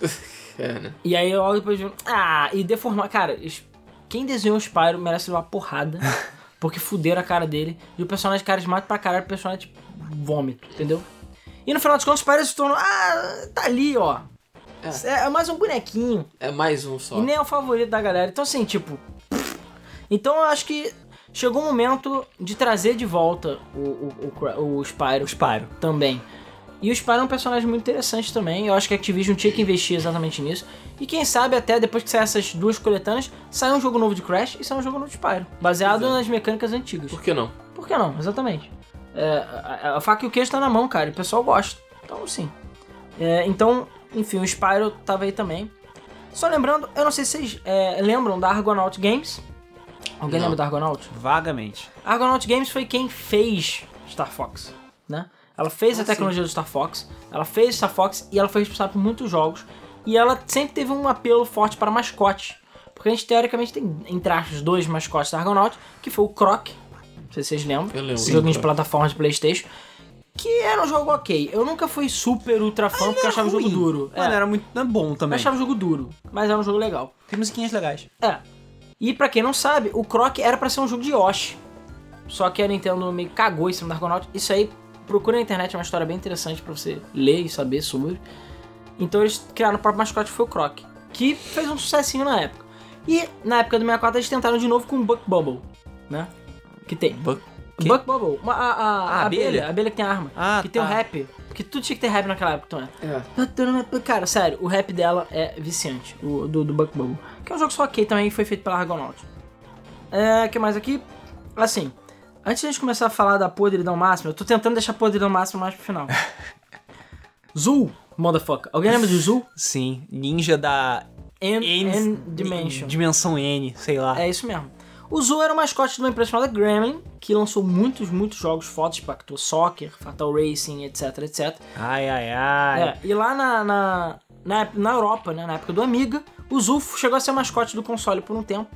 Speaker 2: É, né?
Speaker 3: E aí logo depois viram. Ah, e deformar. Cara, es- quem desenhou o Spyro merece uma porrada. Porque fuderam a cara dele. E o personagem carismático pra caralho, o personagem tipo, vômito, entendeu? E no final das contas, o Spyro se tornou. Ah, tá ali, ó. É, é mais um bonequinho.
Speaker 2: É mais um só.
Speaker 3: E nem é o favorito da galera. Então, assim, tipo. pff. Então eu acho que chegou o momento de trazer de volta o, o, o, Cra- o Spyro
Speaker 1: O Spyro.
Speaker 3: também. E o Spyro é um personagem muito interessante também. Eu acho que a Activision tinha que investir exatamente nisso. E quem sabe até depois que sair essas duas coletâneas, sai um jogo novo de Crash e sai um jogo novo de Spyro. Baseado
Speaker 2: Exato.
Speaker 3: nas mecânicas antigas.
Speaker 2: Por que não?
Speaker 3: Por que não? Exatamente. É, a, a- a faca e o queijo tá na mão, cara. E o pessoal gosta. Então, sim. É, então, enfim, o Spyro tava aí também. Só lembrando, eu não sei se vocês é, lembram da Argonaut Games. Alguém
Speaker 2: Não.
Speaker 3: lembra da Argonaut?
Speaker 1: Vagamente.
Speaker 3: Argonaut Games foi quem fez Star Fox, né? Ela fez
Speaker 1: Ah,
Speaker 3: a tecnologia do Star Fox, ela fez Star Fox e ela foi responsável por muitos jogos. E ela sempre teve um apelo forte para mascote. Porque a gente teoricamente tem, entre aspas, dois mascotes da Argonaut, que foi o Croc, não sei se vocês lembram.
Speaker 2: Eu lembro.
Speaker 3: Esse
Speaker 2: Sim,
Speaker 3: joguinho de
Speaker 2: Croc.
Speaker 3: plataforma de Playstation. Que era um jogo ok. Eu nunca fui super ultra fã porque eu achava o jogo
Speaker 1: Ah, Ruim.
Speaker 3: duro. É,
Speaker 1: Mano, era muito não é bom
Speaker 3: eu
Speaker 1: também.
Speaker 3: achava o jogo duro, mas era um jogo legal.
Speaker 1: Tem musiquinhas legais.
Speaker 3: É. E pra quem não sabe, o Croc era pra ser um jogo de Yoshi. Só que a Nintendo meio que cagou em cima do Argonaut. Isso aí, procura na internet, é uma história bem interessante pra você ler e saber sobre. Então eles criaram o próprio mascote, que foi o Croc. Que fez um sucessinho na época. E na época do 64 eles tentaram de novo com o Buck Bubble, né? Que tem.
Speaker 2: Buck- quê?
Speaker 3: Buck Bubble. Uma- a, a- a
Speaker 1: A
Speaker 3: abelha.
Speaker 1: abelha?
Speaker 3: A abelha que tem arma.
Speaker 1: Ah,
Speaker 3: que tem o
Speaker 1: tá.
Speaker 3: rap. Porque tudo tinha que ter rap naquela época, então é.
Speaker 2: É.
Speaker 3: Cara, sério, o rap dela é viciante, o, do, do Buck Bubble. Que é um jogo só ok também, foi feito pela Argonaut. É, que mais aqui? Assim, antes de a gente começar a falar da podridão máxima, eu tô tentando deixar a podridão máxima mais pro final. Zul, motherfucker. Alguém lembra de Zul?
Speaker 1: Sim. Ninja da
Speaker 3: And,
Speaker 1: N-
Speaker 3: and Dimension.
Speaker 1: Dimensão N, sei lá.
Speaker 3: É isso mesmo. O Zoo era o mascote de uma empresa chamada Gremlin, que lançou muitos, muitos jogos fotos, impactou soccer, Fatal Racing, etc, etc.
Speaker 1: Ai, ai, ai.
Speaker 3: É, e lá na, na, na, na Europa, né, na época do Amiga, o Zulf chegou a ser mascote do console por um tempo.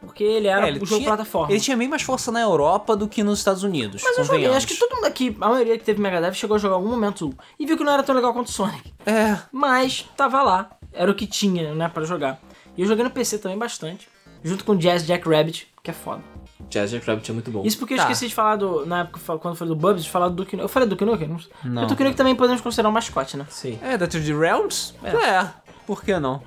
Speaker 3: Porque ele era
Speaker 1: É, ele
Speaker 3: o jogo
Speaker 1: tinha-
Speaker 3: plataforma.
Speaker 1: Ele tinha bem mais força na Europa do que nos Estados Unidos.
Speaker 3: Mas eu joguei,
Speaker 1: convenhamos.
Speaker 3: acho que todo mundo aqui, a maioria que teve Mega Drive, chegou a jogar em algum momento Zulf. E viu que não era tão legal quanto o Sonic.
Speaker 1: É.
Speaker 3: Mas tava lá, era o que tinha, né, pra jogar. E eu joguei no PC também bastante, junto com Jazz Jack Rabbit, que é foda.
Speaker 2: Jazz Rabbit é muito bom.
Speaker 3: Isso porque eu
Speaker 1: Tá.
Speaker 3: esqueci de falar do. Na época, quando eu falei do Bubs, de falar do Duke Nukem. Eu falei do Duke Nukem? Não. sei.
Speaker 1: Não.
Speaker 3: Porque o Duke Nukem também podemos considerar um mascote, né?
Speaker 2: Sim.
Speaker 1: É, da 3D Realms? É. Por que não?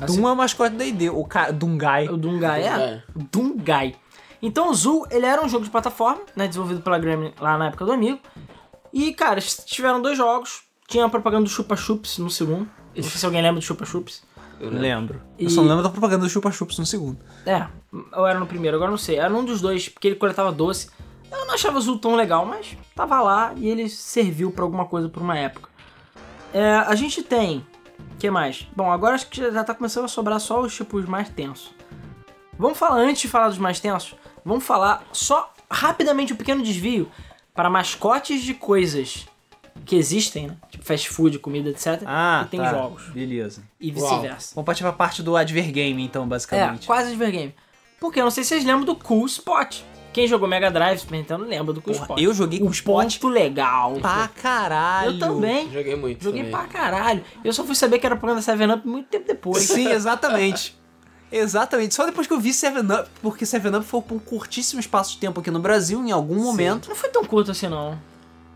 Speaker 1: Assim.
Speaker 3: Doom é o mascote da ID, o ca... Dungai.
Speaker 1: O
Speaker 3: Dungai,
Speaker 2: é?
Speaker 3: Dungai. Então o Zul, ele era um jogo de plataforma, né, desenvolvido pela Gremlin lá na época do Amigo. E, cara, eles tiveram dois jogos. Tinha a propaganda do Chupa Chups no segundo. Não sei se alguém lembra do Chupa Chups.
Speaker 1: Lembro.
Speaker 3: E-
Speaker 1: Eu só não lembro da propaganda do Chupa Chups no segundo.
Speaker 3: É, ou era no primeiro, agora não sei. Era um dos dois, porque ele coletava doce. Eu não achava o Zul tão legal, mas tava lá e ele serviu pra alguma coisa por uma época. É, a gente tem. que mais? Bom, agora acho que já tá começando a sobrar só os tipos mais tensos. Vamos falar, antes de falar dos mais tensos, vamos falar só rapidamente um pequeno desvio para mascotes de coisas que existem, né? Tipo fast food, comida, etc.
Speaker 1: Ah,
Speaker 3: e tem
Speaker 1: tá.
Speaker 3: jogos.
Speaker 1: Beleza.
Speaker 3: E
Speaker 2: Uau.
Speaker 3: vice-versa.
Speaker 1: Vamos partir pra parte do Advergame, então, basicamente.
Speaker 3: É, quase Advergame. Porque eu não sei se vocês lembram do Cool Spot. Quem jogou Mega Drive, Super Nintendo, lembra do Cool
Speaker 1: Porra,
Speaker 3: Spot.
Speaker 1: eu joguei com
Speaker 3: um
Speaker 1: o Spot
Speaker 3: ponto legal.
Speaker 1: pra caralho.
Speaker 3: eu também.
Speaker 2: Joguei muito.
Speaker 3: Joguei pra
Speaker 2: também.
Speaker 3: caralho. Eu só fui saber que era propaganda 7-Up muito tempo depois.
Speaker 1: Sim, exatamente. Exatamente. Só depois que eu vi Seven Up, porque Seven Up foi por um curtíssimo espaço de tempo aqui no Brasil, em algum momento.
Speaker 3: Não foi tão curto assim, não.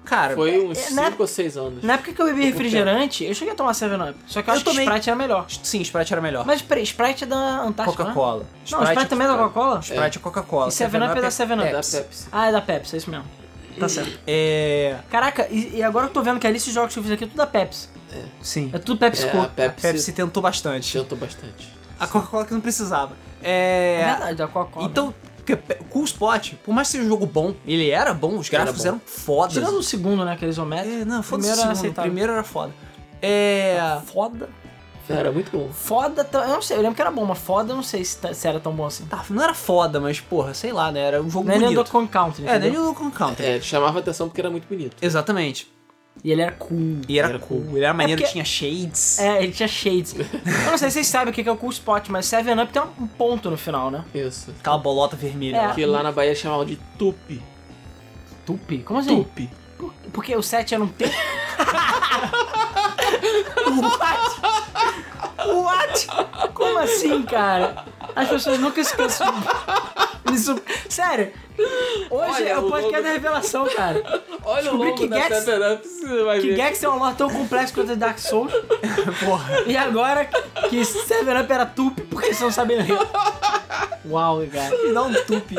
Speaker 1: Cara,
Speaker 2: Foi uns
Speaker 3: É, Né?
Speaker 2: 5
Speaker 3: na-
Speaker 2: ou 6 anos.
Speaker 3: Na época que eu bebi refrigerante, eu cheguei a tomar 7-Up. Só que eu,
Speaker 1: Eu
Speaker 3: acho que
Speaker 1: também.
Speaker 3: Sprite era melhor.
Speaker 1: sim, Sprite era melhor.
Speaker 3: Mas peraí, Sprite é da Antártica,
Speaker 1: Coca-Cola.
Speaker 3: Não, Sprite, Sprite também é da Coca-Cola?
Speaker 1: Sprite é Coca-Cola.
Speaker 3: E 7-Up é da 7-Up.
Speaker 2: Da Pepsi.
Speaker 3: Ah, é da Pepsi, é isso mesmo.
Speaker 1: Tá certo. É.
Speaker 3: Caraca, e, e agora eu tô vendo que a lista de jogos que eu fiz aqui é tudo da Pepsi.
Speaker 1: Sim.
Speaker 3: É tudo Pepsi
Speaker 2: É,
Speaker 3: Cola.
Speaker 2: a Pepsi,
Speaker 1: Pepsi tentou bastante.
Speaker 2: chantou bastante.
Speaker 1: A Coca-Cola que não precisava.
Speaker 3: É
Speaker 1: É.
Speaker 3: verdade, da Coca-Cola.
Speaker 1: Então, que- Cool Spot, por mais que seja um jogo bom, ele era bom, os gráficos
Speaker 2: bom.
Speaker 1: eram fodas.
Speaker 3: Tirando o segundo, né? Aqueles isométricos.
Speaker 1: É, não, foda-se.
Speaker 3: Primeiro era
Speaker 1: o segundo,
Speaker 3: aceitável.
Speaker 1: primeiro era foda. É.
Speaker 3: Foda.
Speaker 2: É, Era muito bom.
Speaker 3: Foda, tá- eu não sei, eu lembro que era bom, mas foda eu não sei se, tá- se era tão bom assim.
Speaker 1: Tá, não era foda, mas porra, sei lá, né? Era um jogo
Speaker 3: Não é nem do
Speaker 1: bonito.
Speaker 3: Con Country,
Speaker 1: É, nem
Speaker 3: entendeu?
Speaker 1: o Donkey Country.
Speaker 2: É, chamava atenção porque era muito bonito.
Speaker 1: Exatamente.
Speaker 3: E ele era cool.
Speaker 1: E era,
Speaker 2: Era
Speaker 1: cool.
Speaker 2: cool.
Speaker 1: Ele era maneiro,
Speaker 3: porque-
Speaker 1: tinha shades.
Speaker 3: É, ele tinha shades. eu não sei se vocês sabem o que que é o cool spot, mas 7-Up tem um ponto no final, né?
Speaker 2: Isso.
Speaker 1: Aquela bolota vermelha.
Speaker 3: É.
Speaker 1: lá.
Speaker 2: Que lá na Bahia chamavam de tupi.
Speaker 3: Tupi? Como assim?
Speaker 2: Tupi.
Speaker 3: Porque o 7 era um T. What? What? Como assim, cara? As pessoas nunca se cansam. Isso- Sério, hoje
Speaker 2: Olha,
Speaker 3: é o
Speaker 2: o
Speaker 3: podcast
Speaker 2: logo-
Speaker 3: da revelação, cara.
Speaker 2: Olha
Speaker 3: Descobri
Speaker 2: o logo
Speaker 3: que
Speaker 2: da
Speaker 3: Gets-
Speaker 2: Seven Up, você vai
Speaker 3: Que
Speaker 2: ver.
Speaker 3: Gex é um lore tão complexo quanto o Dark Souls.
Speaker 1: É. Porra.
Speaker 3: E agora que 7-Up era tupi porque eles não sabem ler. Uau, cara. Um
Speaker 1: Me dá um tupi.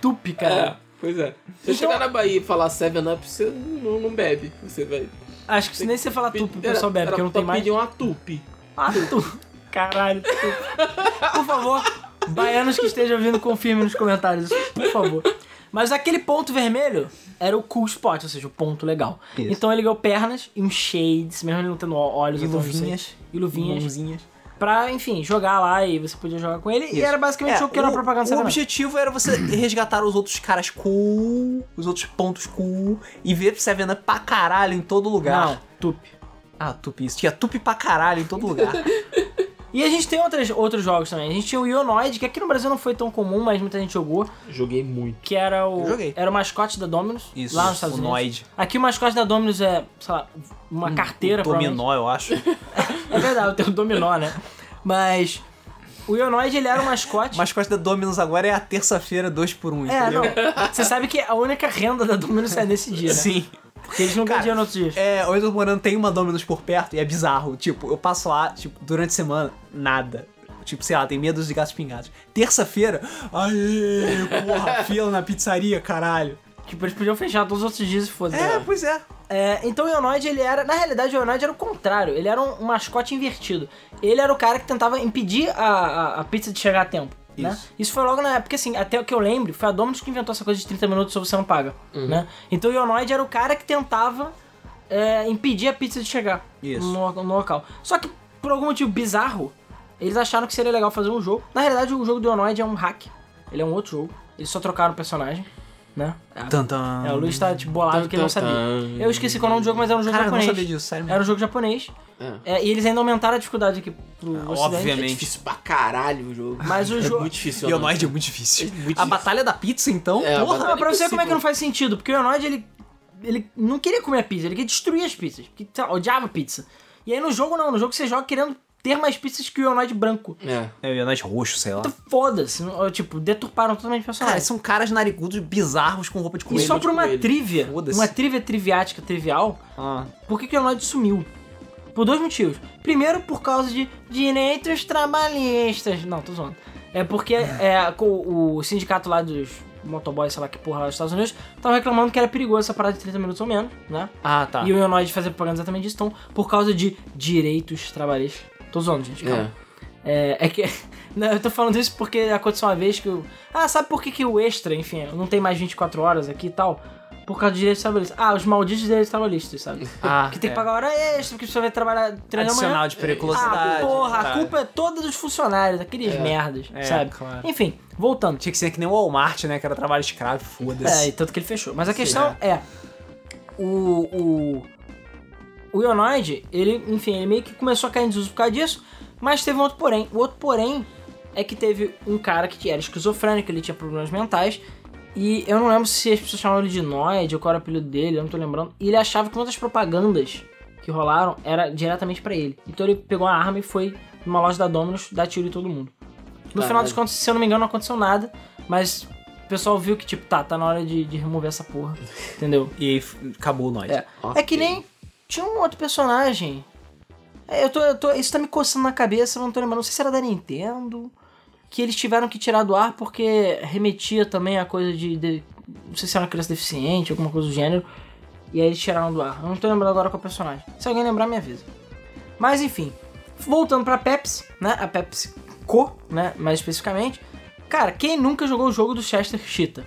Speaker 3: Tupi, cara.
Speaker 2: É, pois é.
Speaker 3: Então-
Speaker 2: Se você chegar na Bahia e falar Seven Up, você não, não bebe. Você vai.
Speaker 3: Acho que se nem você falar tupi, o pessoal bebe, porque não tem mais.
Speaker 2: pedir uma tupi.
Speaker 3: Ah, tu. Caralho. tu. Por favor, baianos que estejam ouvindo, confirme nos comentários, isso, por favor. Mas aquele ponto vermelho era o cool spot, ou seja, o ponto legal.
Speaker 1: Isso.
Speaker 3: Então ele ganhou pernas e um shades, mesmo ele não tendo ó- olhos
Speaker 1: E
Speaker 3: eu não sei,
Speaker 1: luvinhas.
Speaker 3: E luvinhas.
Speaker 1: Mãozinhas.
Speaker 3: Pra, enfim, jogar lá e você podia jogar com ele. E
Speaker 1: Isso.
Speaker 3: era basicamente o jogo que era uma propaganda
Speaker 1: É, o
Speaker 3: sabe?
Speaker 1: objetivo era você resgatar os outros caras cool, os outros pontos cool, e ver Seven Up pra caralho em todo lugar.
Speaker 3: Não, tupi.
Speaker 1: Ah, tupi, isso. Tinha tupi pra caralho em todo lugar.
Speaker 3: E a gente tem outras, outros jogos também. A gente tinha o Ionoid, que aqui no Brasil não foi tão comum, mas muita gente jogou.
Speaker 2: Joguei muito.
Speaker 3: Que era o.
Speaker 1: Eu joguei.
Speaker 3: Era o mascote da Dominus.
Speaker 1: Isso,
Speaker 3: lá nos Estados
Speaker 1: o
Speaker 3: Unidos.
Speaker 1: Noid. Um
Speaker 3: Aqui o mascote da Dominus é, sei lá, uma carteira provavelmente.
Speaker 1: Dominó, eu acho.
Speaker 3: É verdade, tem o dominó, né? Mas o Ionoid ele era o mascote.
Speaker 1: O mascote da Dominus agora é a terça-feira 2x1,
Speaker 3: É,
Speaker 1: entendeu?
Speaker 3: não. Você sabe que a única renda da Dominus é nesse dia, né?
Speaker 1: Sim.
Speaker 3: Porque eles não
Speaker 1: Cara,
Speaker 3: ganham dinheiro nos outros dias.
Speaker 1: É, onde eu tô morando tem uma Dominus por perto e é bizarro. Tipo, eu passo lá, tipo, durante a semana, nada. Tipo, sei lá, tem medo de gatos pingados. Terça-feira, aê, porra, fila na pizzaria, caralho.
Speaker 3: Tipo, eles podiam fechar todos os outros dias e foda-se.
Speaker 1: É, pois é.
Speaker 3: É, então o Ionoid, ele era. Na realidade, o Ionoid era o contrário. Ele era um, um mascote invertido. Ele era o cara que tentava impedir a, a, a pizza de chegar a tempo. Né?
Speaker 1: Isso.
Speaker 3: Isso foi logo na época, porque, assim, até o que eu lembro, foi a Domino's que inventou essa coisa de 30 minutos ou você não paga.
Speaker 1: Uhum.
Speaker 3: Né? Então o Ionoid era o cara que tentava é, impedir a pizza de chegar
Speaker 1: Isso.
Speaker 3: No, no local. Só que, por algum motivo bizarro, eles acharam que seria legal fazer um jogo. Na realidade, o jogo do Ionoid é um hack. Ele é um outro jogo. Eles só trocaram o personagem. Né?
Speaker 1: Ah, Tantan.
Speaker 3: É, o Luiz tá tipo, bolado
Speaker 2: Tan,
Speaker 3: que ele não
Speaker 2: tan,
Speaker 3: sabia.
Speaker 2: tan.
Speaker 3: Eu esqueci qual é o nome do jogo, mas era um jogo
Speaker 1: Cara, eu não
Speaker 3: japonês.
Speaker 1: sabia disso, sério mesmo.
Speaker 3: Era um jogo japonês.
Speaker 2: É.
Speaker 3: É, e eles ainda aumentaram a dificuldade aqui pro
Speaker 1: Ah,
Speaker 3: ocidente.
Speaker 1: obviamente.
Speaker 2: É difícil pra caralho o jogo.
Speaker 3: Mas o
Speaker 2: é
Speaker 3: jogo-
Speaker 2: muito difícil.
Speaker 1: E o
Speaker 3: né?
Speaker 2: Leonardo.
Speaker 1: Noid é muito difícil.
Speaker 2: É muito
Speaker 1: a
Speaker 2: difícil.
Speaker 1: batalha da pizza, então,
Speaker 2: É, a
Speaker 1: porra.
Speaker 2: batalha-
Speaker 3: Ah, pra você ver como é
Speaker 2: impossível.
Speaker 3: que não faz sentido, porque o Ionoid, ele, ele não queria comer pizza, ele queria destruir as pizzas, porque sei lá, odiava pizza. E aí no jogo não, no jogo você joga querendo ter mais pizzas que o Ionoid branco.
Speaker 2: É.
Speaker 1: É, o Noid roxo, sei lá.
Speaker 3: Então foda-se, não- tipo, deturparam totalmente o
Speaker 1: Cara,
Speaker 3: personagem.
Speaker 1: são caras narigudos bizarros com roupa de
Speaker 3: e
Speaker 1: coelho.
Speaker 3: só
Speaker 2: de
Speaker 3: por uma
Speaker 2: coelho.
Speaker 3: trivia,
Speaker 1: Foda-se.
Speaker 3: uma trivia triviática, trivial,
Speaker 1: Ah,
Speaker 3: por que, que o Ionoid sumiu? Por dois motivos. Primeiro, por causa de direitos trabalhistas. Não, tô zoando. É porque é, co- o sindicato lá dos motoboys, sei lá que porra lá dos Estados Unidos, tava reclamando que era perigoso essa parada de 30 minutos ou menos, né?
Speaker 1: Ah, tá.
Speaker 3: E o Illinois fazia propaganda exatamente disso. Então, por causa de direitos trabalhistas. Tô zoando, gente, calma.
Speaker 2: É.
Speaker 3: É, é que. Não, eu tô falando isso porque aconteceu uma vez que eu. Ah, sabe por que, que o extra, enfim, não tem mais 24 horas aqui e tal? Por causa de direitos trabalhistas. Ah, os malditos direitos trabalhistas, sabe?
Speaker 1: Ah,
Speaker 3: Porque tem que
Speaker 1: é.
Speaker 3: pagar hora extra, porque a pessoa vai trabalhar três da manhã.
Speaker 1: Adicional de periculosidade.
Speaker 3: Ah, porra,
Speaker 1: tá.
Speaker 3: a culpa é toda dos funcionários, daqueles
Speaker 2: É.
Speaker 3: merdas,
Speaker 1: É,
Speaker 3: sabe?
Speaker 1: claro.
Speaker 3: Enfim, voltando.
Speaker 1: Tinha que ser que nem o Walmart, né? Que era trabalho escravo,
Speaker 3: É, e
Speaker 1: foda-se.
Speaker 3: tanto que ele fechou. Mas a questão é. o. O. O Ionoid, ele, enfim, ele meio que começou a cair em desuso por causa disso, mas teve um outro porém. O outro porém é que teve um cara que era esquizofrênico, ele tinha problemas mentais, e eu não lembro se as pessoas chamavam ele de Noid ou qual era o apelido dele, eu não tô lembrando. E ele achava que uma das propagandas que rolaram era diretamente pra ele. Então ele pegou uma arma e foi numa loja da Domino's dar tiro em todo mundo. No
Speaker 2: Caralho.
Speaker 3: final dos contos, se eu não me engano, não aconteceu nada, mas o pessoal viu que, tipo, tá, tá na hora de, de remover essa porra. Entendeu?
Speaker 1: E aí f- acabou nós.
Speaker 3: É.
Speaker 2: Ok.
Speaker 3: É que nem tinha um outro personagem. É, eu tô, eu tô, isso tá me coçando na cabeça, eu não tô lembrando. Não sei se era da Nintendo. Que eles tiveram que tirar do ar porque remetia também a coisa de. de- não sei se era uma criança deficiente, alguma coisa do gênero. E aí eles tiraram do ar. Eu não tô lembrando agora qual personagem. Se alguém lembrar, me avisa. Mas enfim, voltando pra Pepsi, né? A Pepsi Co, né? Mais especificamente. Cara, quem nunca jogou o jogo do Chester Cheetah?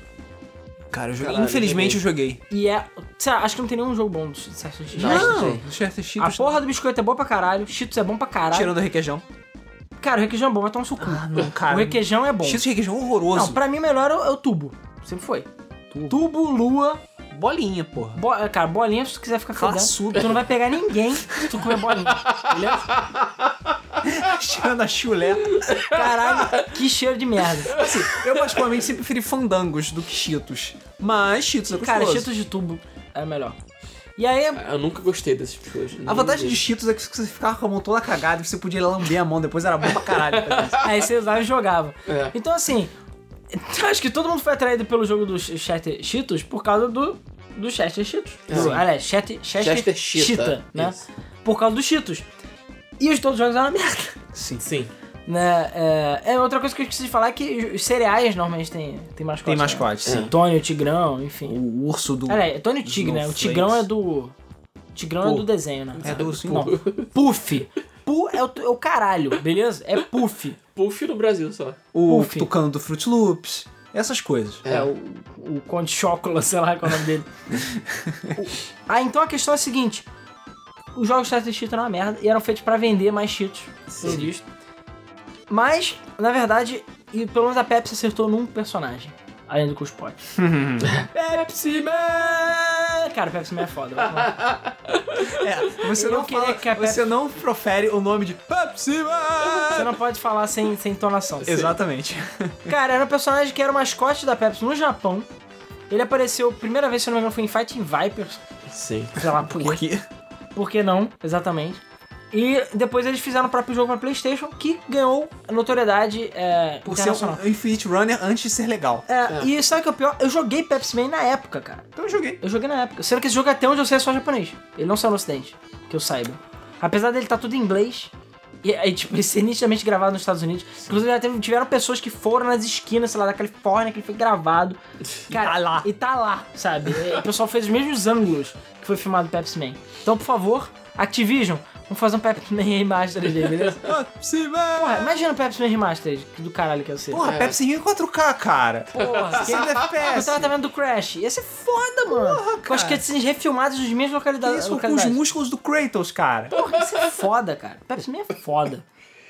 Speaker 1: Cara, eu joguei.
Speaker 2: Caralho,
Speaker 1: Infelizmente eu joguei.
Speaker 3: E é. sei lá, acho que não tem nenhum jogo bom do Chester Cheetah.
Speaker 2: Não,
Speaker 1: o Chester Cheetos
Speaker 3: A porra do biscoito é boa pra caralho, Cheetos é bom pra caralho.
Speaker 1: Tirando o requeijão.
Speaker 3: Cara, o requeijão é bom, vai tomar um suco.
Speaker 1: Ah, não, cara.
Speaker 3: o requeijão é bom.
Speaker 1: Cheetos e requeijão horroroso.
Speaker 3: Não, pra mim o melhor é o, é o tubo. Sempre foi.
Speaker 1: Tubo.
Speaker 3: Tubo, lua,
Speaker 1: Bolinha, porra.
Speaker 3: bo... cara, bolinha, se tu quiser ficar
Speaker 1: Classudo.
Speaker 3: fedendo, tu não vai pegar ninguém se tu comer bolinha. é-
Speaker 1: Tirando a chulé.
Speaker 3: Caralho, que cheiro de merda.
Speaker 1: Assim, eu particularmente sempre preferi fandangos do que Cheetos. Mas Cheetos é gostoso.
Speaker 3: Cara, Cheetos de tubo é melhor. E aí,
Speaker 2: Eu nunca gostei dessas pessoas.
Speaker 1: A vantagem de Cheetos é que você ficava com a mão toda cagada e você podia lamber a mão, depois era bom pra caralho. fazer isso.
Speaker 3: aí você usava e jogava.
Speaker 2: É.
Speaker 3: Então assim, acho que todo mundo foi atraído pelo jogo do Ch- Chester Cheetos por causa do, do Chester Cheetos. Do, aliás, Chester, Chester,
Speaker 2: Chester Cheetah,
Speaker 3: Cheetah, é né?
Speaker 2: isso.
Speaker 3: Por causa dos Cheetos. E os todos os jogos eram uma merda.
Speaker 1: Sim.
Speaker 2: Sim.
Speaker 3: Né? É, é, outra coisa que eu esqueci de falar é que os cereais normalmente tem, tem mascote.
Speaker 1: Tem
Speaker 3: né?
Speaker 1: mascote, sim.
Speaker 3: Tônio, Tigrão, enfim.
Speaker 1: O urso do.
Speaker 3: Olha aí, é Tônio e Tigre, né? O
Speaker 1: Snowflakes.
Speaker 3: Tigrão é do. Tigrão é
Speaker 1: Pô.
Speaker 3: do desenho, né?
Speaker 1: É do urso
Speaker 3: Não.
Speaker 1: não.
Speaker 3: Puff. Puff é o, é o caralho, beleza? É Puff.
Speaker 2: Puff no Brasil só.
Speaker 1: O
Speaker 3: Puff.
Speaker 1: tucano do Fruit Loops. Essas coisas.
Speaker 3: É, o, o Conde Chocola, sei lá qual é o nome dele. O- ah, então a questão é a seguinte: os jogos de Chester Cheetos eram uma merda e eram feitos pra vender mais cheetos, pelo visto. Mas, na verdade, e pelo menos a Pepsi acertou num personagem, além do Cuspot. Pepsi Man! Cara, o Pepsi Man é foda. vai tomar.
Speaker 1: É, você
Speaker 3: Eu
Speaker 1: não,
Speaker 3: queria
Speaker 1: fala,
Speaker 3: que a Pepsi-
Speaker 1: você não profere o nome de Pepsi Man.
Speaker 3: Você não pode falar sem, sem entonação.
Speaker 1: Exatamente.
Speaker 3: Cara, era um personagem que era o mascote da Pepsi no Japão. Ele apareceu, primeira vez, se eu não me engano, foi em Fighting Vipers.
Speaker 2: Sim.
Speaker 3: Sei lá por quê.
Speaker 1: Por quê?
Speaker 3: Por que não? Exatamente. E depois eles fizeram o próprio jogo pra PlayStation, que ganhou notoriedade é,
Speaker 1: Por ser
Speaker 3: internacional.
Speaker 1: um Infinite Runner antes de ser legal.
Speaker 3: É,
Speaker 2: É.
Speaker 3: E sabe o que é o pior? Eu joguei Pepsi Man na época, cara.
Speaker 1: Então eu joguei.
Speaker 3: Eu joguei na época. Sendo que esse jogo, até onde eu sei, é só japonês. Ele não saiu no ocidente, que eu saiba. Apesar dele estar tudo em inglês. E aí, tipo, ele ser nitidamente gravado nos Estados Unidos. Inclusive, já teve- tiveram pessoas que foram nas esquinas, sei lá, da Califórnia, que ele foi gravado. Cara,
Speaker 1: tá lá.
Speaker 3: E tá lá, sabe? E o pessoal fez os mesmos ângulos que foi filmado Pepsi Man. Então, por favor, Activision, vamos fazer um Pepsi Man Remastered aí, beleza?
Speaker 1: Pepsi Man.
Speaker 3: Porra, imagina o Pepsi Man Remastered, que do caralho que ia ser.
Speaker 1: Porra, Pepsi Man é 4K, cara.
Speaker 3: Porra, que...
Speaker 1: 60
Speaker 3: Ah, O
Speaker 1: FPS.
Speaker 3: tratamento do Crash. Ia ser foda, mano. Com as
Speaker 1: cara.
Speaker 3: cutscenes refilmadas dos mesmos
Speaker 1: Que
Speaker 3: localidades.
Speaker 1: Isso com os músculos do Kratos, cara.
Speaker 3: Porra, isso é foda, cara. Pepsi Man é foda.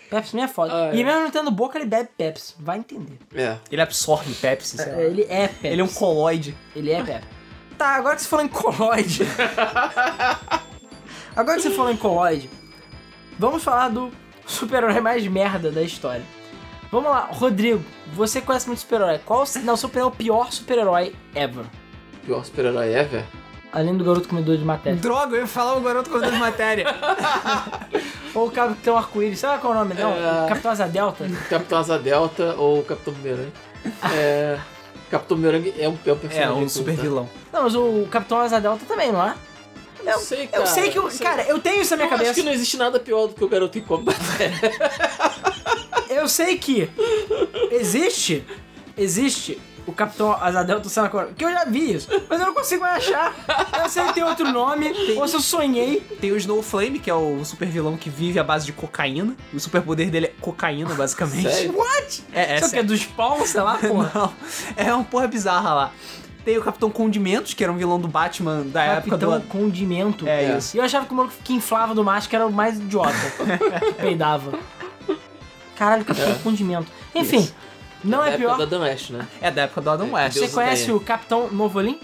Speaker 3: Pepsi Man é foda.
Speaker 2: Ah, é.
Speaker 3: E mesmo não tendo boca, ele bebe Pepsi. Vai entender.
Speaker 2: É.
Speaker 1: Ele absorve Pepsi, sei lá.
Speaker 3: Ele é Pepsi.
Speaker 1: Ele é um coloide.
Speaker 3: Ele é Pepsi. Tá, agora que você falou em coloide. agora que você falou em coloide, vamos falar do super-herói mais merda da história. Vamos lá, Rodrigo, você conhece muito super-herói. Qual, na sua opinião, é o pior super-herói ever?
Speaker 2: Pior super-herói ever.
Speaker 3: Além do garoto comedor de matéria.
Speaker 1: É. Droga, eu ia falar o garoto com de matéria.
Speaker 3: Ou o Capitão Arco-Íris, sabe qual é o nome? Não,
Speaker 2: É.
Speaker 3: o Capitão Asa Delta.
Speaker 2: Capitão Asa Delta ou Capitão Bumerangue. É. Capitão Bumerangue é um, é um personagem.
Speaker 1: É, um
Speaker 2: cool,
Speaker 1: super
Speaker 2: tá?
Speaker 1: vilão.
Speaker 3: Não, mas o Capitão Asa Delta também, não é?
Speaker 2: Eu não sei, cara.
Speaker 3: Eu sei que. Eu, cara, eu tenho isso na minha
Speaker 2: eu
Speaker 3: cabeça.
Speaker 2: acho que não existe nada pior do que o garoto em combate.
Speaker 3: Eu sei que existe, existe o Capitão Azadel do Sanacor, que eu já vi isso, mas eu não consigo mais achar. Eu sei que tem outro nome, ou se eu sonhei.
Speaker 1: Tem o Snowflame, que é o super vilão que vive à base de cocaína. O superpoder dele é cocaína, basicamente.
Speaker 2: Sério?
Speaker 3: What?
Speaker 1: É, é
Speaker 3: Só que é
Speaker 1: sério.
Speaker 3: do Spawn, sei lá, porra.
Speaker 1: Não, é uma porra bizarra lá. Tem o Capitão Condimentos, que era um vilão do Batman da época do...
Speaker 3: Capitão Condimento.
Speaker 1: É
Speaker 2: isso.
Speaker 3: E eu achava que o maluco que inflava do macho que era o mais idiota. que peidava. Caralho, Capitão Condimento. Enfim,
Speaker 2: É. Isso.
Speaker 3: não é,
Speaker 2: Da época
Speaker 3: pior.
Speaker 2: Da Dan West, né?
Speaker 1: É da época do Adam West.
Speaker 3: Você
Speaker 2: Deus o
Speaker 3: conhece
Speaker 2: tenha.
Speaker 3: o Capitão Novolim?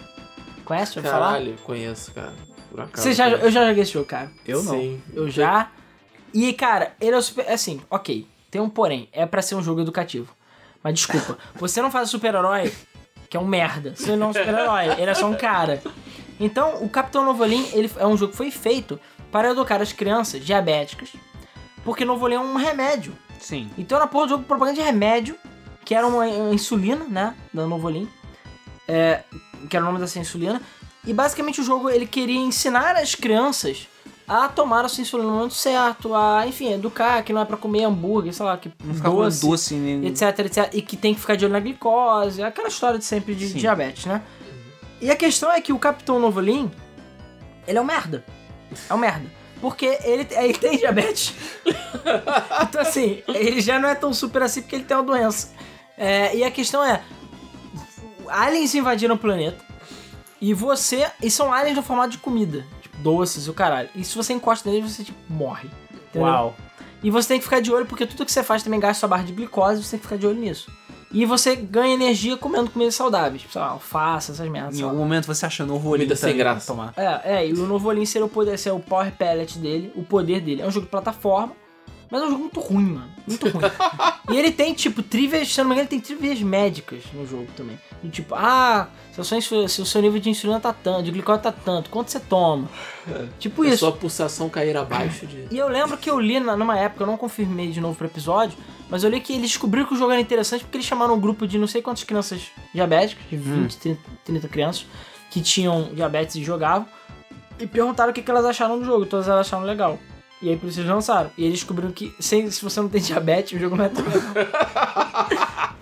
Speaker 3: Conhece? Ouviu falar?
Speaker 2: Caralho, conheço, cara. Por acaso.
Speaker 3: Você já, eu já joguei esse jogo, cara.
Speaker 1: Eu não.
Speaker 2: Sim,
Speaker 3: Eu já. E, cara, ele é o super. Assim, ok. Tem um porém. É pra ser um jogo educativo. Mas desculpa. Você não faz o super-herói, que é um merda. Você não é um super-herói. Ele é só um cara. Então, o Capitão Novolim ele é um jogo que foi feito para educar as crianças diabéticas. Porque Novolim é um remédio.
Speaker 1: Sim.
Speaker 3: Então era porra de jogo de propaganda de remédio, que era uma eh, insulina, né? Da Novolin. É, que era o nome dessa insulina. E basicamente o jogo ele queria ensinar as crianças a tomar a sua insulina no momento certo, a, enfim, educar que não é pra comer hambúrguer, sei lá, que
Speaker 1: Não ficava
Speaker 3: doce,
Speaker 1: doce, doce né?
Speaker 3: etc, etc. E que tem que ficar de olho na glicose, aquela história de sempre de
Speaker 1: Sim.
Speaker 3: diabetes, né? E a questão é que o Capitão Novolin, ele é um merda. É um merda. Porque ele, ele tem diabetes. então, assim, ele já não é tão super assim porque ele tem uma doença. É, e a questão é: aliens invadiram o planeta. E você. E são aliens no formato de comida. Tipo, doces e o caralho. E se você encosta neles, você, tipo, morre. Entendeu?
Speaker 1: Uau.
Speaker 3: E você tem que ficar de olho, porque tudo que você faz também gasta sua barra de glicose, você tem que ficar de olho nisso. E você ganha energia comendo comidas saudáveis, tipo, sei lá, alface, essas merdas.
Speaker 1: Em
Speaker 3: sei
Speaker 1: algum
Speaker 3: lá.
Speaker 1: momento você achando o rolinho
Speaker 2: Comida sem
Speaker 1: também
Speaker 2: graça.
Speaker 1: pra tomar.
Speaker 3: É, é, e o Novo Olin seria o poder, seria o power pellet dele, o poder dele. É um jogo de plataforma, mas é um jogo muito ruim, mano. Muito ruim. e ele tem, tipo, trivias, se eu não me engano, ele tem trivias médicas no jogo também. E, tipo, ah, se, a sua insu- se o seu nível de insulina tá tanto, de glicose tá tanto, quanto você toma? Tipo
Speaker 2: É
Speaker 3: isso.
Speaker 2: só a pulsação cair abaixo de.
Speaker 3: E eu lembro que eu li na- numa época, eu não confirmei de novo pro episódio, mas eu li que eles descobriram que o jogo era interessante porque eles chamaram um grupo de não sei quantas crianças diabéticas, de
Speaker 1: Hum.
Speaker 3: 20, 30, 30 crianças, que tinham diabetes e jogavam, e perguntaram o que, que elas acharam do jogo, todas elas acharam legal. E aí por isso eles lançaram. E eles descobriram que sem, se você não tem diabetes, o jogo não é tão legal.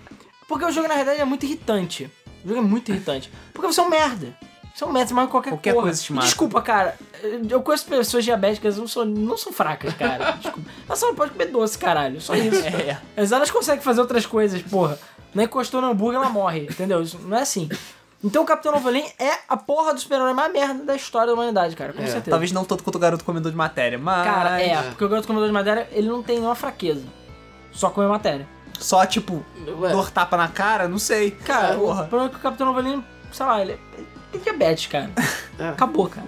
Speaker 3: porque o jogo, na verdade, é muito irritante. O jogo é muito irritante. Porque você é um merda. Você é um merda, você mata qualquer,
Speaker 1: Qualquer
Speaker 3: porra.
Speaker 1: coisa te mata.
Speaker 3: Desculpa, cara. Eu conheço pessoas diabéticas, não são, não são fracas, cara. Desculpa. Elas só não podem comer doce, caralho. Só isso.
Speaker 1: É.
Speaker 3: Mas elas conseguem fazer outras coisas, porra. Não encostou no hambúrguer, ela morre, entendeu? Isso não é assim. Então o Capitão Novelin é a porra do super-herói mais merda da história da humanidade, cara. Com
Speaker 2: É,
Speaker 3: certeza.
Speaker 1: Talvez não tanto quanto o garoto comedor de matéria, mas.
Speaker 3: Cara, é,
Speaker 2: é.
Speaker 3: porque o garoto comedor de matéria, ele não tem nenhuma fraqueza. Só comer matéria.
Speaker 1: Só tipo,
Speaker 2: Ué,
Speaker 1: dor tapa na cara, não sei.
Speaker 3: Cara, o
Speaker 1: porra.
Speaker 3: problema é que o Capitão Novelin, sei lá, ele, é, ele tem diabetes, cara.
Speaker 2: é.
Speaker 3: Acabou, cara.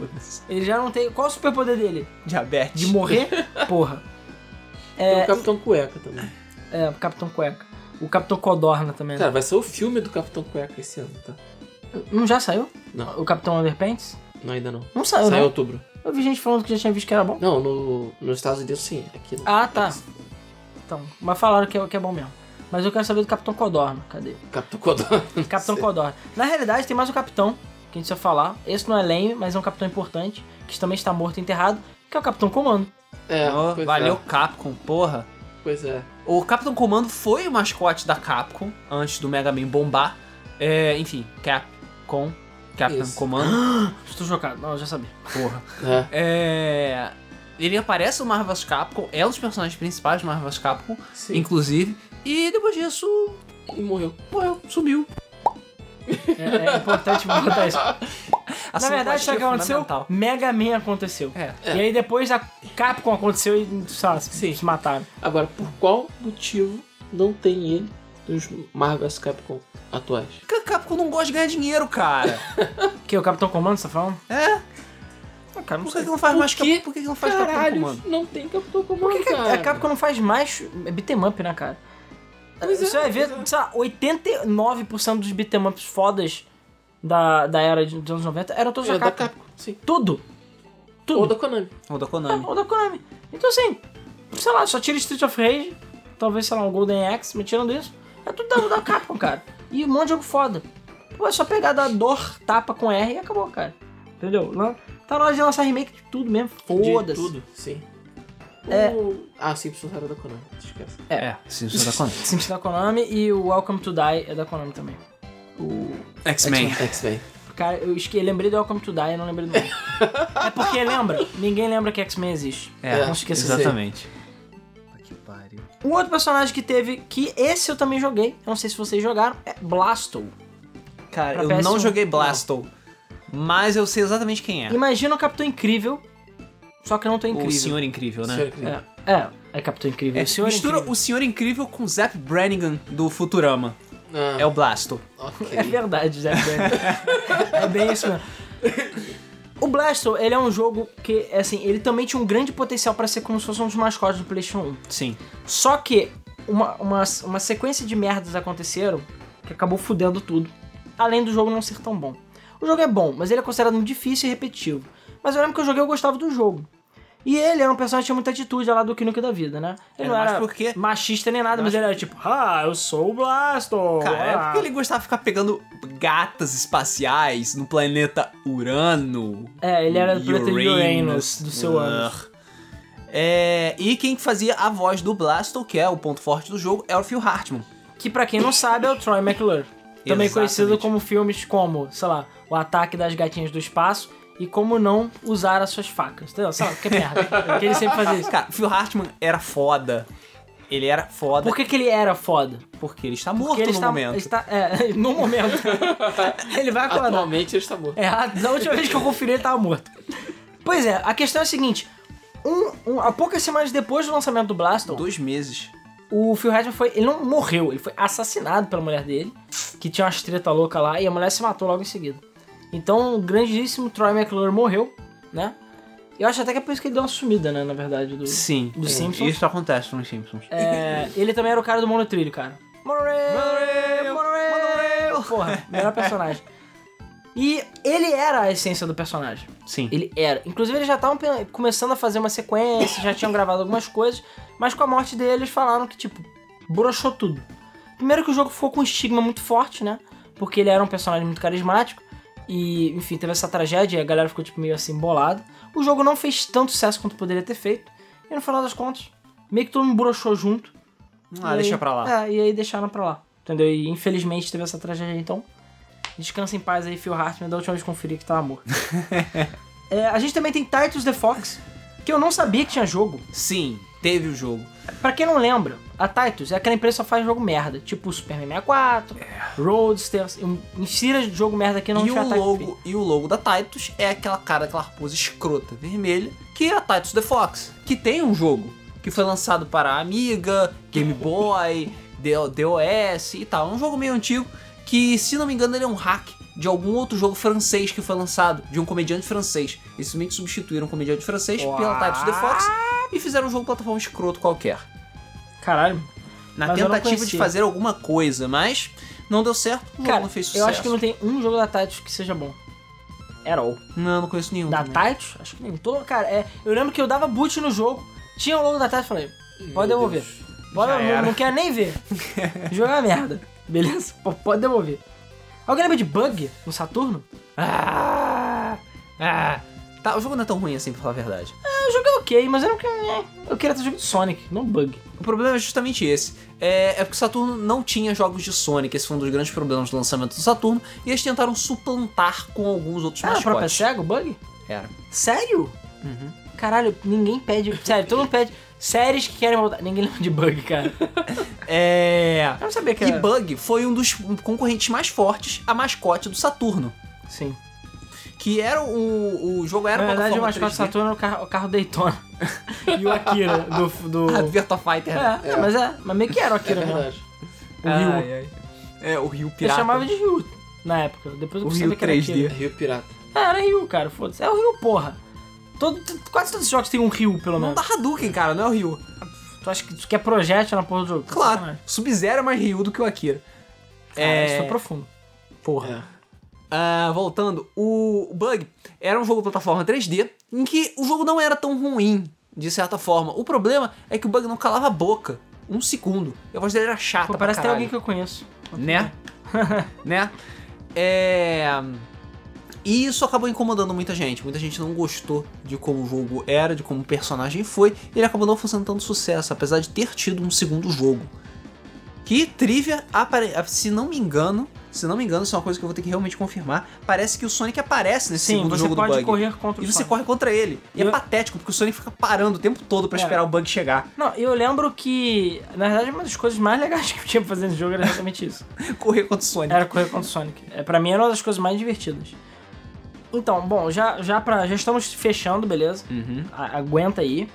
Speaker 3: Ele já não tem. Qual é o superpoder dele?
Speaker 1: Diabetes.
Speaker 3: De morrer? Porra.
Speaker 2: Tem o Capitão Cueca também.
Speaker 3: É, o Capitão Cueca. O Capitão Codorna também. né?
Speaker 2: Cara, vai ser o filme do Capitão Cueca esse ano, tá?
Speaker 3: Não já saiu?
Speaker 2: Não.
Speaker 3: O Capitão Underpants?
Speaker 2: Não, ainda não.
Speaker 3: Não saiu,
Speaker 2: Sai em
Speaker 3: né?
Speaker 2: outubro.
Speaker 3: Eu vi gente falando que já tinha visto que era bom.
Speaker 2: Não, no, nos Estados Unidos sim. Aqui não.
Speaker 3: Ah, tá. Então, mas falaram que é, que é bom mesmo. Mas eu quero saber do Capitão Codorna. Cadê?
Speaker 2: Capitão Codorna.
Speaker 3: Capitão Codorna. Na realidade, tem mais um capitão que a gente precisa falar. Esse não é lame, mas é um capitão importante, que também está morto e enterrado, que é o Capitão Comando.
Speaker 2: É,
Speaker 1: Ó,
Speaker 2: pois
Speaker 1: valeu,
Speaker 2: É,
Speaker 1: Capcom, porra.
Speaker 2: pois é.
Speaker 1: O Capitão Comando foi o mascote da Capcom antes do Mega Man bombar. É, enfim, Capcom. Capitão
Speaker 2: Isso.
Speaker 1: Comando.
Speaker 3: Estou chocado. Não, eu já sabia.
Speaker 1: Porra.
Speaker 2: É.
Speaker 1: É, ele aparece no Marvel's Capcom, é um dos personagens principais do Marvel's Capcom,
Speaker 2: Sim.
Speaker 1: inclusive. E depois disso,
Speaker 2: E morreu.
Speaker 1: morreu, sumiu.
Speaker 3: É, é importante botar isso.
Speaker 1: A
Speaker 3: Na verdade, sabe o
Speaker 1: sonoplastia
Speaker 3: que
Speaker 1: é
Speaker 3: aconteceu?
Speaker 1: fundamental.
Speaker 3: Mega Man aconteceu.
Speaker 1: É.
Speaker 3: E aí depois a Capcom aconteceu e sei lá,
Speaker 2: Sim.
Speaker 3: se mataram.
Speaker 2: Agora, por qual motivo não tem ele nos Marvel vs Capcom atuais?
Speaker 1: Porque a Capcom não gosta de ganhar dinheiro, cara.
Speaker 3: Que o Capitão Comando, você tá falando?
Speaker 1: é?
Speaker 3: Ah, cara, não
Speaker 1: Por que,
Speaker 3: sei.
Speaker 1: que não faz
Speaker 2: Por
Speaker 1: mais
Speaker 2: quê?
Speaker 1: Capcom? Por que, que não faz Capcom Comando?
Speaker 2: não tem Capitão Comando,
Speaker 3: Por que, que a-
Speaker 2: cara?
Speaker 3: a Capcom não faz mais é beat'em up, né, cara?
Speaker 2: Pois
Speaker 3: Você
Speaker 2: é,
Speaker 3: vai ver,
Speaker 2: pois é.
Speaker 3: sei lá, 89% dos beat'em ups fodas da, da era de- dos anos 90 eram todos
Speaker 2: É,
Speaker 3: da
Speaker 2: da
Speaker 3: Capcom.
Speaker 2: Capcom, sim.
Speaker 3: Tudo. Tudo.
Speaker 2: Ou da Konami.
Speaker 1: Ou da
Speaker 3: É,
Speaker 1: Konami.
Speaker 3: ou da Konami. Então assim, sei lá, só tira Street of Rage, talvez, sei lá, um Golden Axe, mas tirando isso, é tudo da, da Capcom, cara. E um monte de jogo foda. Pô, é só pegar da dor, tapa com R e acabou, cara. Entendeu? Não, Tá na hora de lançar remake de tudo mesmo.
Speaker 2: De
Speaker 3: Foda-se.
Speaker 2: tudo, sim.
Speaker 3: É.
Speaker 2: O- Ah, Simpsons era da Konami, esquece.
Speaker 1: É, Simpsons da Konami.
Speaker 3: Simpsons da Konami e o Welcome to Die é da Konami também.
Speaker 1: X-Men.
Speaker 2: X-Men.
Speaker 3: Cara, eu esque... lembrei do Welcome to Die e não lembrei do nome. é porque lembra? Ninguém lembra que X-Men existe.
Speaker 1: É,
Speaker 3: não esqueça disso.
Speaker 1: exatamente. Puta que pariu.
Speaker 3: O Um outro personagem que teve, que esse eu também joguei, eu não sei se vocês jogaram, é Blasto.
Speaker 1: Cara,
Speaker 3: Pra
Speaker 1: eu
Speaker 3: PS1,
Speaker 1: não joguei Blastow, mas eu sei exatamente quem é.
Speaker 3: Imagina o Capitão Incrível, só que não tão incrível.
Speaker 1: O Senhor é Incrível, né?
Speaker 2: Senhor Incrível.
Speaker 3: É, é, é Capitão Incrível.
Speaker 1: É,
Speaker 3: o Senhor
Speaker 1: mistura
Speaker 3: Incrível.
Speaker 1: o Senhor Incrível com o Zap Brannigan do Futurama.
Speaker 2: Ah,
Speaker 1: É o Blastow.
Speaker 2: ok.
Speaker 3: É verdade, Zé Branco. É bem isso mesmo. O Blasto, ele é um jogo que, assim, ele também tinha um grande potencial pra ser como se fosse um dos mascotes do PlayStation 1.
Speaker 1: Sim.
Speaker 3: Só que uma, uma, uma sequência de merdas aconteceram que acabou fudendo tudo. Além do jogo não ser tão bom. O jogo é bom, mas ele é considerado muito difícil e repetitivo. Mas eu lembro que eu joguei eu gostava do jogo. E ele era um personagem que tinha muita atitude lá do que Nuke da vida, né?
Speaker 1: Era
Speaker 3: Ele não
Speaker 1: mais
Speaker 3: era
Speaker 1: porque-
Speaker 3: machista nem nada, mas ele era tipo, ah, eu sou o ah." Blasto!
Speaker 1: Cara, é porque ele gostava de ficar pegando gatas espaciais no planeta Urano.
Speaker 3: É, ele era do planeta
Speaker 1: Uranus,
Speaker 3: Uranus, do seu
Speaker 1: Ur.
Speaker 3: ano.
Speaker 1: É, e quem fazia a voz do Blastow, que é o ponto forte do jogo, é o Phil Hartman.
Speaker 3: Que pra quem não sabe é o Troy McClure. Também
Speaker 1: Exatamente.
Speaker 3: conhecido como filmes como, sei lá, O Ataque das Gatinhas do Espaço e Como Não Usar as Suas Facas. Entendeu? Sei lá, que merda. que ele sempre fazia isso.
Speaker 1: Cara, Phil Hartman era foda. Ele era foda
Speaker 3: Por que, que ele era foda?
Speaker 1: porque ele está morto
Speaker 3: Porque ele
Speaker 1: no
Speaker 3: está,
Speaker 1: momento.
Speaker 3: ele está- é, no momento. ele vai acordar.
Speaker 2: Atualmente ele está morto.
Speaker 3: É, a- da última vez que eu conferi ele tava morto. Pois é, a questão é a seguinte. Um, um, há poucas semanas depois do lançamento do Blaston,
Speaker 1: Dois meses.
Speaker 3: O Phil Hartman foi. Ele não morreu, ele foi assassinado pela mulher dele, que tinha umas treta louca lá, e a mulher se matou logo em seguida. Então o grandíssimo Troy McClure morreu, né? Eu acho até que é por isso que ele deu uma sumida, né? Na verdade, do.
Speaker 1: Sim.
Speaker 3: Dos
Speaker 1: É,
Speaker 3: Simpsons?
Speaker 1: Isso acontece nos Simpsons.
Speaker 3: É, ele também era o cara do monotrilho, cara. Monorail! Monorail! Porra, melhor personagem. E ele era a essência do personagem.
Speaker 1: Sim.
Speaker 3: Ele era. Inclusive, eles já estavam pe- começando a fazer uma sequência, já tinham gravado algumas coisas, mas com a morte dele, eles falaram que, tipo, broxou tudo. Primeiro que o jogo ficou com um estigma muito forte, né? Porque ele era um personagem muito carismático. E, enfim, teve essa tragédia e a galera ficou, tipo, meio assim, bolada. O jogo não fez tanto sucesso quanto poderia ter feito. E no final das contas, meio que todo mundo broxou junto.
Speaker 1: Ah,
Speaker 3: E
Speaker 1: deixa
Speaker 3: aí-
Speaker 1: pra lá.
Speaker 3: É, e aí deixaram pra lá. Entendeu? E infelizmente teve essa tragédia, então. Descansa em paz aí, Phil Hartman. Da última vez que conferi que tava morto. É, a gente também tem Titus the Fox, que eu não sabia que tinha jogo.
Speaker 1: Sim, teve o jogo.
Speaker 3: Pra quem não lembra, a Titus é aquela empresa que só faz jogo merda. Tipo Superman 64, Roadsters. um- Insira jogo merda aqui não
Speaker 1: É. e
Speaker 3: tinha
Speaker 1: o
Speaker 3: Titus
Speaker 1: logo e o logo da Titus é aquela cara, aquela raposa escrota vermelha, que é a Titus the Fox, que tem um jogo que foi lançado para Amiga, Game Boy, D- DOS e tal. É um jogo meio antigo que, se não me engano, ele é um hack de algum outro jogo francês que foi lançado, de um comediante francês. Eles simplesmente substituíram o comediante francês pela Titus the Fox e fizeram um jogo de plataforma escroto qualquer.
Speaker 3: Caralho.
Speaker 1: Na
Speaker 3: Mas eu não
Speaker 1: tentativa de
Speaker 3: conhecia.
Speaker 1: fazer alguma coisa, mas não deu certo, o jogo
Speaker 3: Cara,
Speaker 1: não fez sucesso.
Speaker 3: eu acho que não tem um jogo da Titus que seja bom. At all.
Speaker 1: Não, não conheço nenhum.
Speaker 3: Da
Speaker 1: também.
Speaker 3: Titus? Acho que nem todo. Cara, é, eu lembro que eu dava boot no jogo, tinha o logo da Titus e falei, pode
Speaker 2: Meu
Speaker 3: devolver.
Speaker 2: Deus.
Speaker 3: Pode,
Speaker 1: Já
Speaker 3: não,
Speaker 1: era.
Speaker 3: não quero nem ver. Jogo é uma merda. Beleza? Pô, pode devolver. Alguém lembra de Bug no Saturno?
Speaker 1: Ah, ah. Tá, o jogo não é tão ruim assim, pra falar a verdade.
Speaker 3: Ah, o jogo é ok, mas eu não quero. é, Eu queria ter jogo de Sonic, não Bug.
Speaker 1: O problema é justamente esse. É, é porque o Saturno não tinha jogos de Sonic, esse foi um dos grandes problemas do lançamento do Saturno, e eles tentaram suplantar com alguns outros
Speaker 3: Ah, a própria
Speaker 1: mascotes.
Speaker 3: cego, Bug?
Speaker 1: Era.
Speaker 3: Sério? Caralho, ninguém pede. Sério, todo mundo pede. Séries que querem voltar. Ninguém lembra de Bug, cara.
Speaker 1: É.
Speaker 3: Eu não sabia que
Speaker 1: E
Speaker 3: era.
Speaker 1: Bug foi um dos concorrentes mais fortes a mascote do Saturno.
Speaker 3: Sim.
Speaker 1: Que era o. O jogo era
Speaker 3: Na verdade, o
Speaker 1: plataforma
Speaker 3: mascote do
Speaker 1: 3D.
Speaker 3: Saturno era o carro, o carro Daytona. e o Akira do. do...
Speaker 1: Ah, Virtua Fighter.
Speaker 3: É, é, mas é, mas meio que era o
Speaker 2: É
Speaker 3: Akira mesmo.
Speaker 2: verdade.
Speaker 3: O Ryu.
Speaker 1: Ai, ai. É, o Rio
Speaker 3: Ah, Eu
Speaker 1: Pirata.
Speaker 3: chamava de Ryu na época. Depois eu
Speaker 1: O
Speaker 3: percebi
Speaker 1: Ryu
Speaker 3: que era
Speaker 1: 3D.
Speaker 3: Akira.
Speaker 2: É Rio Pirata.
Speaker 3: Ah, era Ryu, cara, foda-se. É o Ryu, porra. Todo, t- quase todos os jogos tem um Ryu, pelo
Speaker 1: Não
Speaker 3: menos.
Speaker 1: dá Hadouken, cara, não é o Rio.
Speaker 3: Tu acha que tu quer projétil na porra do jogo? Tá
Speaker 1: Claro, É
Speaker 3: sacanagem.
Speaker 1: Sub-Zero é mais Ryu do que o Akira.
Speaker 3: Cara, isso foi profundo.
Speaker 1: Porra.
Speaker 2: É.
Speaker 1: Ah, voltando, o Bug era um jogo de plataforma 3D em que o jogo não era tão ruim, de certa forma. O problema é que o Bug não calava a boca um segundo. E a voz dele era chata.
Speaker 3: Pô,
Speaker 1: pra
Speaker 3: parece que tem
Speaker 1: caralho.
Speaker 3: alguém que eu conheço.
Speaker 1: Né? né? É. Né? E isso acabou incomodando muita gente. Muita gente não gostou de como o jogo era, de como o personagem foi. Ele acabou não fazendo tanto sucesso, apesar de ter tido um segundo jogo. Que Trivia, apare- se não me engano, se não me engano, isso é uma coisa que eu vou ter que realmente confirmar. Parece que o Sonic aparece nesse
Speaker 3: Sim,
Speaker 1: segundo
Speaker 3: você
Speaker 1: jogo do
Speaker 3: pode
Speaker 1: bug.
Speaker 3: correr contra
Speaker 1: E
Speaker 3: o
Speaker 1: você
Speaker 3: Sonic.
Speaker 1: corre contra ele. E
Speaker 3: Eu-
Speaker 1: é patético, porque o Sonic fica parando o tempo todo pra
Speaker 3: É.
Speaker 1: esperar o bug chegar.
Speaker 3: Não, eu lembro que, na verdade, uma das coisas mais legais que eu tinha pra fazer nesse jogo era exatamente isso.
Speaker 1: Correr contra o Sonic.
Speaker 3: Era correr contra o Sonic. É, pra mim era uma das coisas mais divertidas. Então, bom, já, já, pra, já estamos fechando, beleza?
Speaker 1: Uhum.
Speaker 3: A- aguenta aí.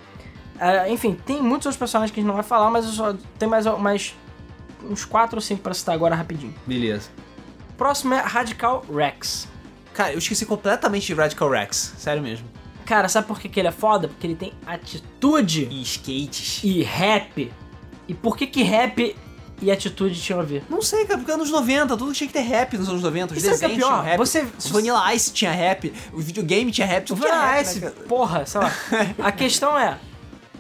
Speaker 3: Ah, enfim, tem muitos outros personagens que a gente não vai falar, mas eu só tem mais, mais uns 4 ou 5 pra citar agora rapidinho.
Speaker 1: Beleza.
Speaker 3: Próximo é Radical Rex.
Speaker 1: Cara, eu esqueci completamente de Radical Rex. Sério mesmo.
Speaker 3: Cara, sabe por que, que ele é foda? Porque ele tem atitude
Speaker 1: E skates.
Speaker 3: e rap. E por que que rap e atitude tinham a ver?
Speaker 1: Não sei, cara, porque é anos 90, tudo tinha que ter rap nos anos 90. Os
Speaker 3: E sabe o que é
Speaker 1: desenhos
Speaker 3: pior?
Speaker 1: tinham rap.
Speaker 3: Você-
Speaker 1: Os Vanilla Ice tinha rap. O videogame tinha rap.
Speaker 3: Tu
Speaker 1: Tudo
Speaker 3: vai
Speaker 1: tinha
Speaker 3: na
Speaker 1: rap,
Speaker 3: Ice,
Speaker 1: né, cara?
Speaker 3: ah, porra, sei lá. A questão é,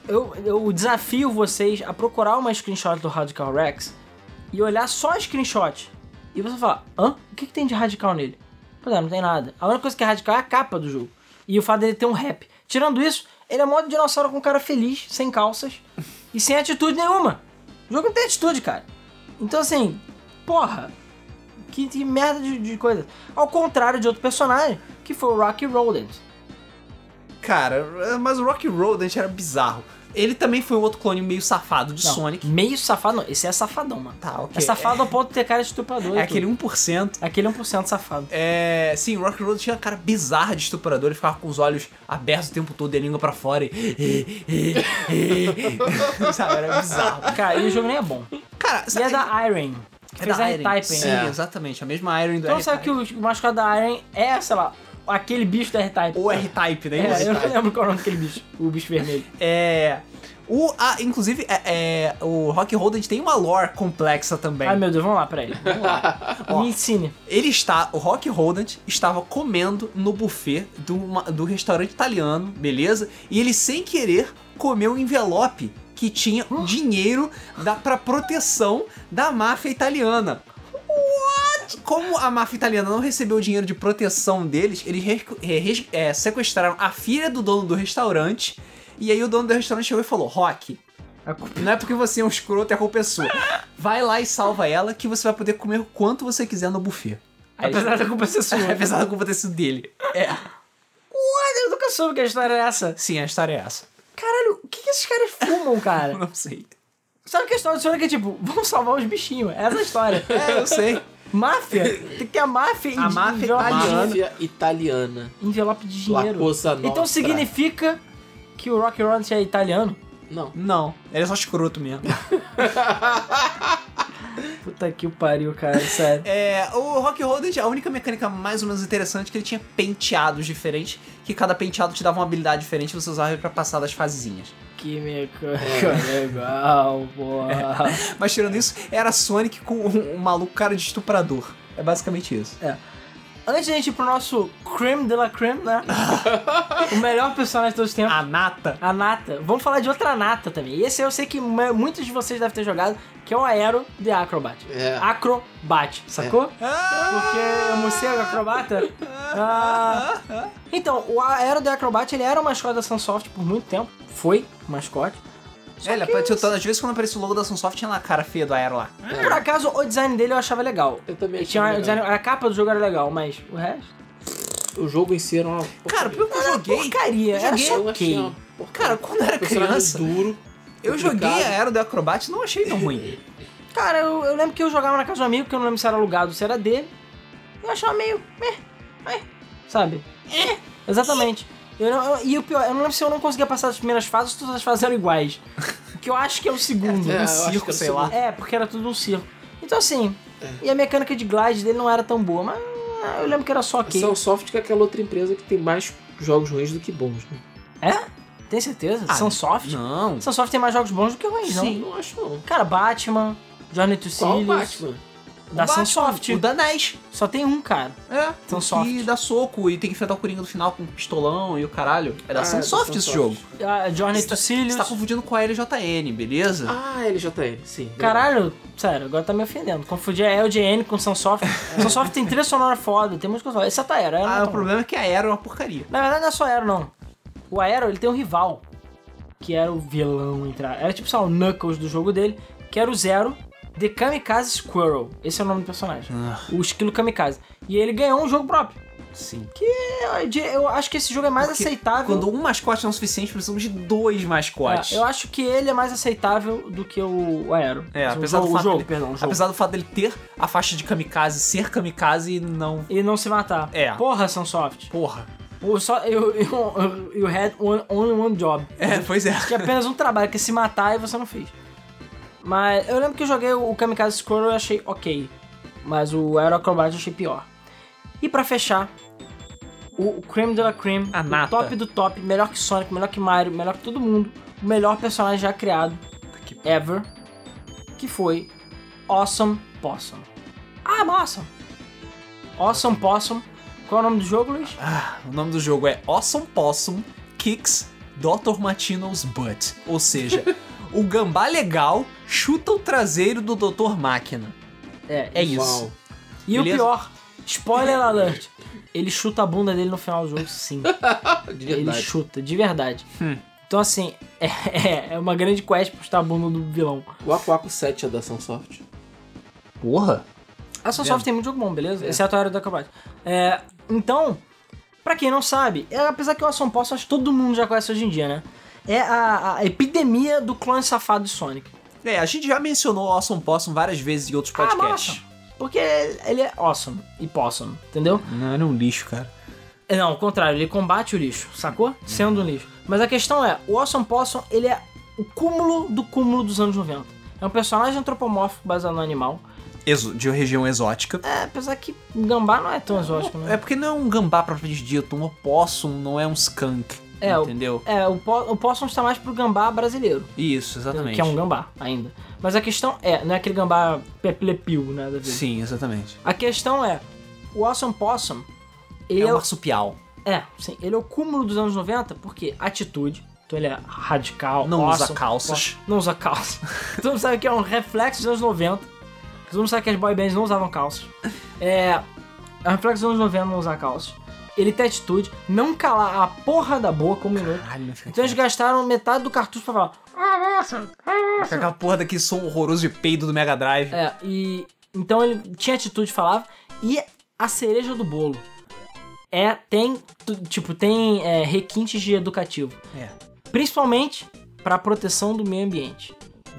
Speaker 3: eu, eu desafio vocês a procurar uma screenshot do Radical Rex e olhar só a screenshot. E você falar, hã? O que, que tem de radical nele? Pois é, não tem nada. A única coisa que é radical é a capa do jogo. E o fato dele ter um rap. Tirando isso, ele é modo dinossauro com cara feliz, sem calças e sem atitude nenhuma. O jogo não tem atitude, cara. Então assim, porra, que, que merda de, de coisa. Ao contrário de outro personagem, que foi o Rocky Roland.
Speaker 1: Cara, mas o Rock Road era bizarro. Ele também foi um outro clone meio safado de
Speaker 3: Não,
Speaker 1: Sonic.
Speaker 3: Meio safado, não. Esse é safadão, mano.
Speaker 1: Tá, ok.
Speaker 3: É safado ao ponto de ter cara de estuprador.
Speaker 1: É, é
Speaker 3: e tudo.
Speaker 1: aquele 1%.
Speaker 3: Aquele 1% safado.
Speaker 1: É, sim, o Rock Road tinha uma cara bizarra de estuprador, ele ficava com os olhos abertos o tempo todo e a língua pra fora e. sabe, era bizarro.
Speaker 3: Cara, e o jogo nem é bom.
Speaker 1: Cara,
Speaker 3: E
Speaker 1: sabe,
Speaker 3: é da Iron. Que
Speaker 1: é
Speaker 3: fez
Speaker 1: da
Speaker 3: a
Speaker 1: Iron.
Speaker 3: R-Type
Speaker 1: Sim,
Speaker 3: ainda.
Speaker 2: É.
Speaker 1: exatamente, a mesma Iron do
Speaker 3: Então
Speaker 1: R-Type.
Speaker 3: sabe que o mascote da Iron é, sei lá, aquele bicho da R-Type.
Speaker 1: Ou R-Type, né?
Speaker 3: É,
Speaker 1: isso?
Speaker 3: eu não lembro qual é o nome daquele bicho. O bicho vermelho.
Speaker 1: É. O, ah, inclusive, é, é, o Rock Holden tem uma lore complexa também.
Speaker 3: Ai meu Deus, vamos lá, peraí.
Speaker 2: É.
Speaker 3: Vamos lá.
Speaker 1: Ó.
Speaker 3: Me ensine.
Speaker 1: Ele está, o Rock Holdent estava comendo no buffet do, ma- do restaurante italiano, beleza? E ele sem querer comeu um envelope que tinha dinheiro da para proteção da máfia italiana. What? Como a máfia italiana não recebeu o dinheiro de proteção deles, eles re- re- res- é, sequestraram a filha do dono do restaurante. E aí o dono do restaurante chegou e falou: Rock,
Speaker 3: A culpa-
Speaker 1: não é porque você é um escroto e a culpa é sua. Vai lá e salva ela que você vai poder comer o quanto você quiser no buffet. Aí-
Speaker 3: Apesar da culpa ser sua.
Speaker 1: Apesar da É culpa ter sido dele. É.
Speaker 3: Eu nunca soube que a história era essa.
Speaker 1: Sim, a história é essa.
Speaker 3: Caralho, o que, que esses caras fumam, cara?
Speaker 1: Não sei.
Speaker 3: Sabe que a história do Sonic é tipo, vamos salvar os bichinhos. Essa é a história.
Speaker 1: É, eu sei.
Speaker 3: Máfia? Tem que ter a máfia
Speaker 1: A
Speaker 3: de-
Speaker 1: máfia tá
Speaker 3: envelope,
Speaker 1: italiana.
Speaker 2: Máfia italiana.
Speaker 3: de- envelope de dinheiro.
Speaker 2: La Cosa
Speaker 3: Então
Speaker 2: Nostra.
Speaker 3: significa que o Rocky Roland é italiano?
Speaker 2: Não.
Speaker 1: Não, ele é só escroto mesmo.
Speaker 3: Puta que o pariu, cara, sério.
Speaker 1: É, o Rock Holden, a única mecânica mais ou menos interessante é que ele tinha penteados diferentes, que cada penteado te dava uma habilidade diferente e você usava ele pra passar das fasezinhas.
Speaker 3: que mecânica É legal, porra.
Speaker 1: Mas tirando isso, era Sonic com um, um maluco cara de estuprador. É basicamente isso.
Speaker 3: Antes da gente ir pro nosso creme de la creme, né? o melhor personagem de todos os tempos.
Speaker 1: A nata.
Speaker 3: A Nata. Vamos falar de outra Nata também. Esse eu sei que mu- muitos de vocês devem ter jogado, que é o Aero de Acrobat.
Speaker 2: É.
Speaker 3: Acrobat, sacou? Porque é morcego acrobata? Ah. Então, o Aero de Acrobat ele era o mascote da Sunsoft por muito tempo. Foi o mascote. Só
Speaker 1: É, ele
Speaker 3: que,
Speaker 1: apareceu todas as vezes quando aparecia o logo da Sunsoft tinha lá a cara feia do Aero lá.
Speaker 3: Por acaso, o design dele eu achava legal.
Speaker 2: Eu também
Speaker 3: Ele tinha
Speaker 2: achei
Speaker 3: um design- a capa do jogo era legal, mas o resto.
Speaker 2: O jogo em si era uma.
Speaker 1: Cara, pelo que eu joguei.
Speaker 3: Porcaria,
Speaker 1: eu
Speaker 3: era
Speaker 1: joguei,
Speaker 3: só
Speaker 2: eu achei
Speaker 3: ok.
Speaker 2: uma porcaria.
Speaker 1: Cara, quando eu era
Speaker 2: Personagem
Speaker 1: criança,
Speaker 2: duro.
Speaker 1: eu joguei
Speaker 2: complicado.
Speaker 1: a Aero do Acrobat e não achei tão ruim.
Speaker 3: Cara, eu, eu lembro que eu jogava na casa de um amigo, que eu não lembro se era alugado ou se era dele. Eu achava meio. eh, eh, sabe? Eh, Exatamente. Eu não- eu- e o pior, eu não lembro se eu não conseguia passar das primeiras fases, todas as fases eram iguais. O que eu acho que é o segundo.
Speaker 2: É, eu
Speaker 1: um
Speaker 2: acho que
Speaker 1: circo,
Speaker 2: era
Speaker 1: sei
Speaker 2: o
Speaker 1: lá.
Speaker 2: segundo. É.
Speaker 3: É, porque era tudo um circo. Então assim, e a mecânica de glide dele não era tão boa, mas ah, eu lembro que era só
Speaker 2: A
Speaker 3: ok.
Speaker 2: Sunsoft que é aquela outra empresa que tem mais jogos ruins do que bons, né?
Speaker 3: Tem certeza?
Speaker 1: Ah,
Speaker 3: Sunsoft?
Speaker 1: Não.
Speaker 3: Sunsoft tem mais jogos bons do que ruins,
Speaker 2: Não,
Speaker 3: não?
Speaker 2: não acho não.
Speaker 3: Cara, Batman, Johnny to
Speaker 2: Qual o
Speaker 3: Sirius.
Speaker 2: Batman?
Speaker 3: Da
Speaker 1: Batman,
Speaker 3: Sunsoft.
Speaker 1: O da NES.
Speaker 3: Só tem um, cara.
Speaker 1: É.
Speaker 3: Sunsoft.
Speaker 1: E dá soco e tem que enfrentar o Coringa no final com um pistolão e o caralho. É da
Speaker 2: Ah, é da
Speaker 1: Sunsoft esse
Speaker 2: Sunsoft.
Speaker 1: jogo.
Speaker 3: A Ah, Journey to Sirius.
Speaker 1: Você tá confundindo com a LJN, beleza?
Speaker 2: Ah, LJN, sim. verdade.
Speaker 3: Caralho, sério, agora tá me ofendendo. Confundi a LGN com Sunsoft. Sunsoft tem trilha sonora foda, tem música foda. Exceto a Aero. a Aero
Speaker 1: É.
Speaker 3: não
Speaker 1: Ah,
Speaker 3: tá
Speaker 1: o
Speaker 3: bom.
Speaker 1: problema é que a Era é uma porcaria.
Speaker 3: Na verdade não é só Aero, não. O Aero, ele tem um rival. Que era o vilão, entre a- Era tipo, sei lá, o Knuckles do jogo dele. Que era o Zero. The Kamikaze Squirrel. Esse é o nome do personagem.
Speaker 1: Ah,
Speaker 3: O esquilo Kamikaze. E ele ganhou um jogo próprio.
Speaker 1: sim.
Speaker 3: Eu, eu acho que esse jogo é mais
Speaker 1: Porque
Speaker 3: aceitável.
Speaker 1: Quando Ah, um mascote não é o suficiente, precisamos de dois mascotes.
Speaker 3: É, eu acho que ele é mais aceitável do que o, o Aero.
Speaker 1: É,
Speaker 3: Assim, o
Speaker 1: apesar do
Speaker 3: jogo,
Speaker 1: fato
Speaker 3: o jogo,
Speaker 1: dele-
Speaker 3: perdão, o jogo.
Speaker 1: Apesar do fato dele ter a faixa de kamikaze, ser kamikaze e não.
Speaker 3: E não se matar.
Speaker 1: É.
Speaker 3: Porra, Sunsoft.
Speaker 1: Porra.
Speaker 3: O só, eu, eu, you had one, only one job.
Speaker 1: É, pois é.
Speaker 3: Tinha apenas um trabalho, que é se matar e você não fez. Mas eu lembro que eu joguei o Kamikaze Squirrel e eu achei ok. Mas o Aero Acrobat eu achei pior. E pra fechar, o o Cream de la Cream,
Speaker 1: A
Speaker 3: o
Speaker 1: nata.
Speaker 3: top do top, melhor que Sonic, melhor que Mario, melhor que todo mundo, o melhor personagem já criado,
Speaker 1: Que-
Speaker 3: ever, que foi Awesome Possum. Ah, awesome! Awesome Possum. Qual é o nome do jogo, Luiz?
Speaker 1: Ah, o nome do jogo é Awesome Possum Kicks Dr. Matino's Butt. Ou seja, o gambá legal chuta o traseiro do Dr. Máquina. É isso.
Speaker 2: Uau.
Speaker 3: E
Speaker 1: Beleza?
Speaker 3: o pior, spoiler alert, ele chuta a bunda dele no final do jogo, sim.
Speaker 2: De
Speaker 3: Ele
Speaker 2: verdade.
Speaker 3: chuta, de verdade.
Speaker 1: Hum.
Speaker 3: Então, assim, é, é uma grande quest pra chutar a bunda do vilão.
Speaker 2: O Aquaco 7 é da Sunsoft.
Speaker 1: Porra.
Speaker 3: A Sunsoft tem muito jogo bom, beleza?
Speaker 2: É.
Speaker 3: Exceto a área do Acrobat. É, então, pra quem não sabe, é, apesar que o Asson Posso, acho que todo mundo já conhece hoje em dia, né? É a, a epidemia do clone safado de Sonic.
Speaker 1: É, a gente já mencionou Awesome Possum várias vezes em outros
Speaker 3: Ah,
Speaker 1: podcasts.
Speaker 3: Porque ele é awesome e possum, entendeu?
Speaker 1: não, ele é um lixo, cara.
Speaker 3: É, Não, ao contrário, ele combate o lixo, sacou? Sendo um lixo. Mas a questão é, o Awesome Possum, ele é o cúmulo do cúmulo dos anos 90. É um personagem antropomórfico baseado no animal.
Speaker 1: Exo- de região exótica.
Speaker 3: É, apesar que gambá não é tão exótico,
Speaker 1: É
Speaker 3: né?
Speaker 1: porque não é um gambá propriamente dito, um opossum não é um skunk.
Speaker 3: É, o-
Speaker 1: entendeu?
Speaker 3: É, o, po o Possum está mais pro gambá brasileiro,
Speaker 1: Isso, exatamente.
Speaker 3: que é um gambá ainda. Mas a questão é, não é aquele gambá peplepil, né? da vida.
Speaker 1: Sim, exatamente.
Speaker 3: A questão é, o Awesome Possum, ele
Speaker 1: É
Speaker 3: é
Speaker 1: um
Speaker 3: o
Speaker 1: marsupial.
Speaker 3: É, sim, ele é o cúmulo dos anos 90, porque atitude, então ele é radical,
Speaker 1: Não
Speaker 3: awesome,
Speaker 1: usa calças.
Speaker 3: não usa calça. Todo mundo sabe que é um reflexo dos anos 90. Todo mundo sabe que as boy bands não usavam calças. É, é um reflexo dos anos 90 não usar calças. Ele tem atitude, não calar a porra da boca um minuto.
Speaker 1: Caralho,
Speaker 3: Então eles gastaram metade do cartucho pra falar.
Speaker 1: Fica aquela porra daquele som horroroso de peido do Mega Drive.
Speaker 3: É, e. Então ele tinha atitude, falava. E a cereja do bolo. É, tem. tu- Tipo, tem é, requintes de educativo.
Speaker 1: É.
Speaker 3: principalmente para proteção do meio ambiente.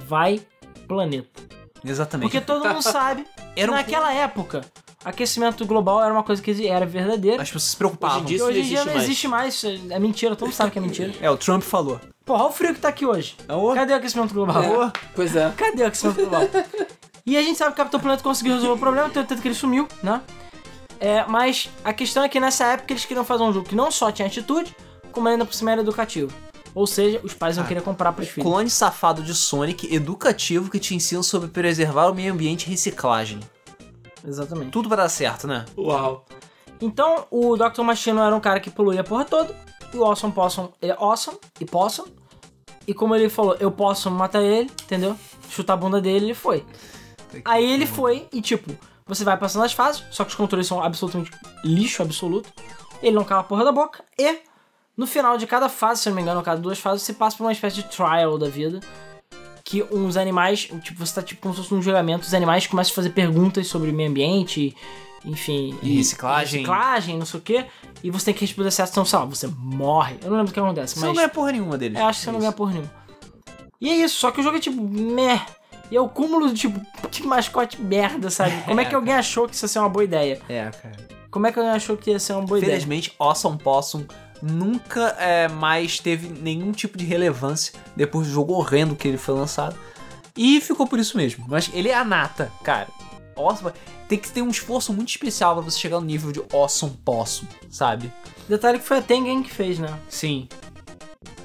Speaker 3: Vai planeta.
Speaker 1: Exatamente.
Speaker 3: Porque todo mundo sabe que
Speaker 1: Era um-
Speaker 3: naquela época, aquecimento global era uma coisa que era verdadeira.
Speaker 1: As pessoas se preocupavam.
Speaker 2: Hoje em dia-
Speaker 3: E
Speaker 2: Isso
Speaker 3: hoje em
Speaker 2: não
Speaker 3: dia não existe
Speaker 2: existe
Speaker 3: mais. isso É mentira, todo mundo sabe que é mentira.
Speaker 1: É, o Trump falou.
Speaker 3: Porra, olha o frio que tá aqui hoje.
Speaker 2: É
Speaker 1: Ô,
Speaker 3: Cadê o aquecimento global?
Speaker 1: ô,
Speaker 2: Pois é.
Speaker 3: Cadê o aquecimento global? E a gente sabe que o Capitão Planeta conseguiu resolver o problema, tanto que ele sumiu, né? É, mas a questão é que nessa época eles queriam fazer um jogo que não só tinha atitude, como ainda por cima era educativo. Ou seja, os pais não
Speaker 1: Ah,
Speaker 3: queriam comprar pros filhos.
Speaker 1: Clone safado de Sonic, educativo, que te ensina sobre preservar o meio ambiente e reciclagem.
Speaker 3: Exatamente.
Speaker 1: Tudo vai dar certo, né?
Speaker 2: Uau.
Speaker 3: Então, o Dr. Machino era um cara que poluía a porra toda. E o Awesome Possum, ele é awesome e possum. E como ele falou, eu posso matar ele, entendeu? Chutar a bunda dele, ele foi. Aí ele foi e, tipo, você vai passando as fases, só que os controles são absolutamente lixo absoluto. Ele não cala a porra da boca. E, no final de cada fase, se eu não me engano, a cada duas fases, você passa por uma espécie de trial da vida. Que uns animais, tipo, você tá tipo como se fosse um julgamento, os animais começam a fazer perguntas sobre o meio ambiente, enfim.
Speaker 1: E reciclagem.
Speaker 3: Reciclagem, não sei o quê. E você tem que responder certo, então, sei lá, você morre. Eu não lembro o que acontece,
Speaker 1: Você
Speaker 3: mas.
Speaker 1: não ganha é porra nenhuma deles.
Speaker 3: Eu acho que você não é ganha porra nenhuma. E é isso, só que o jogo é tipo, meh. E é o cúmulo de tipo, que mascote merda, sabe? Como é que alguém achou que isso ia ser uma boa ideia?
Speaker 1: É, cara.
Speaker 3: Como é que alguém achou que ia ser uma boa ideia?
Speaker 1: Infelizmente, Awesome Possum nunca é, mais teve nenhum tipo de relevância depois do jogo horrendo que ele foi lançado. E ficou por isso mesmo. Mas ele é a nata, cara. Awesome. Tem que ter um esforço muito especial pra você chegar no nível de Awesome Possum, sabe?
Speaker 3: Detalhe que foi a Tengen que fez, né?
Speaker 1: Sim.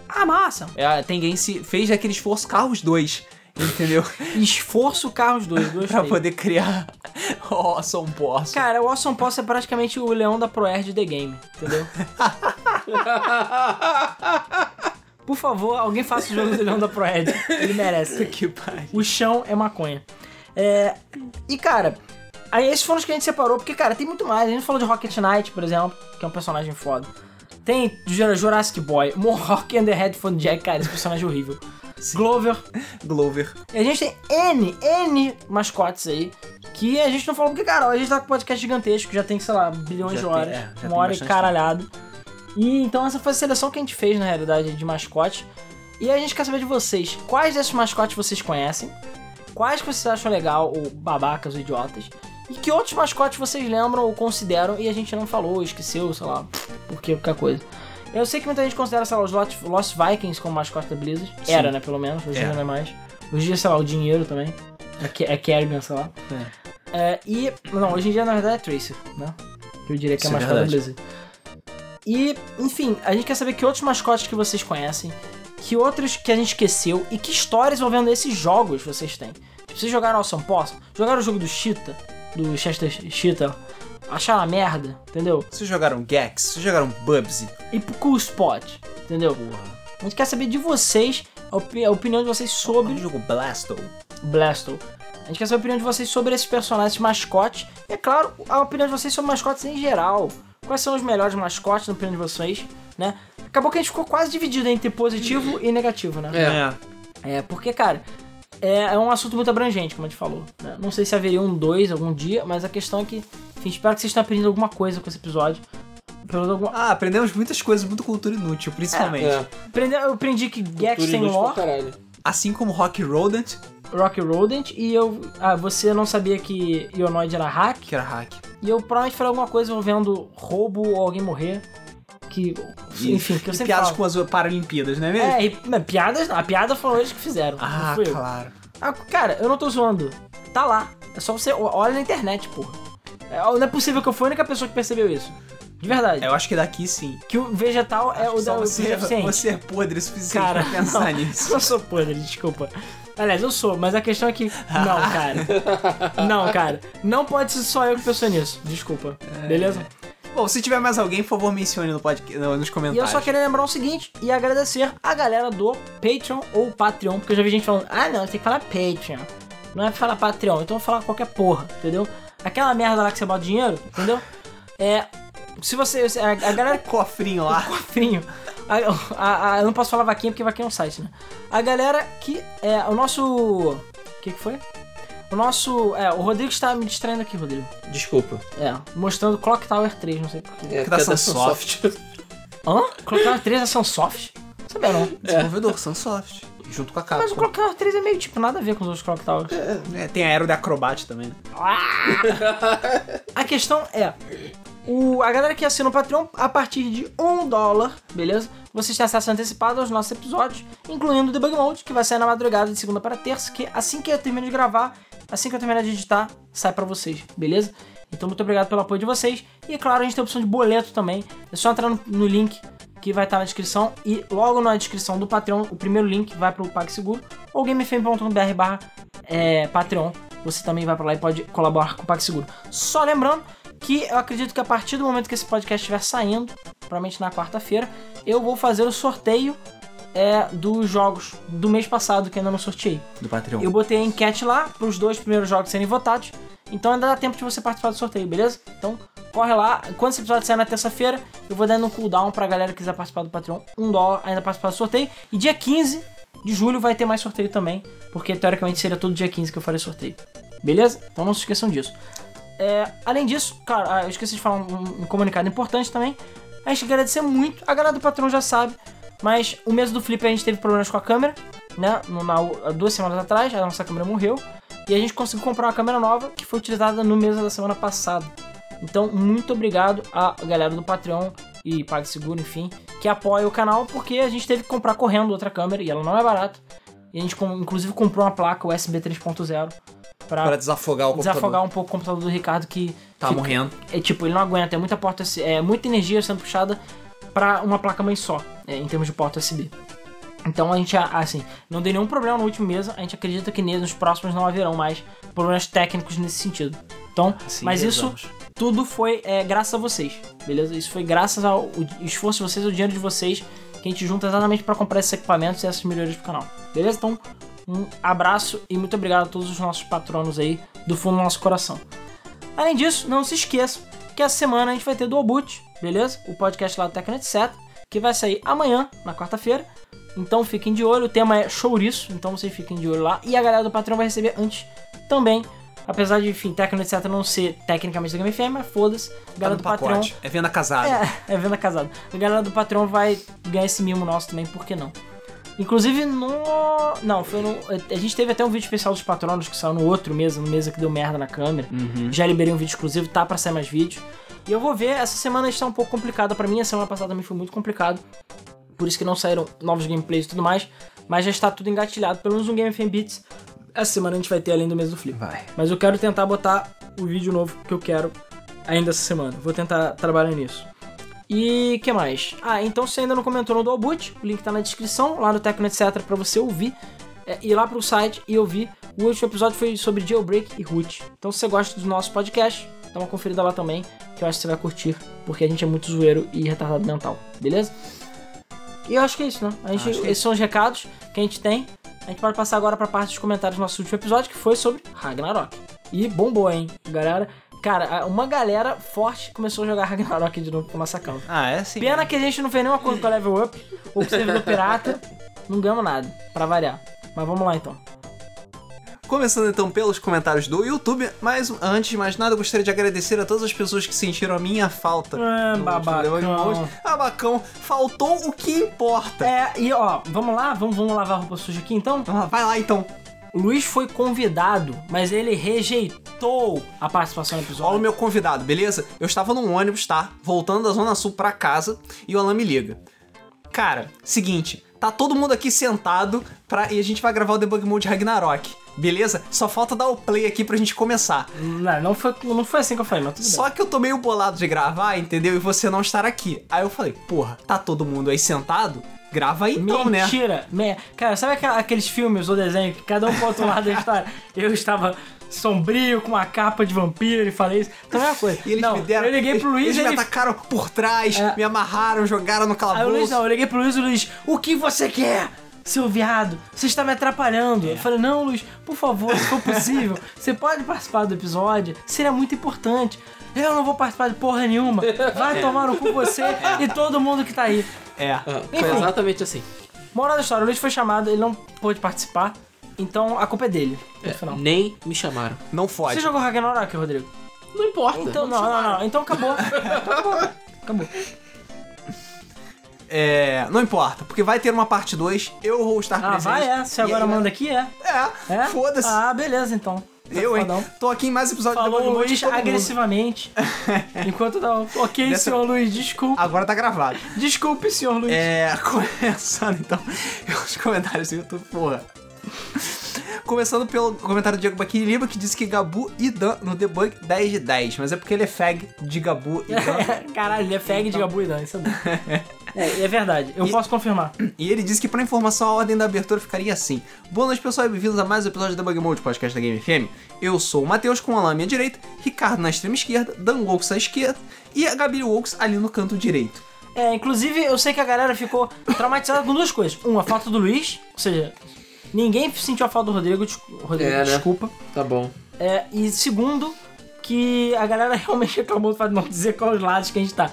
Speaker 3: Ah, massa!
Speaker 1: É, a Tengense fez aquele esforço Carros 2, entendeu?
Speaker 3: Esforço Carros 2, gostei.
Speaker 1: pra poder criar Awesome Possum.
Speaker 3: Cara, o Awesome Posse é praticamente o leão da ProErd de The Game, entendeu? Por favor, alguém faça o jogo do leão da ProErd. Ele merece.
Speaker 1: que pariu.
Speaker 3: O chão é maconha. É, e, cara, aí esses foram os que a gente separou, porque, cara, tem muito mais. A gente falou de Rocket Knight, por exemplo, que é um personagem foda. Tem Jur- Jurassic Boy, Mohawk and the Headphone Jack, cara, esse personagem é horrível. Glover.
Speaker 1: Glover.
Speaker 3: E a gente tem N, N mascotes aí, que a gente não falou porque, cara, a gente tá com um podcast gigantesco, já tem, sei lá, bilhões
Speaker 1: Já
Speaker 3: de
Speaker 1: tem-
Speaker 3: horas,
Speaker 1: é, já tem
Speaker 3: uma hora e
Speaker 1: bastante
Speaker 3: caralhado. E então essa foi a seleção que a gente fez, na realidade, de mascote. E a gente quer saber de vocês, quais desses mascotes vocês conhecem, quais que vocês acham legal, ou babacas, ou idiotas, e que outros mascotes vocês lembram ou consideram e a gente não falou, esqueceu, sei lá, por que, qualquer coisa. Eu sei que muita gente considera, sei lá, os Lost, Lost Vikings como mascote da Blizzard.
Speaker 1: Sim.
Speaker 3: Era, né, pelo menos, hoje em dia
Speaker 1: Era.
Speaker 3: não é mais. Hoje em dia, sei lá, o dinheiro também. É, Ke- é Kerrigan, sei lá. É, e. Não, hoje em dia na verdade é Tracer, né? Que eu diria que é
Speaker 1: Isso é
Speaker 3: mais cara da
Speaker 1: verdade.
Speaker 3: Blizzard. E, enfim, a gente quer saber que outros mascotes que vocês conhecem, que outros que a gente esqueceu e que histórias envolvendo esses jogos vocês têm. Tipo, vocês jogaram Awesome Possum? Jogaram o jogo do Cheetah? Do Chester Cheetah? Acharam a merda, entendeu?
Speaker 1: Vocês jogaram Gex? Vocês jogaram Bubsy?
Speaker 3: E pro Cool Spot, entendeu? A gente quer saber de vocês, a, opi- a opinião de vocês sobre
Speaker 1: Alguém jogou Blasto?
Speaker 3: Blastow. A gente quer saber a opinião de vocês sobre esses personagens, esses mascotes. E, é claro, a opinião de vocês sobre mascotes em geral. Quais são os melhores mascotes, na opinião de vocês, né? Acabou que a gente ficou quase dividido entre positivo e negativo, né?
Speaker 2: É.
Speaker 3: É, porque, cara, é, é um assunto muito abrangente, como a gente falou. né? Não sei se haveria um dois algum dia, mas a questão é que, enfim, espero que vocês tenham aprendido alguma coisa com esse episódio. Pelo menos alguma-
Speaker 1: Ah, aprendemos muitas coisas, muita cultura inútil, principalmente.
Speaker 2: É.
Speaker 3: Aprendi- Eu aprendi que Gex
Speaker 2: Cultura
Speaker 3: tem
Speaker 2: inútil pra
Speaker 3: lore,
Speaker 2: caralho.
Speaker 1: Assim como Rock Rodent,
Speaker 3: Rocky Rodent, e eu. Ah, você não sabia que Ionoid era hack?
Speaker 1: que era hack.
Speaker 3: E eu provavelmente falei alguma coisa envolvendo roubo ou alguém morrer. Que.
Speaker 1: E-
Speaker 3: enfim, que eu
Speaker 1: e
Speaker 3: sempre
Speaker 1: piadas
Speaker 3: falo.
Speaker 1: com as Paralimpíadas, não é mesmo?
Speaker 3: É, e, não, piadas. A piada foram eles que fizeram.
Speaker 1: Ah,
Speaker 3: não fui eu.
Speaker 1: claro.
Speaker 3: Ah, cara, eu não tô zoando. Tá lá. É só você. Olha na internet, porra. É, não é possível que eu fui a única pessoa que percebeu isso. De verdade.
Speaker 1: É, Eu acho que daqui sim.
Speaker 3: Que o vegetal é
Speaker 1: Acho que
Speaker 3: o da
Speaker 1: só
Speaker 3: o
Speaker 1: você,
Speaker 3: deficiente.
Speaker 1: você é podre o suficiente
Speaker 3: Cara,
Speaker 1: pra pensar
Speaker 3: não.
Speaker 1: nisso.
Speaker 3: Eu sou podre, desculpa. Aliás, eu sou, mas a questão é que. Não, cara. Não, cara. Não pode ser só eu que penso nisso. Desculpa.
Speaker 1: É.
Speaker 3: Beleza?
Speaker 1: Bom, se tiver mais alguém, por favor, mencione no podcast, no- nos
Speaker 3: E
Speaker 1: comentários.
Speaker 3: eu só queria lembrar o seguinte e agradecer a galera do Patreon ou Patreon, porque eu já vi gente falando, ah não, tem que falar Patreon. Não é pra falar Patreon, então eu vou falar qualquer porra, entendeu? Aquela merda lá que você bota dinheiro, entendeu? É. Se você. A, a galera
Speaker 1: O cofrinho lá.
Speaker 3: cofrinho. A- a- a- eu não posso falar vaquinha porque vaquinha é um site, né? A galera que. É, o nosso. O que, que foi? O nosso. É, o Rodrigo está me distraindo aqui, Rodrigo.
Speaker 2: Desculpa.
Speaker 3: É, mostrando Clock Tower 3, não sei porquê.
Speaker 2: É,
Speaker 1: Que da
Speaker 2: que é
Speaker 1: Sunsoft.
Speaker 3: Hã? Clock Tower 3 é Sunsoft? Sabia não.
Speaker 1: Desenvolvedor, Sunsoft. Junto com a Capcom.
Speaker 3: Mas o Clock Tower 3 é meio tipo nada a ver com os outros Clock Towers.
Speaker 1: É, tem a Aero da Acrobat também, né?
Speaker 3: A questão é. O, a galera que assina o Patreon, a partir de um dólar, beleza? Vocês têm acesso antecipado aos nossos episódios, incluindo o Debug Mode, que vai sair na madrugada de segunda para terça, que assim que eu termino de gravar, assim que eu terminar de editar, sai pra vocês, beleza? Então muito obrigado pelo apoio de vocês. E é claro, a gente tem a opção de boleto também. É só entrar no, no link que vai estar na descrição e logo na descrição do Patreon, o primeiro link vai pro PagSeguro ou gamefm.br barra é, Patreon. Você também vai pra lá e pode colaborar com o PagSeguro. Só lembrando que eu acredito que a partir do momento que esse podcast estiver saindo, provavelmente na quarta-feira, eu vou fazer o sorteio é, dos jogos do mês passado que ainda não sorteei.
Speaker 1: Do Patreon.
Speaker 3: Eu botei a enquete lá para os dois primeiros jogos serem votados. Então ainda dá tempo de você participar do sorteio, beleza? Então corre lá. Quando esse episódio sair na terça-feira, eu vou dando um cooldown pra galera que quiser participar do Patreon. Um dólar ainda participar do sorteio. E dia 15 de julho vai ter mais sorteio também. Porque teoricamente seria todo dia 15 que eu farei sorteio. Beleza? Então não se esqueçam disso. É, além disso, cara, ah, eu esqueci de falar um, um comunicado importante também. A gente quer agradecer muito. A galera do patrão já sabe. Mas o mês do Flip a gente teve problemas com a câmera, né? No- na- há duas semanas atrás, a nossa câmera morreu. E a gente conseguiu comprar uma câmera nova que foi utilizada no mês da semana passada. Então, muito obrigado à galera do Patreon e PagSeguro, enfim, que apoia o canal, porque a gente teve que comprar correndo outra câmera e ela não é barata. E a gente, com- inclusive, comprou uma placa USB 3.0
Speaker 1: Pra
Speaker 3: para
Speaker 1: desafogar o computador.
Speaker 3: desafogar um pouco o computador do Ricardo, que
Speaker 1: Tá
Speaker 3: fica-
Speaker 1: morrendo.
Speaker 3: é tipo, ele não aguenta, é muita porta, S- é muita energia sendo puxada pra uma placa mãe só, é, em termos de porta USB. Então a gente, a- assim, não deu nenhum problema no último mês, a gente acredita que ne- nos próximos não haverão mais problemas técnicos nesse sentido. Então,
Speaker 1: Assim
Speaker 3: mas
Speaker 1: rezamos.
Speaker 3: isso tudo foi é, graças a vocês, beleza? Isso foi graças ao o esforço de vocês, ao dinheiro de vocês, que a gente junta exatamente pra comprar esses equipamentos e essas melhorias pro canal, beleza? Então, um abraço e muito obrigado a todos os nossos patronos aí do fundo do nosso coração. Além disso, não se esqueça que essa semana a gente vai ter Dual Boot, beleza? O podcast lá do Tecno Etc, que vai sair amanhã, na quarta-feira. Então fiquem de olho, o tema é chouriço, então vocês fiquem de olho lá. E a galera do Patreon vai receber antes também. Apesar de, enfim, Tecno Etc não ser tecnicamente da Game FM, mas foda-se. A
Speaker 1: Tá
Speaker 3: galera
Speaker 1: no
Speaker 3: do Patreon...
Speaker 1: pacote. É venda casada.
Speaker 3: É, é venda casada. A galera do Patreon vai ganhar esse mimo nosso também, por que não? Inclusive no. Não, foi no. A gente teve até um vídeo especial dos patronos que saiu no outro mesa, no mesa que deu merda na câmera. Já liberei um vídeo exclusivo, tá pra sair mais vídeo. E eu vou ver, essa semana está um pouco complicada pra mim, a semana passada também foi muito complicado. Por isso que não saíram novos gameplays e tudo mais. Mas já está tudo engatilhado, pelo menos um Game FM Beats. Essa semana a gente vai ter além do mês do Flip.
Speaker 1: Vai.
Speaker 3: Mas eu quero tentar botar o vídeo novo que eu quero ainda essa semana. Vou tentar trabalhar nisso. E que mais? Ah, então se ainda não comentou no Dual Boot, o link tá na descrição, lá no Tecno etc, pra você ouvir. É, ir lá pro site e ouvir. O último episódio foi sobre jailbreak e root. Então se você gosta do nosso podcast, dá uma conferida lá também, que eu acho que você vai curtir, porque a gente é muito zoeiro e retardado mental, beleza? E eu acho que é isso, né? A gente,
Speaker 1: Acho que é
Speaker 3: esses são os recados que a gente tem. A gente pode passar agora pra parte dos comentários do nosso último episódio, que foi sobre Ragnarok. E bombou, hein, galera? Cara, a- uma galera forte começou a jogar Ragnarok de novo com massacão.
Speaker 1: Ah, é assim.
Speaker 3: Pena que a gente não fez nenhuma coisa com a Level Up ou com o servidor pirata. Não ganhamos nada, pra variar. Mas vamos lá então.
Speaker 1: Começando então pelos comentários do YouTube, mas antes de mais nada, eu gostaria de agradecer a todas as pessoas que sentiram a minha falta.
Speaker 3: Ah,
Speaker 1: no último
Speaker 3: babacão.
Speaker 1: Dragon Ball. Ah, Babacão, faltou o que importa.
Speaker 3: É, e ó, vamos lá? Vamos, vamos lavar a roupa suja aqui então?
Speaker 1: Vamos lá, Vai lá então.
Speaker 3: O Luiz foi convidado, mas ele rejeitou a participação no episódio.
Speaker 1: Olha o meu convidado, beleza? Eu estava num ônibus, tá? Voltando da Zona Sul pra casa e o Alan me liga. Cara, seguinte, tá todo mundo aqui sentado pra... e a gente vai gravar o Debug Mode Ragnarok, beleza? Só falta dar o play aqui pra gente começar.
Speaker 3: Não, não foi, não foi assim que eu falei, mas tudo bem.
Speaker 1: Só que eu tô meio bolado de gravar, entendeu? E você não estar aqui. Aí eu falei, porra, tá todo mundo aí sentado? Grava aí então, né?
Speaker 3: Mentira! Me- Cara, sabe aquela- aqueles filmes ou desenho que cada um conta um lado da história? Eu estava sombrio, com uma capa de vampiro e falei isso. Então é uma coisa.
Speaker 1: E eles
Speaker 3: não,
Speaker 1: me deram.
Speaker 3: eu liguei pro Luiz
Speaker 1: eles,
Speaker 3: e
Speaker 1: eles
Speaker 3: ele...
Speaker 1: me atacaram por trás,
Speaker 3: É.
Speaker 1: me amarraram, jogaram no
Speaker 3: Aí o Luiz,
Speaker 1: calabouço.
Speaker 3: não, eu liguei pro Luiz e o Luiz, o que você quer? Seu viado, você está me
Speaker 1: É.
Speaker 3: atrapalhando. Eu falei, não, Luiz, por favor, se for possível, você pode participar do episódio, seria muito importante. Eu não vou participar de porra nenhuma. Vai tomar no cu você e todo mundo que tá aí.
Speaker 1: É.
Speaker 2: Ah, Foi
Speaker 3: Enfim.
Speaker 2: exatamente assim.
Speaker 3: Moral da história, o Luiz foi chamado, ele não pôde participar, então a culpa é dele. No final.
Speaker 2: Nem me chamaram.
Speaker 1: Não fode.
Speaker 3: Você jogou Ragnarok, Rodrigo?
Speaker 2: Não importa.
Speaker 3: Então, não, não, não, então acabou. acabou. Acabou.
Speaker 1: É, não importa, porque vai ter uma parte 2, eu vou estar
Speaker 3: Ah,
Speaker 1: presente.
Speaker 3: vai, é. Você
Speaker 1: E
Speaker 3: agora
Speaker 1: aí-
Speaker 3: manda aqui, é.
Speaker 1: É,
Speaker 3: é?
Speaker 1: foda-se.
Speaker 3: Ah, beleza, então.
Speaker 1: eu, hein?
Speaker 3: Fodão.
Speaker 1: Tô aqui em mais episódios do
Speaker 3: Falou o
Speaker 1: Debug Mode
Speaker 3: Luiz
Speaker 1: de todo mundo.
Speaker 3: agressivamente. enquanto dá um. Ok,
Speaker 1: Dessa-
Speaker 3: senhor Luiz, desculpe.
Speaker 1: Agora tá gravado.
Speaker 3: Desculpe, senhor Luiz.
Speaker 1: É, começando então os comentários do YouTube, porra. Começando pelo comentário do Diego Baquini Lima, que disse que Gabu e Dan no debug 10 de 10, mas é porque ele é fag de Gabu e Dan.
Speaker 3: Caralho, ele é fag
Speaker 1: Então.
Speaker 3: de gabuidão, isso é bom. É, é verdade, eu posso confirmar.
Speaker 1: e ele disse que pra informação a ordem da abertura ficaria assim. Boa noite pessoal e bem-vindos a mais um episódio do Debug Mode, podcast da Game FM. Eu sou o Matheus com o Alain à minha direita, Ricardo na extrema esquerda, Dan Wokes à esquerda e a Gabi Wokes ali no canto direito.
Speaker 3: É, inclusive, eu sei que a galera ficou traumatizada com duas coisas. Uma, a falta do Luiz, ou seja, ninguém sentiu a falta do Rodrigo, des- Rodrigo
Speaker 2: É, né?
Speaker 3: desculpa.
Speaker 2: Tá bom.
Speaker 3: É, e segundo, que a galera realmente reclamou do fato de não dizer qual os lados que a gente tá.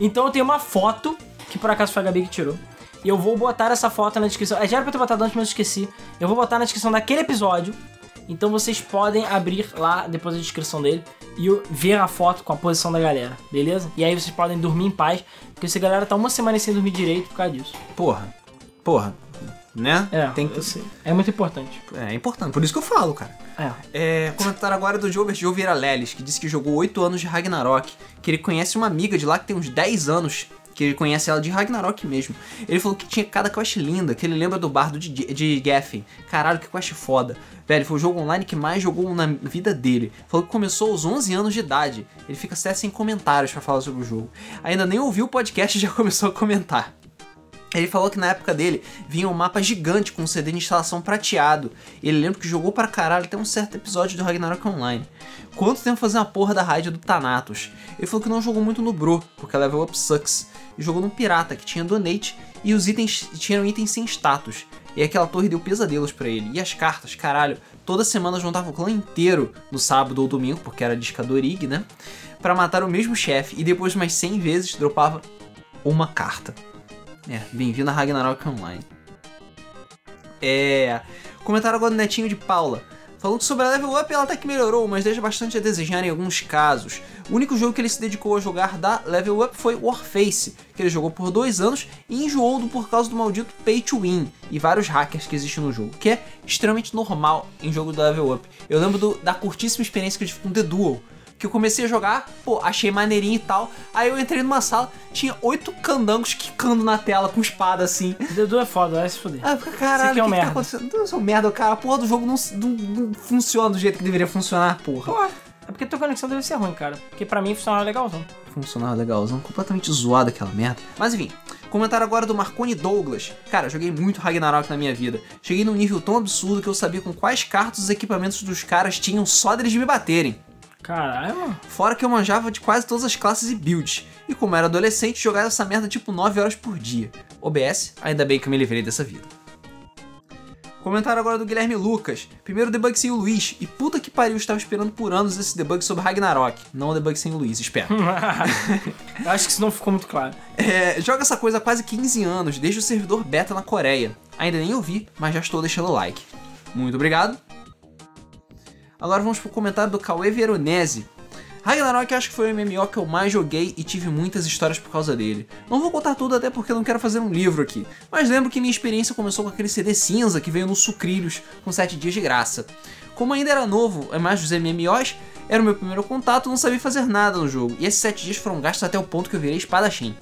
Speaker 3: Então eu tenho uma foto, que por acaso foi a Gabi que tirou. E eu vou botar essa foto na descrição. É, já era pra eu ter botado antes, mas eu esqueci. Eu vou botar na descrição daquele episódio. Então vocês podem abrir lá depois a descrição dele e eu- ver a foto com a posição da galera, beleza? E aí vocês podem dormir em paz, porque essa galera tá uma semana sem dormir direito por causa disso.
Speaker 1: Porra, porra, né?
Speaker 3: É,
Speaker 1: Tem que...
Speaker 3: eu sei. É muito importante.
Speaker 1: É importante, por isso que eu falo, cara.
Speaker 3: É.
Speaker 1: É, comentário agora do Jovers Joveira Leles, que disse que jogou 8 anos de Ragnarok, que ele conhece uma amiga de lá que tem uns 10 anos, que ele conhece ela de Ragnarok mesmo. Ele falou que tinha cada quest linda, que ele lembra do bar do de, de Geffen. Caralho, que quest foda. Velho, foi o jogo online que mais jogou na vida dele. Falou que começou aos 11 anos de idade. Ele fica até sem comentários pra falar sobre o jogo. Ainda nem ouviu o podcast e já começou a comentar. Ele falou que na época dele vinha um mapa gigante com um CD de instalação prateado. Ele lembra que jogou pra caralho até um certo episódio do Ragnarok Online. Quanto tempo fazendo a porra da raid do Thanatos? Ele falou que não jogou muito no Bro, porque a level up sucks. E jogou no Pirata, que tinha Donate, e os itens tinham itens sem status. E aquela torre deu pesadelos pra ele. E as cartas, caralho. Toda semana juntava o clã inteiro no sábado ou domingo, porque era discador IG, né? Pra matar o mesmo chefe. E depois, mais 100 vezes, dropava uma carta. É, bem-vindo a Ragnarok Online. É. Comentaram agora do netinho de Paula. Falou que sobre a level up ela até que melhorou, mas deixa bastante a desejar em alguns casos. O único jogo que ele se dedicou a jogar da level up foi Warface, que ele jogou por dois anos e enjoou do por causa do maldito pay to win e vários hackers que existem no jogo, que é extremamente normal em jogo da level up. Eu lembro do- da curtíssima experiência que eu tive com The Duel, que eu comecei a jogar, pô, achei maneirinho e tal. Aí eu entrei numa sala, tinha oito candangos quicando na tela com espada assim.
Speaker 3: Dedu é foda, vai se fuder.
Speaker 1: Ah, fica, caralho, o que,
Speaker 3: Isso aqui é um
Speaker 1: que tá
Speaker 3: merda.
Speaker 1: acontecendo? Eu sou merda, cara. A porra do jogo não, não- não funciona do jeito que deveria funcionar, porra.
Speaker 3: Pô, é porque tua conexão deve ser ruim, cara. Porque pra mim funcionava legalzão.
Speaker 1: funcionava legalzão, completamente zoado aquela merda. Mas enfim, comentário agora do Marconi Douglas. Cara, joguei muito Ragnarok na minha vida. Cheguei num nível tão absurdo que eu sabia com quais cartas os equipamentos dos caras tinham só deles me baterem.
Speaker 3: Caralho, mano.
Speaker 1: Fora que eu manjava de quase todas as classes e builds. E como era adolescente, jogava essa merda tipo 9 horas por dia. OBS, ainda bem que eu me livrei dessa vida. Comentário agora do Guilherme Lucas. Primeiro debug sem o Luiz. E puta que pariu, eu estava esperando por anos esse debug sobre Ragnarok. Não o debug sem o Luiz, espero.
Speaker 3: Eu acho que isso não ficou muito claro.
Speaker 1: É, joga essa coisa há quase 15 anos, desde o servidor beta na Coreia. Ainda nem ouvi, mas já estou deixando o like. Muito obrigado. Agora vamos pro comentário do Cauê Veronese. Ragnarok eu acho que foi o MMO que eu mais joguei e tive muitas histórias por causa dele. Não vou contar tudo até porque eu não quero fazer um livro aqui, mas lembro que minha experiência começou com aquele CD cinza que veio no Sucrilhos com 7 dias de graça. Como ainda era novo, é mais dos MMOs, era o meu primeiro contato, não sabia fazer nada no jogo, e esses 7 dias foram gastos até o ponto que eu virei espadachim.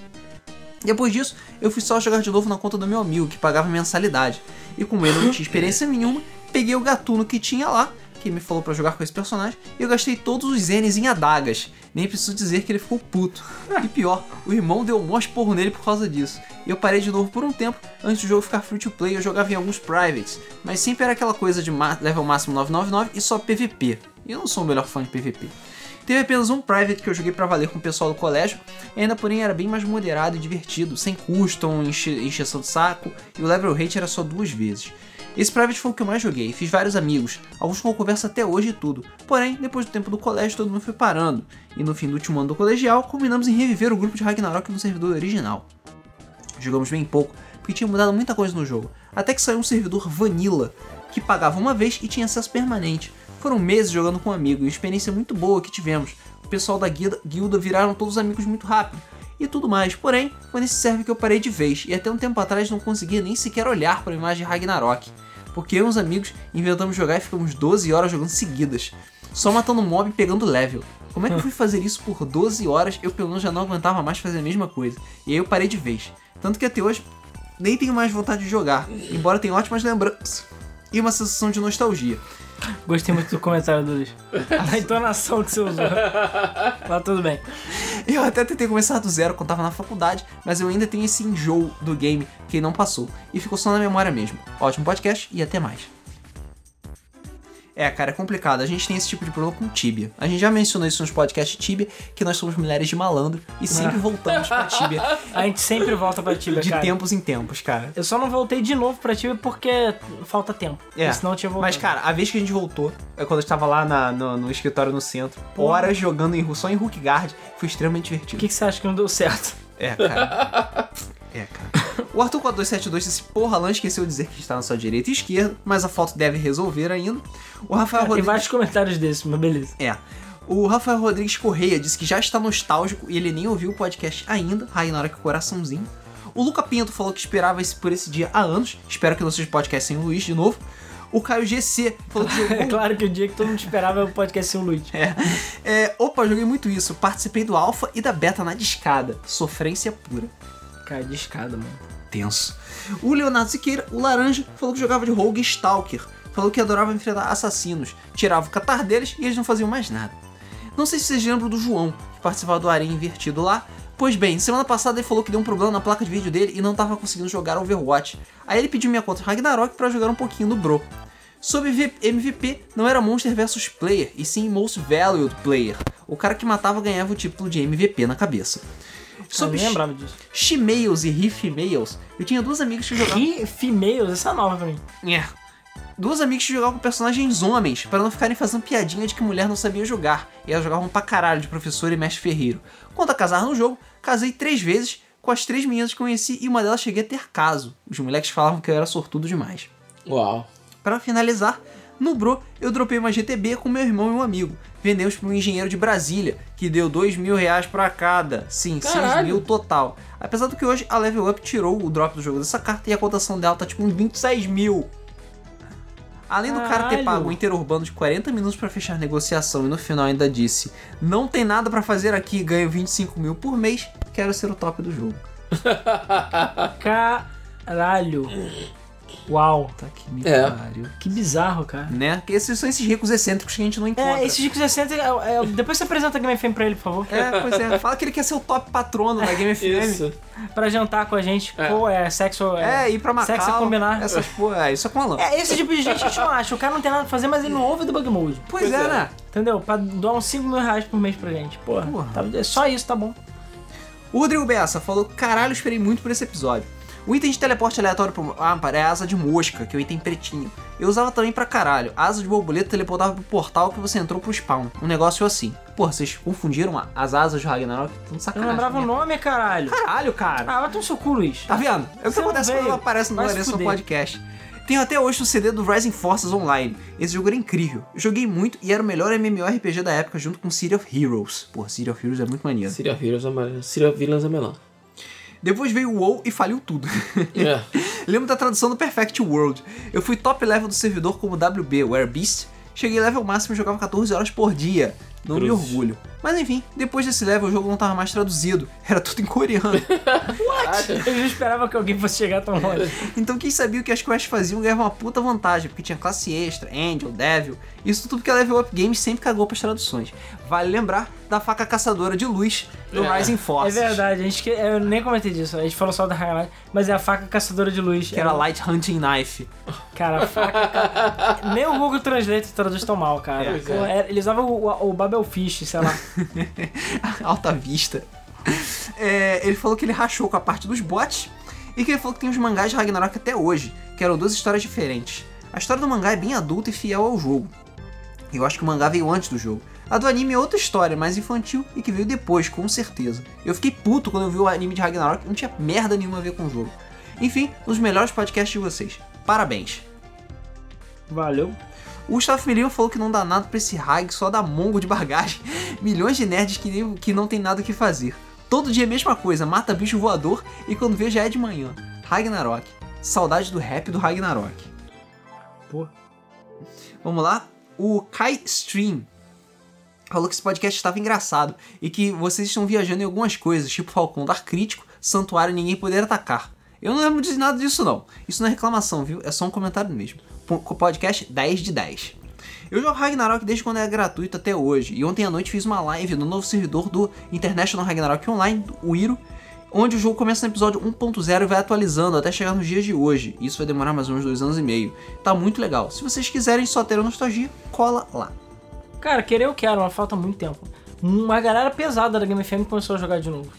Speaker 1: Depois disso, eu fui só jogar de novo na conta do meu amigo, que pagava mensalidade. E como ele não tinha experiência nenhuma, peguei o gatuno que tinha lá, que me falou pra jogar com esse personagem, e eu gastei todos os N's em adagas. Nem preciso dizer que ele ficou puto. E pior, o irmão deu um maior esporro nele por causa disso. E eu parei de novo por um tempo, antes do jogo ficar free to play, eu jogava em alguns privates. Mas sempre era aquela coisa de ma- level máximo 999 e só PVP. E eu não sou o melhor fã de PVP. Teve apenas um private que eu joguei pra valer com o pessoal do colégio, e ainda porém era bem mais moderado e divertido, sem custom, enche encheção de saco, e o level rate era só duas vezes. Esse private foi o que eu mais joguei, fiz vários amigos, alguns com conversa até hoje e tudo. Porém, depois do tempo do colégio, todo mundo foi parando, e no fim do último ano do colegial, combinamos em reviver o grupo de Ragnarok no servidor original. Jogamos bem pouco, porque tinha mudado muita coisa no jogo. Até que saiu um servidor Vanilla, que pagava uma vez e tinha acesso permanente. Foram meses jogando com um amigo e uma experiência muito boa que tivemos. O pessoal da guilda, guilda viraram todos amigos muito rápido e tudo mais. Porém, foi nesse server que eu parei de vez e até um tempo atrás não conseguia nem sequer olhar para a imagem de Ragnarok. Porque eu e uns amigos inventamos jogar e ficamos 12 horas jogando seguidas, só matando mob e pegando level. Como é que eu fui fazer isso por 12 horas? Eu pelo menos já não aguentava mais fazer a mesma coisa. E aí eu parei de vez. Tanto que até hoje nem tenho mais vontade de jogar, embora tenha ótimas lembranças e uma sensação de nostalgia.
Speaker 3: Gostei muito do comentário do Luiz. Da entonação que você usou. Mas tudo bem.
Speaker 1: Eu até tentei começar do zero quando tava na faculdade, mas eu ainda tenho esse enjoo do game que não passou e ficou só na memória mesmo. Ótimo podcast e até mais. É, cara, é complicado. A gente tem esse tipo de problema com Tibia. A gente já mencionou isso nos podcasts de Tibia, que nós somos mulheres de malandro e sempre voltamos pra Tibia
Speaker 3: A gente sempre volta pra Tibia,
Speaker 1: de
Speaker 3: cara.
Speaker 1: tempos em tempos, cara.
Speaker 3: Eu só não voltei de novo pra Tibia porque falta tempo.
Speaker 1: É.
Speaker 3: Porque Senão eu tinha voltado.
Speaker 1: Mas, cara, a vez que a gente voltou, é quando eu estava lá na- no, no escritório no centro, horas jogando em, só em Hook Guard, foi extremamente
Speaker 3: Por
Speaker 1: divertido.
Speaker 3: que, que você acha que não deu certo?
Speaker 1: É, cara. é, cara. O Arthur 4272 disse, porra, Lan esqueceu de dizer que está na sua direita e esquerda, mas a foto deve resolver ainda. O Rafael
Speaker 3: Tem
Speaker 1: Rodrigues...
Speaker 3: vários comentários desses, mas beleza.
Speaker 1: É. O Rafael Rodrigues Correia disse que já está nostálgico e ele nem ouviu o podcast ainda. Aí na hora que o coraçãozinho. O Luca Pinto falou que esperava esse, por esse dia há anos. Espero que não seja podcast sem o Luiz de novo. O Caio GC falou que jogou
Speaker 3: É claro que o dia que todo mundo esperava é o podcast sem o Luiz.
Speaker 1: Hum. É, opa, joguei muito isso. Participei do alfa e da beta na discada. Sofrência pura.
Speaker 3: Cara, de escada, mano.
Speaker 1: Tenso. O Leonardo Siqueira, o laranja, falou que jogava de Rogue Stalker. Falou que adorava enfrentar assassinos. Tirava o catar deles e eles não faziam mais nada. Não sei se vocês lembram do João, que participava do Areia Invertido lá, Pois bem, semana passada ele falou que deu um problema na placa de vídeo dele e não tava conseguindo jogar Overwatch. Aí ele pediu minha conta Ragnarok pra jogar um pouquinho do Bro. Sobre V- MVP, não era Monster vs Player, e sim Most Valued Player. O cara que matava ganhava o título de MVP na cabeça. Sobre
Speaker 3: não lembrava disso.
Speaker 1: Shemales e Riffmales, eu tinha duas amigas que jogavam.
Speaker 3: E females, essa é nova pra mim.
Speaker 1: É. Duas amigas que jogavam com personagens homens, para não ficarem fazendo piadinha de que mulher não sabia jogar, e elas jogavam pra caralho de professor e mestre ferreiro. Quanto a casar no jogo, casei três vezes com as três meninas que conheci e uma delas cheguei a ter caso. Os moleques falavam que eu era sortudo demais.
Speaker 2: Uau.
Speaker 1: Para finalizar, no Bro, eu dropei uma GTB com meu irmão e um amigo. Vendemos para um engenheiro de Brasília, que deu dois mil reais para cada. Sim, seis
Speaker 2: Caralho.
Speaker 1: mil total. Apesar do que hoje a Level Up tirou o drop do jogo dessa carta e a cotação dela tá tipo uns 26 mil. Além do cara ter
Speaker 3: Caralho.
Speaker 1: pago o interurbano de 40 minutos para fechar a negociação e no final ainda disse: Não tem nada para fazer aqui, ganho 25 mil por mês, quero ser o top do jogo.
Speaker 3: Caralho. Uau.
Speaker 1: Tá que me
Speaker 2: É.
Speaker 1: pariu.
Speaker 3: Que bizarro, cara.
Speaker 1: Né? Porque esses são esses ricos excêntricos que a gente não encontra.
Speaker 3: É, esse Dico 60, é, é, depois você apresenta a Game FM pra ele, por favor.
Speaker 1: É, pois é. Fala que ele quer ser o top patrono da Game FM.
Speaker 2: Isso.
Speaker 3: Pra jantar com a gente.
Speaker 2: É.
Speaker 3: Pô, é sexo.
Speaker 1: É, ir pra Macau.
Speaker 3: Sexo é combinar.
Speaker 1: Essas porra. É, isso é com a lã.
Speaker 3: É, esse tipo de gente que a gente não acha. O cara não tem nada pra fazer, mas ele não ouve do bug mode.
Speaker 1: Pois,
Speaker 2: Pois
Speaker 1: é,
Speaker 2: é.
Speaker 1: né?
Speaker 3: Entendeu? Pra doar uns 5 mil reais por mês pra gente. Porra.
Speaker 1: Porra.
Speaker 3: tá- é só isso, tá bom.
Speaker 1: O Rodrigo Bessa falou: caralho, esperei muito por esse episódio. O item de teleporte aleatório pro ah, para é a asa de mosca, que é o item pretinho. Eu usava também pra caralho. A asa de borboleta teleportava pro portal que você entrou pro spawn. Um negócio assim. Porra, vocês confundiram a- as asas do Ragnarok? Tão de
Speaker 3: Eu
Speaker 1: sacanagem.
Speaker 3: não lembrava o
Speaker 1: né?
Speaker 3: nome, caralho.
Speaker 1: Caralho, cara.
Speaker 3: Ah, vai tomar seu cu, Luiz.
Speaker 1: Tá vendo? É o que
Speaker 3: Você não
Speaker 1: acontece quando
Speaker 3: veio.
Speaker 1: aparece no
Speaker 3: Vai se
Speaker 1: Anderson
Speaker 3: fuder.
Speaker 1: Podcast. Tenho até hoje o CD do Rising Forces Online. Esse jogo era incrível. Eu joguei muito e era o melhor MMORPG da época junto com City of Heroes. Porra, City of Heroes é muito maneiro.
Speaker 2: Serial Heroes Amarelo. Serial Villains é Amarelo.
Speaker 1: Depois veio o WoW e faliu tudo.
Speaker 2: É.
Speaker 1: Lembro da tradução do Perfect World. Eu fui top level do servidor como WB, Where Beast. Cheguei level máximo e jogava 14 horas por dia. Não me
Speaker 2: Cruzes.
Speaker 1: orgulho. Mas enfim, depois desse level o jogo não tava mais traduzido. Era tudo em coreano.
Speaker 3: Eu já esperava que alguém fosse chegar tão longe.
Speaker 1: Então quem sabia o que as quests faziam ganhava uma puta vantagem, porque tinha classe extra, Angel, Devil, isso tudo que a Level Up Games sempre cagou pras traduções. Vale lembrar da faca caçadora de luz do
Speaker 2: É.
Speaker 1: Rising
Speaker 3: É
Speaker 1: Force.
Speaker 3: verdade, a gente, que- eu nem comentei disso, a gente falou só da Ragnarok, mas é a faca caçadora de luz. É
Speaker 1: Que era Light Hunting Knife.
Speaker 3: Cara, a faca. ca- Nem o Google Translate traduz tão mal, cara.
Speaker 2: Pois
Speaker 3: Eles
Speaker 2: é.
Speaker 3: Ele usava o, o, o Babelfish, sei lá.
Speaker 1: Alta vista. É, ele falou que ele rachou com a parte dos bots e que ele falou que tem os mangás de Ragnarok até hoje, que eram duas histórias diferentes. A história do mangá é bem adulta e fiel ao jogo. Eu acho que o mangá veio antes do jogo. A do anime é outra história, mais infantil e que veio depois, com certeza. Eu fiquei puto quando eu vi o anime de Ragnarok, não tinha merda nenhuma a ver com o jogo. Enfim, um dos melhores podcasts de vocês. Parabéns.
Speaker 3: Valeu.
Speaker 1: O Gustavo Mirinho falou que não dá nada pra esse rag, só dá mongo de bagagem. Milhões de nerds que, nem, que não tem nada o que fazer. Todo dia é a mesma coisa, mata bicho voador e quando vê já é de manhã. Ragnarok. Saudade do rap do Ragnarok.
Speaker 3: Pô.
Speaker 1: Vamos lá. O Kai Stream falou que esse podcast estava engraçado e que vocês estão viajando em algumas coisas, tipo Falcão Dar Crítico, Santuário e Ninguém Poder Atacar. Eu não lembro de nada disso, não. Isso não é reclamação, viu? É só um comentário mesmo. Po- Podcast 10 de 10. Eu jogo Ragnarok desde quando era gratuito até hoje, e ontem à noite fiz uma live no novo servidor do International Ragnarok Online, o Iro, onde o jogo começa no episódio 1.0 e vai atualizando até chegar nos dias de hoje. Isso vai demorar mais uns dois anos e meio. Tá muito legal. Se vocês quiserem só ter a nostalgia, cola lá.
Speaker 3: Cara, querer eu quero, mas falta muito tempo. Uma galera pesada da Game FM começou a jogar de novo.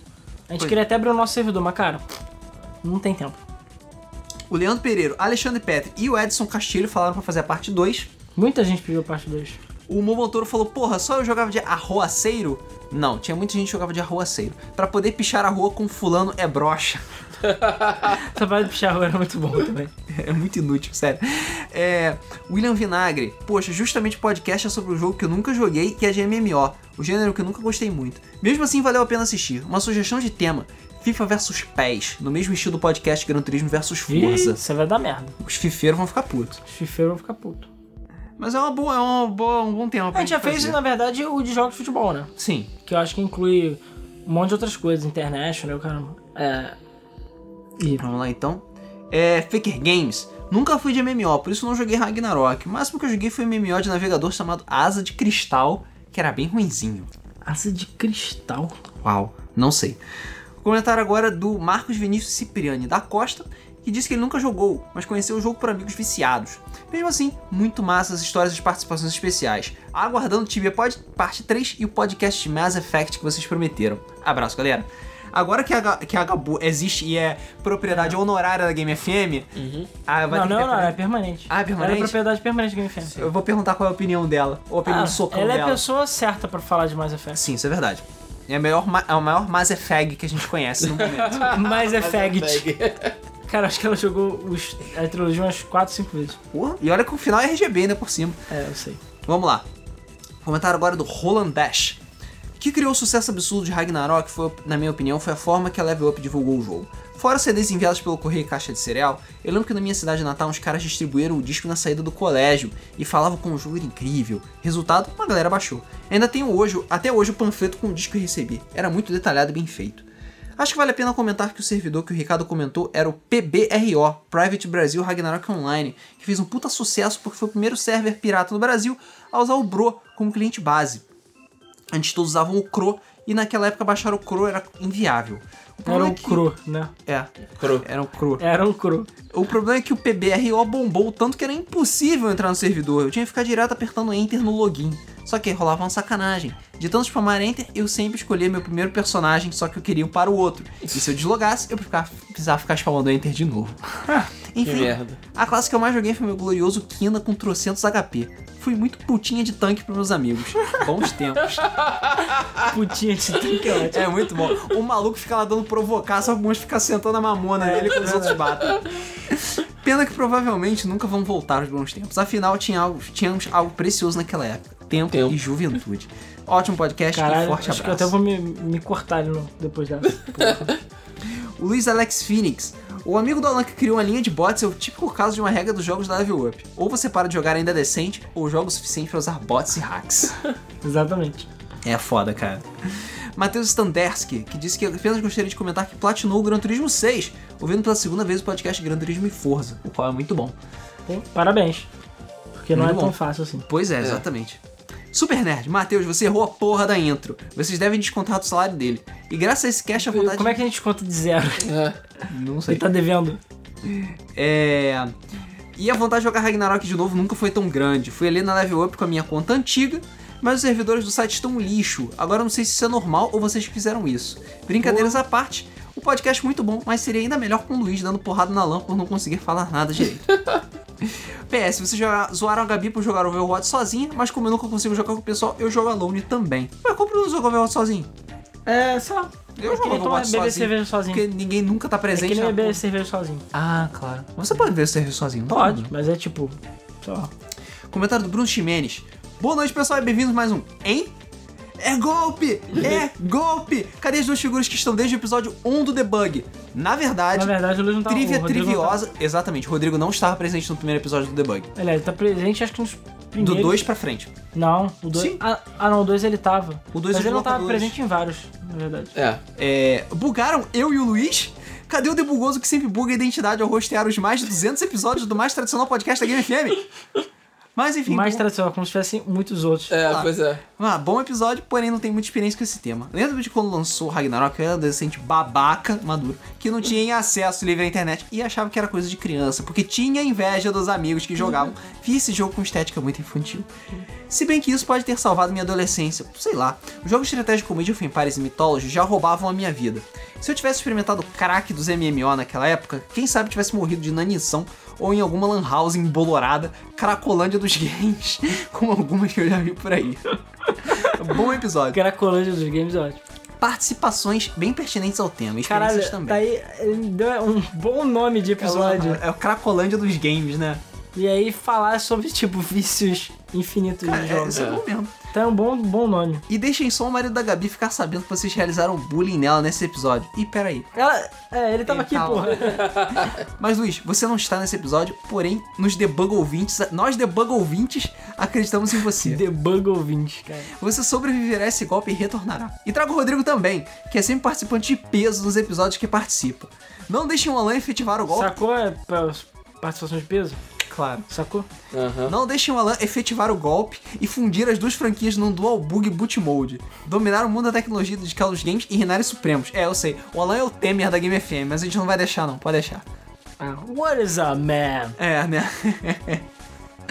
Speaker 3: A gente
Speaker 1: Pois.
Speaker 3: queria até abrir o nosso servidor, mas cara, não tem tempo.
Speaker 1: O Leandro Pereira, Alexandre Petri e o Edson Castilho falaram pra fazer a parte 2.
Speaker 3: Muita gente pediu parte 2.
Speaker 1: O Momotoro falou, porra, só eu jogava de arroaceiro? Não, tinha muita gente que jogava de arroaceiro. Pra poder pichar a rua com fulano é brocha.
Speaker 3: Essa parte do Picharro era muito bom também.
Speaker 1: É muito inútil, sério. É, William Vinagre. Poxa, justamente o podcast é sobre um jogo que eu nunca joguei, que é de MMO. O gênero que eu nunca gostei muito. Mesmo assim, valeu a pena assistir. Uma sugestão de tema. FIFA versus PES, no mesmo estilo do podcast Gran Turismo versus
Speaker 3: Ih,
Speaker 1: Forza.
Speaker 3: Você vai dar merda.
Speaker 1: Os fifeiros vão ficar putos.
Speaker 3: Os fifeiros vão ficar puto.
Speaker 1: Mas é uma boa, é uma boa, um bom tema. pra
Speaker 3: A gente já fez,
Speaker 1: fazer.
Speaker 3: na verdade, o de jogos de futebol, né?
Speaker 1: Sim.
Speaker 3: que eu acho que inclui um monte de outras coisas, International, caramba. É. E.
Speaker 1: Vamos lá então. É, Faker Games. Nunca fui de MMO, por isso não joguei Ragnarok. O máximo que eu joguei foi um MMO de navegador chamado Asa de Cristal, que era bem ruinzinho.
Speaker 3: Asa de cristal.
Speaker 1: Uau, não sei. Comentário agora do Marcos Vinícius Cipriani da Costa, que disse que ele nunca jogou, mas conheceu o jogo por amigos viciados. Mesmo assim, muito massa as histórias e as participações especiais. Aguardando o Tibia Pod Parte 3 e o podcast Mass Effect que vocês prometeram. Abraço, galera. Agora que a, que a Gabu existe e é propriedade honorária da Game FM,
Speaker 2: Uhum.
Speaker 1: ah, vai
Speaker 3: não,
Speaker 1: ter
Speaker 3: não,
Speaker 1: que...
Speaker 3: não, é permanente.
Speaker 1: Ah, é permanente?
Speaker 3: Ela é propriedade permanente do Game Fan.
Speaker 1: Eu vou perguntar qual é a opinião dela, ou a opinião
Speaker 3: Ah,
Speaker 1: do socão
Speaker 3: ela é a
Speaker 1: dela.
Speaker 3: pessoa certa pra falar de Mass Effect.
Speaker 1: Sim, isso é verdade. É a maior, ma- é a maior Mass Effect que a gente conhece no momento.
Speaker 3: Mass Effect.
Speaker 2: Fag.
Speaker 3: Cara, acho que ela jogou os, a trilogia umas 4, 5 vezes.
Speaker 1: Porra, e olha que o final é RGB ainda por cima.
Speaker 3: É, eu sei.
Speaker 1: Vamos lá. Comentário agora do Roland Dash. O que criou o sucesso absurdo de Ragnarok foi, na minha opinião, foi a forma que a Level Up divulgou o jogo. Fora os CDs enviados pelo correio e caixa de cereal, eu lembro que na minha cidade natal uns caras distribuíram o disco na saída do colégio e falavam com o jogo era incrível. Resultado, uma galera baixou. Ainda tenho hoje, até hoje, o panfleto com o disco que recebi. Era muito detalhado e bem feito. Acho que vale a pena comentar que o servidor que o Ricardo comentou era o PBRO, Private Brasil Ragnarok Online, que fez um puta sucesso porque foi o primeiro server pirata no Brasil a usar o Bro como cliente base. Antes todos usavam o Cro e naquela época baixar o Cro era inviável. O
Speaker 3: Era
Speaker 1: problema
Speaker 3: um
Speaker 1: é que-
Speaker 3: cru, né?
Speaker 1: É,
Speaker 2: Cru.
Speaker 1: era um Cro.
Speaker 3: Era um cru.
Speaker 1: O problema é que o PBRO bombou tanto que era impossível entrar no servidor. Eu tinha que ficar direto apertando Enter no login. Só que aí rolava uma sacanagem. De tanto spamar Enter, eu sempre escolhia meu primeiro personagem, só que eu queria um para o outro. E se eu deslogasse, eu ficava- precisava ficar spamando Enter de novo.
Speaker 2: Que
Speaker 1: Enfim,
Speaker 2: merda.
Speaker 1: a classe que eu mais joguei foi meu glorioso Kina com trocentos HP. Fui muito putinha de tanque pros meus amigos. Bons tempos.
Speaker 3: Putinha de tanque é ótimo.
Speaker 1: É muito bom. O maluco fica lá dando provocar, só alguns ficam sentando a mamona nele quando os outros batem. Pena que provavelmente nunca vão voltar os bons tempos. Afinal, tinha algo- tínhamos algo precioso naquela época. Tempo,
Speaker 2: Tempo.
Speaker 1: e juventude. Ótimo podcast e
Speaker 3: Caralho,
Speaker 1: forte
Speaker 3: acho que eu
Speaker 1: abraço.
Speaker 3: até vou me, me cortar de novo depois dessa.
Speaker 1: O Luiz Alex Phoenix. O amigo do Alan que criou uma linha de bots é o típico caso de uma regra dos jogos da Level Up. Ou você para de jogar ainda decente, ou joga o suficiente pra usar bots e hacks.
Speaker 3: Exatamente.
Speaker 1: É foda, cara. Matheus Standerski, que disse que apenas gostaria de comentar que platinou o Gran Turismo 6, ouvindo pela segunda vez o podcast Gran Turismo e Forza, o qual é muito bom.
Speaker 3: Pô, Parabéns. Porque não
Speaker 1: Muito
Speaker 3: é
Speaker 1: bom.
Speaker 3: tão fácil assim.
Speaker 1: Pois é, exatamente. Super Nerd, Matheus, você errou a porra da intro. Vocês devem descontar do salário dele. E graças a esse cash, a vontade...
Speaker 3: Como é que a gente conta de zero?
Speaker 2: É.
Speaker 1: Não sei.
Speaker 3: Ele tá devendo.
Speaker 1: É. E a vontade de jogar Ragnarok de novo nunca foi tão grande. Fui ali na level up com a minha conta antiga, mas os servidores do site estão um lixo. Agora eu não sei se isso é normal ou vocês que fizeram isso. Brincadeiras à parte, o podcast é muito bom, mas seria ainda melhor com o Luiz dando porrada na lã por não conseguir falar nada direito. PS, vocês joga- zoaram a Gabi por jogar Overwatch sozinha, mas como eu nunca consigo jogar com o pessoal, eu jogo alone também. Mas como eu não jogo Overwatch sozinho?
Speaker 3: É, sei lá.
Speaker 1: Eu
Speaker 3: é que
Speaker 1: jogo
Speaker 3: nem tomar
Speaker 1: Overwatch
Speaker 3: beber
Speaker 1: sozinho.
Speaker 3: cerveja sozinho.
Speaker 1: Porque ninguém nunca tá
Speaker 3: é
Speaker 1: presente.
Speaker 3: que nem
Speaker 1: na
Speaker 3: beber
Speaker 1: porra.
Speaker 3: cerveja sozinho.
Speaker 1: Ah, claro. Você pode ver o serviço sozinho? não tem
Speaker 3: Pode,
Speaker 1: problema.
Speaker 3: mas é tipo. Sei lá.
Speaker 1: Comentário do Bruno Ximenes. Boa noite, pessoal, e bem-vindos a mais um. Hein? É golpe! É golpe! Cadê as duas figuras que estão desde o episódio 1 do debug? Na
Speaker 3: Na
Speaker 1: verdade,
Speaker 3: verdade, o Luiz não tá
Speaker 1: É tipo trivia
Speaker 3: o Rodrigo não
Speaker 1: triviosa. Exatamente, o Rodrigo não estava presente no primeiro episódio do debug.
Speaker 3: Tá... Ele, ele tá presente, acho que nos primeiros.
Speaker 1: Do 2 pra frente.
Speaker 3: Não, o 2.
Speaker 1: Sim.
Speaker 3: Ah, ah, não, o 2 ele tava.
Speaker 1: O dois é
Speaker 3: Mas
Speaker 1: de
Speaker 3: ele não tava
Speaker 1: locadores.
Speaker 3: presente em vários, na verdade.
Speaker 2: É.
Speaker 1: É, bugaram eu e o Luiz? Cadê o debugoso que sempre buga a identidade ao rostear os mais de 200 episódios do mais tradicional podcast da Game FM? Mas enfim,
Speaker 3: Mais
Speaker 1: bom-
Speaker 3: tradicional, como se tivessem muitos outros.
Speaker 2: É,
Speaker 1: lá.
Speaker 2: pois é.
Speaker 1: Ah, bom episódio, porém não tem muita experiência com esse tema. Lembra de quando lançou o Ragnarok, eu era adolescente babaca, maduro, que não tinha acesso livre à internet e achava que era coisa de criança, porque tinha inveja dos amigos que jogavam. Vi esse jogo com estética muito infantil. Se bem que isso pode ter salvado minha adolescência, sei lá. Os jogos de estratégia como Age of Empires e Mythology já roubavam a minha vida. Se eu tivesse experimentado o crack dos MMO naquela época, quem sabe eu tivesse morrido de inanição ou em alguma lan house embolorada, cracolândia dos games, como algumas que eu já vi por aí. Bom episódio.
Speaker 3: Cracolândia dos games é ótimo.
Speaker 1: Participações bem pertinentes ao tema. e
Speaker 3: Caralho,
Speaker 1: Experiências também.
Speaker 3: tá aí ele deu um bom nome de
Speaker 1: É o-
Speaker 3: episódio.
Speaker 1: É o Cracolândia dos games, né?
Speaker 3: E aí falar sobre, tipo, vícios infinitos de
Speaker 1: É,
Speaker 3: jogos.
Speaker 1: isso é bom mesmo.
Speaker 3: Então é um bom, bom nome.
Speaker 1: E deixem só o marido da Gabi ficar sabendo que vocês realizaram bullying nela nesse episódio. E peraí.
Speaker 3: Ela, é, ele tava
Speaker 1: Ele
Speaker 3: aqui,
Speaker 1: tava.
Speaker 3: porra.
Speaker 1: Mas Luiz, você não está nesse episódio, porém, nos debug ouvintes, nós debug ouvintes, acreditamos em você.
Speaker 3: Debug ouvinte, cara.
Speaker 1: Você sobreviverá a esse golpe e retornará. E trago o Rodrigo também, que é sempre participante de peso dos episódios que participa. Não deixem o Alan efetivar o golpe.
Speaker 3: Sacou é, pra participação de peso?
Speaker 1: claro.
Speaker 3: Sacou?
Speaker 2: Aham.
Speaker 1: Não deixem o Alan efetivar o golpe e fundir as duas franquias num dual bug boot mode. Dominar o mundo da tecnologia digital dos games e reinar supremos. É, eu sei. O Alan é o Temer da Game FM, mas a gente não vai deixar não, pode deixar.
Speaker 3: Ah, what is a man?
Speaker 1: É, né?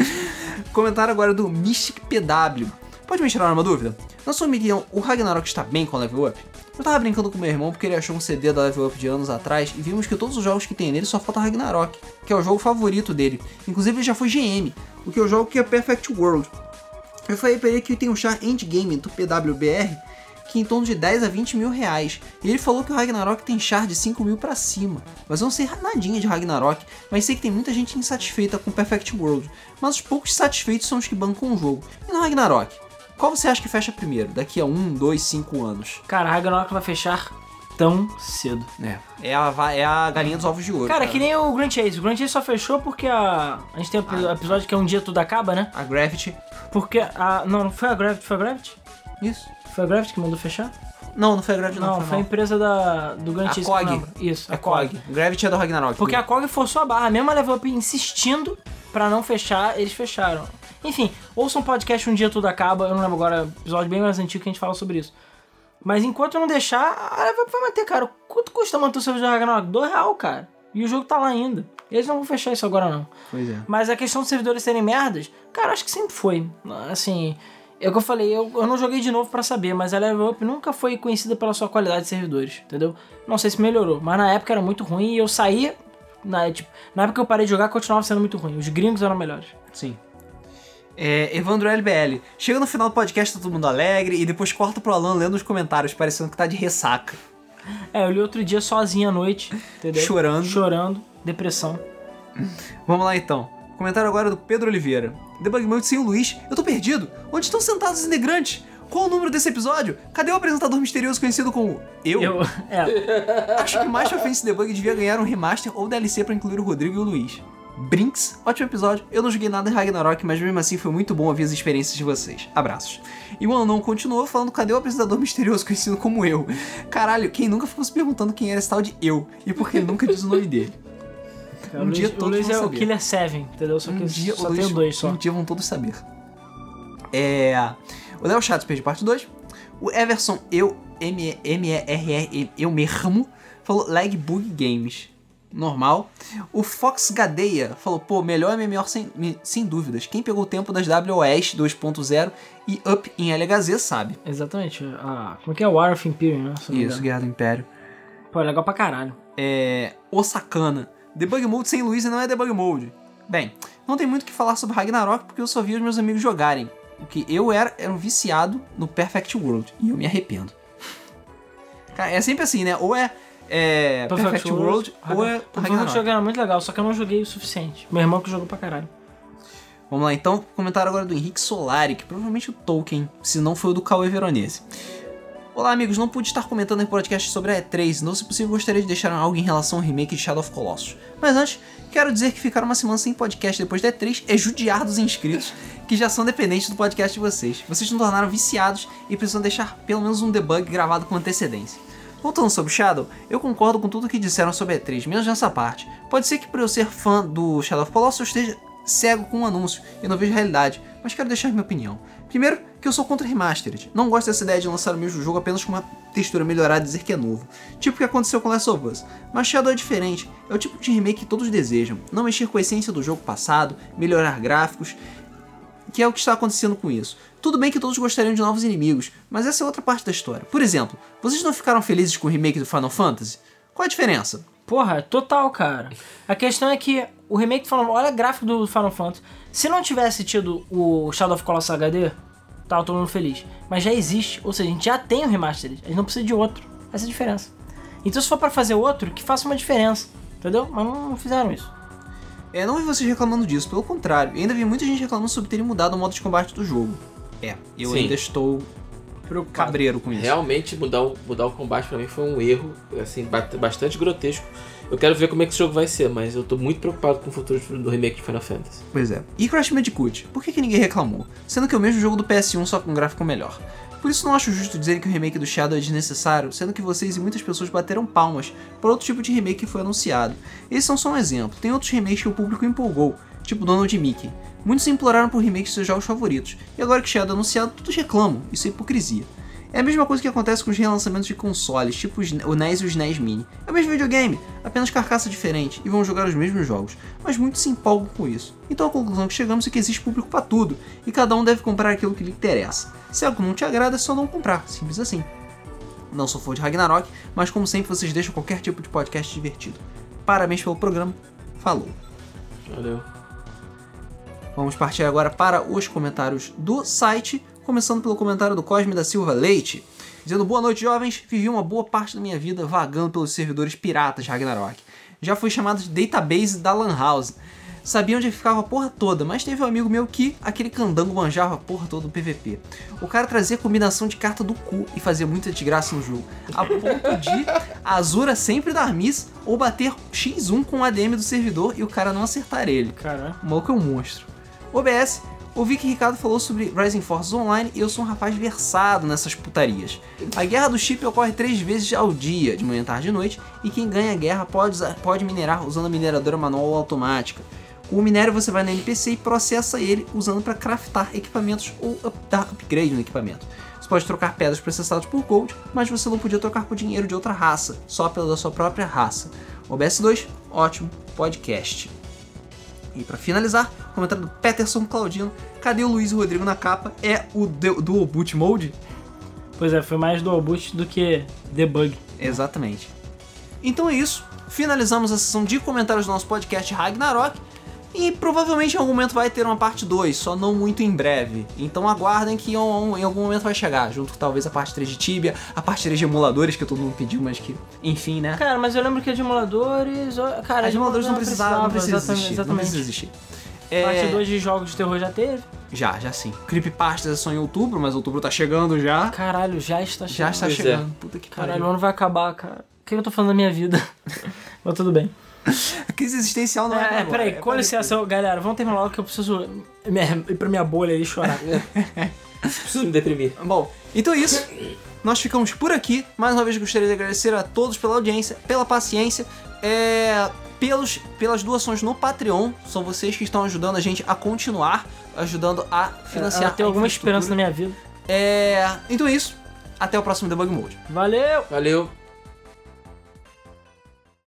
Speaker 1: Comentário agora do Mystic PW. Pode me tirar uma dúvida? Na sua opinião, o Ragnarok está bem com a Level Up? Eu tava brincando com meu irmão porque ele achou um CD da Level Up de anos atrás e vimos que todos os jogos que tem nele só falta Ragnarok, que é o jogo favorito dele. Inclusive ele já foi GM, o que eu jogo que é Perfect World. Eu falei pra ele que tem um char endgame do PWBR que é em torno de 10 a 20 mil reais. E ele falou que o Ragnarok tem char de 5 mil pra cima. Mas eu não sei nadinha de Ragnarok, mas sei que tem muita gente insatisfeita com Perfect World. Mas os poucos satisfeitos são os que bancam o jogo. E no Ragnarok? Qual você acha que fecha primeiro? Daqui a 1, 2, 5 anos?
Speaker 3: Cara, a Ragnarok vai fechar tão cedo.
Speaker 1: É. É a, va- é a galinha dos ovos de ouro.
Speaker 3: Cara, que nem o Grand Chase. O Grand Chase só fechou porque a. A gente tem um
Speaker 1: Ah.
Speaker 3: episódio que é um dia tudo acaba, né?
Speaker 1: A Gravity.
Speaker 3: Porque a. Não, não foi a Gravity, foi a Gravity?
Speaker 1: Isso.
Speaker 3: Foi a Gravity que mandou fechar?
Speaker 1: Não, não foi a Gravity, não.
Speaker 3: Não, foi a
Speaker 1: mal.
Speaker 3: empresa da, do Grand
Speaker 1: A
Speaker 3: Chase. que
Speaker 1: Cog.
Speaker 3: eu lembro. Isso,
Speaker 1: A COG. Gravity é do Ragnarok.
Speaker 3: Porque a COG forçou a barra, mesmo a Level Up insistindo pra não fechar, eles fecharam. Enfim, ouça um podcast Um Dia Tudo Acaba, eu não lembro agora, é um episódio bem mais antigo que a gente fala sobre isso. Mas enquanto não deixar, a Level Up vai manter, cara. Quanto custa manter o servidor de Ragnarok? Dois real, cara. E o jogo tá lá ainda. Eles não vão fechar isso agora, não.
Speaker 1: Pois é.
Speaker 3: Mas a questão dos servidores serem merdas, cara, acho que sempre foi. Assim, é o que eu falei, eu, eu não joguei de novo pra saber, mas a Level Up nunca foi conhecida pela sua qualidade de servidores, entendeu? Não sei se melhorou, mas na época era muito ruim e eu saí. Na, tipo, na época que eu parei de jogar, continuava sendo muito ruim. Os gringos eram melhores.
Speaker 1: Sim. É, Evandro LBL. Chega no final do podcast, tá todo mundo alegre, e depois corta pro Alan lendo os comentários, parecendo que tá de ressaca.
Speaker 3: É, eu li outro dia sozinho à noite, entendeu?
Speaker 1: Chorando.
Speaker 3: Chorando, depressão.
Speaker 1: Vamos lá então. Comentário agora do Pedro Oliveira. Debug Mode sem o Luiz. Eu tô perdido. Onde estão sentados os integrantes? Qual o número desse episódio? Cadê o apresentador misterioso conhecido como Eu? Um
Speaker 3: Eu. É.
Speaker 1: Acho que mais pra frente esse debug devia ganhar um remaster ou DLC pra incluir o Rodrigo e o Luiz. Brinks, ótimo episódio. Eu não joguei nada em Ragnarok, mas mesmo assim foi muito bom ouvir as experiências de vocês. Abraços. E o Anon continuou falando: cadê o apresentador misterioso conhecido como eu? Caralho, quem nunca ficou se perguntando quem era esse tal de eu e por que ele nunca diz o nome dele?
Speaker 3: O
Speaker 1: Um dia
Speaker 3: Luiz-
Speaker 1: todos
Speaker 3: O Luiz
Speaker 1: vão
Speaker 3: é o
Speaker 1: saber.
Speaker 3: Killer 7, entendeu? Só que
Speaker 1: Um
Speaker 3: eu
Speaker 1: dia,
Speaker 3: só
Speaker 1: o Luiz-
Speaker 3: tenho dois só.
Speaker 1: Um dia vão todos saber. É. O Léo Chatsper de parte 2. O Everson, eu, M, M, E, R, R, eu mesmo, falou lag bug games. Normal. O Fox Gadeia falou, pô, melhor MMO sem, me- sem dúvidas. Quem pegou o tempo das WOS 2.0 e up em LHZ sabe.
Speaker 3: Exatamente. Ah, como é que é? War of Imperium, né? Se eu não me
Speaker 1: Isso,
Speaker 3: engano.
Speaker 1: Guerra do Império.
Speaker 3: Pô, é legal pra caralho.
Speaker 1: É. O Sacana. Debug Mode sem Luiz e não é Debug Mode. Bem, não tem muito o que falar sobre Ragnarok porque eu só vi os meus amigos jogarem. O que eu era, era um viciado no Perfect World. E eu me arrependo. Cara, é sempre assim, né? Ou é, é, Perfect, World, ou é
Speaker 3: O
Speaker 1: Ragnarok.
Speaker 3: Ragnarok era muito legal, só que eu não joguei o suficiente. Meu irmão que jogou pra caralho.
Speaker 1: Vamos lá, então, comentário agora do Henrique Solari, que provavelmente o Tolkien, se não foi o do Cauê Veronese. Olá, amigos, não pude estar comentando em podcast sobre a E3, não se possível gostaria de deixar algo em relação ao remake de Shadow of Colossus. Mas antes, quero dizer que ficar uma semana sem podcast depois da E3 é judiar dos inscritos, que já são dependentes do podcast de vocês. Vocês nos tornaram viciados e precisam deixar pelo menos um debug gravado com antecedência. Voltando sobre Shadow, eu concordo com tudo que disseram sobre a E3, menos nessa parte. Pode ser que por eu ser fã do Shadow of Colossus eu esteja cego com o anúncio e não vejo a realidade, mas quero deixar minha opinião. Primeiro, que eu sou contra remastered. Não gosto dessa ideia de lançar o mesmo jogo apenas com uma textura melhorada e dizer que é novo. Tipo o que aconteceu com Last of Us. Mas Shadow é diferente. É o tipo de remake que todos desejam. Não mexer com a essência do jogo passado, melhorar gráficos que é o que está acontecendo com isso. Tudo bem que todos gostariam de novos inimigos, mas essa é outra parte da história. Por exemplo, vocês não ficaram felizes com o remake do Final Fantasy? Qual a diferença?
Speaker 3: Porra, total, cara. A questão é que o remake do Final olha o gráfico do Final Fantasy. Se não tivesse tido o Shadow of Colossus HD, tava todo mundo feliz. Mas já existe, ou seja, a gente já tem o Remastered, a gente não precisa de outro. Essa é a diferença. Então se for pra fazer outro, que faça uma diferença, entendeu? Mas não fizeram isso.
Speaker 1: É, não vi vocês reclamando disso, pelo contrário, eu ainda vi muita gente reclamando sobre terem mudado o modo de combate do jogo. É, eu
Speaker 2: Sim.
Speaker 1: ainda estou cabreiro com isso.
Speaker 2: Realmente mudar o, mudar o combate pra mim foi um erro, assim, ba- bastante grotesco. Eu quero ver como é que esse jogo vai ser, mas eu tô muito preocupado com o futuro do remake de Final Fantasy.
Speaker 1: Pois é. E Crash Bandicoot, por que, que ninguém reclamou? Sendo que é o mesmo jogo do PS1, só com um gráfico melhor. Por isso não acho justo dizer que o remake do Shadow é desnecessário, sendo que vocês e muitas pessoas bateram é um palmas por outro tipo de remake que foi anunciado. Esses são só um exemplo, tem outros remakes que o público empolgou, tipo Donald e Mickey. Muitos imploraram por remakes de seus jogos favoritos, e agora que Shadow é anunciado, todos reclamam, isso é hipocrisia. É a mesma coisa que acontece com os relançamentos de consoles, tipo os- o NES e os NES Mini. É o mesmo videogame, apenas carcaça diferente, e vão jogar os mesmos jogos, mas muitos se empolgam com isso. Então a conclusão que chegamos é que existe público para tudo, e cada um deve comprar aquilo que lhe interessa. Se algo não te agrada, é só não comprar, simples assim. Não sou fã de Ragnarok, mas como sempre vocês deixam qualquer tipo de podcast divertido. Parabéns pelo programa, falou!
Speaker 2: Valeu.
Speaker 1: Vamos partir agora para os comentários do site, começando pelo comentário do Cosme da Silva Leite, dizendo boa noite, jovens. Vivi uma boa parte da minha vida vagando pelos servidores piratas de Ragnarok. Já fui chamado de database da Lan House. Sabia onde ficava a porra toda, mas teve um amigo meu que aquele candango manjava a porra toda do PVP. O cara trazia combinação de carta do cu e fazia muita desgraça no jogo, a ponto de Azura sempre dar miss ou bater X1 com o ADM do servidor e o cara não acertar ele.
Speaker 3: Caramba.
Speaker 1: O maluco é um monstro. OBS, ouvi que Ricardo falou sobre Rising Forces Online e eu sou um rapaz versado nessas putarias. A guerra do chip ocorre três vezes ao dia, de manhã, tarde e noite, e quem ganha a guerra pode, usar- pode minerar usando a mineradora manual ou automática. O minério você vai na NPC e processa ele usando para craftar equipamentos ou up- dar upgrade no equipamento. Você pode trocar pedras processadas por gold, mas você não podia trocar por dinheiro de outra raça, só pela da sua própria raça. OBS2, ótimo podcast. E pra finalizar, comentário do Peterson Claudino, cadê o Luiz e o Rodrigo na capa? É o du- Dual Boot Mode?
Speaker 4: Pois é, foi mais dual boot do que debug.
Speaker 1: Exatamente. Então é isso, finalizamos a sessão de comentários do nosso podcast Ragnarok. E provavelmente em algum momento vai ter uma parte 2, só não muito em breve. Então aguardem que em um- em algum momento vai chegar, junto com talvez a parte 3 de Tibia, a parte 3 de emuladores que todo mundo pediu, mas que, enfim, né?
Speaker 3: Cara, mas eu lembro que a de emuladores. ó, Cara,
Speaker 1: As emuladores não precisavam, não precisa
Speaker 3: exatamente,
Speaker 1: existir, não
Speaker 3: exatamente.
Speaker 1: precisa existir.
Speaker 3: Parte
Speaker 1: É,
Speaker 3: 2 de jogos de terror já teve?
Speaker 1: Já, já sim. Creepypastas é só em outubro, mas outubro tá chegando já.
Speaker 3: Caralho, já está
Speaker 1: Já está
Speaker 2: Pois é.
Speaker 1: chegando. Puta que
Speaker 3: Caralho, o
Speaker 1: pariu.
Speaker 3: ano vai acabar, cara. O que eu tô falando da minha vida? Mas tudo bem.
Speaker 1: A crise existencial não é. pra
Speaker 3: É,
Speaker 1: agora,
Speaker 3: peraí,
Speaker 1: é
Speaker 3: com
Speaker 1: pra
Speaker 3: licença, eu- galera, vamos terminar logo que eu preciso me- ir pra minha bolha e chorar.
Speaker 2: Preciso me deprimir.
Speaker 1: depois. Bom, então é isso. Nós ficamos por aqui. Mais uma vez gostaria de agradecer a todos pela audiência, pela paciência, é, pelos, pelas doações no Patreon. São vocês que estão ajudando a gente a continuar, ajudando a financiar.
Speaker 3: É, Eu tenho
Speaker 1: a
Speaker 3: alguma
Speaker 1: infraestrutura.
Speaker 3: esperança na minha vida.
Speaker 1: É, então é isso. Até o próximo Debug Mode.
Speaker 3: Valeu!
Speaker 2: Valeu.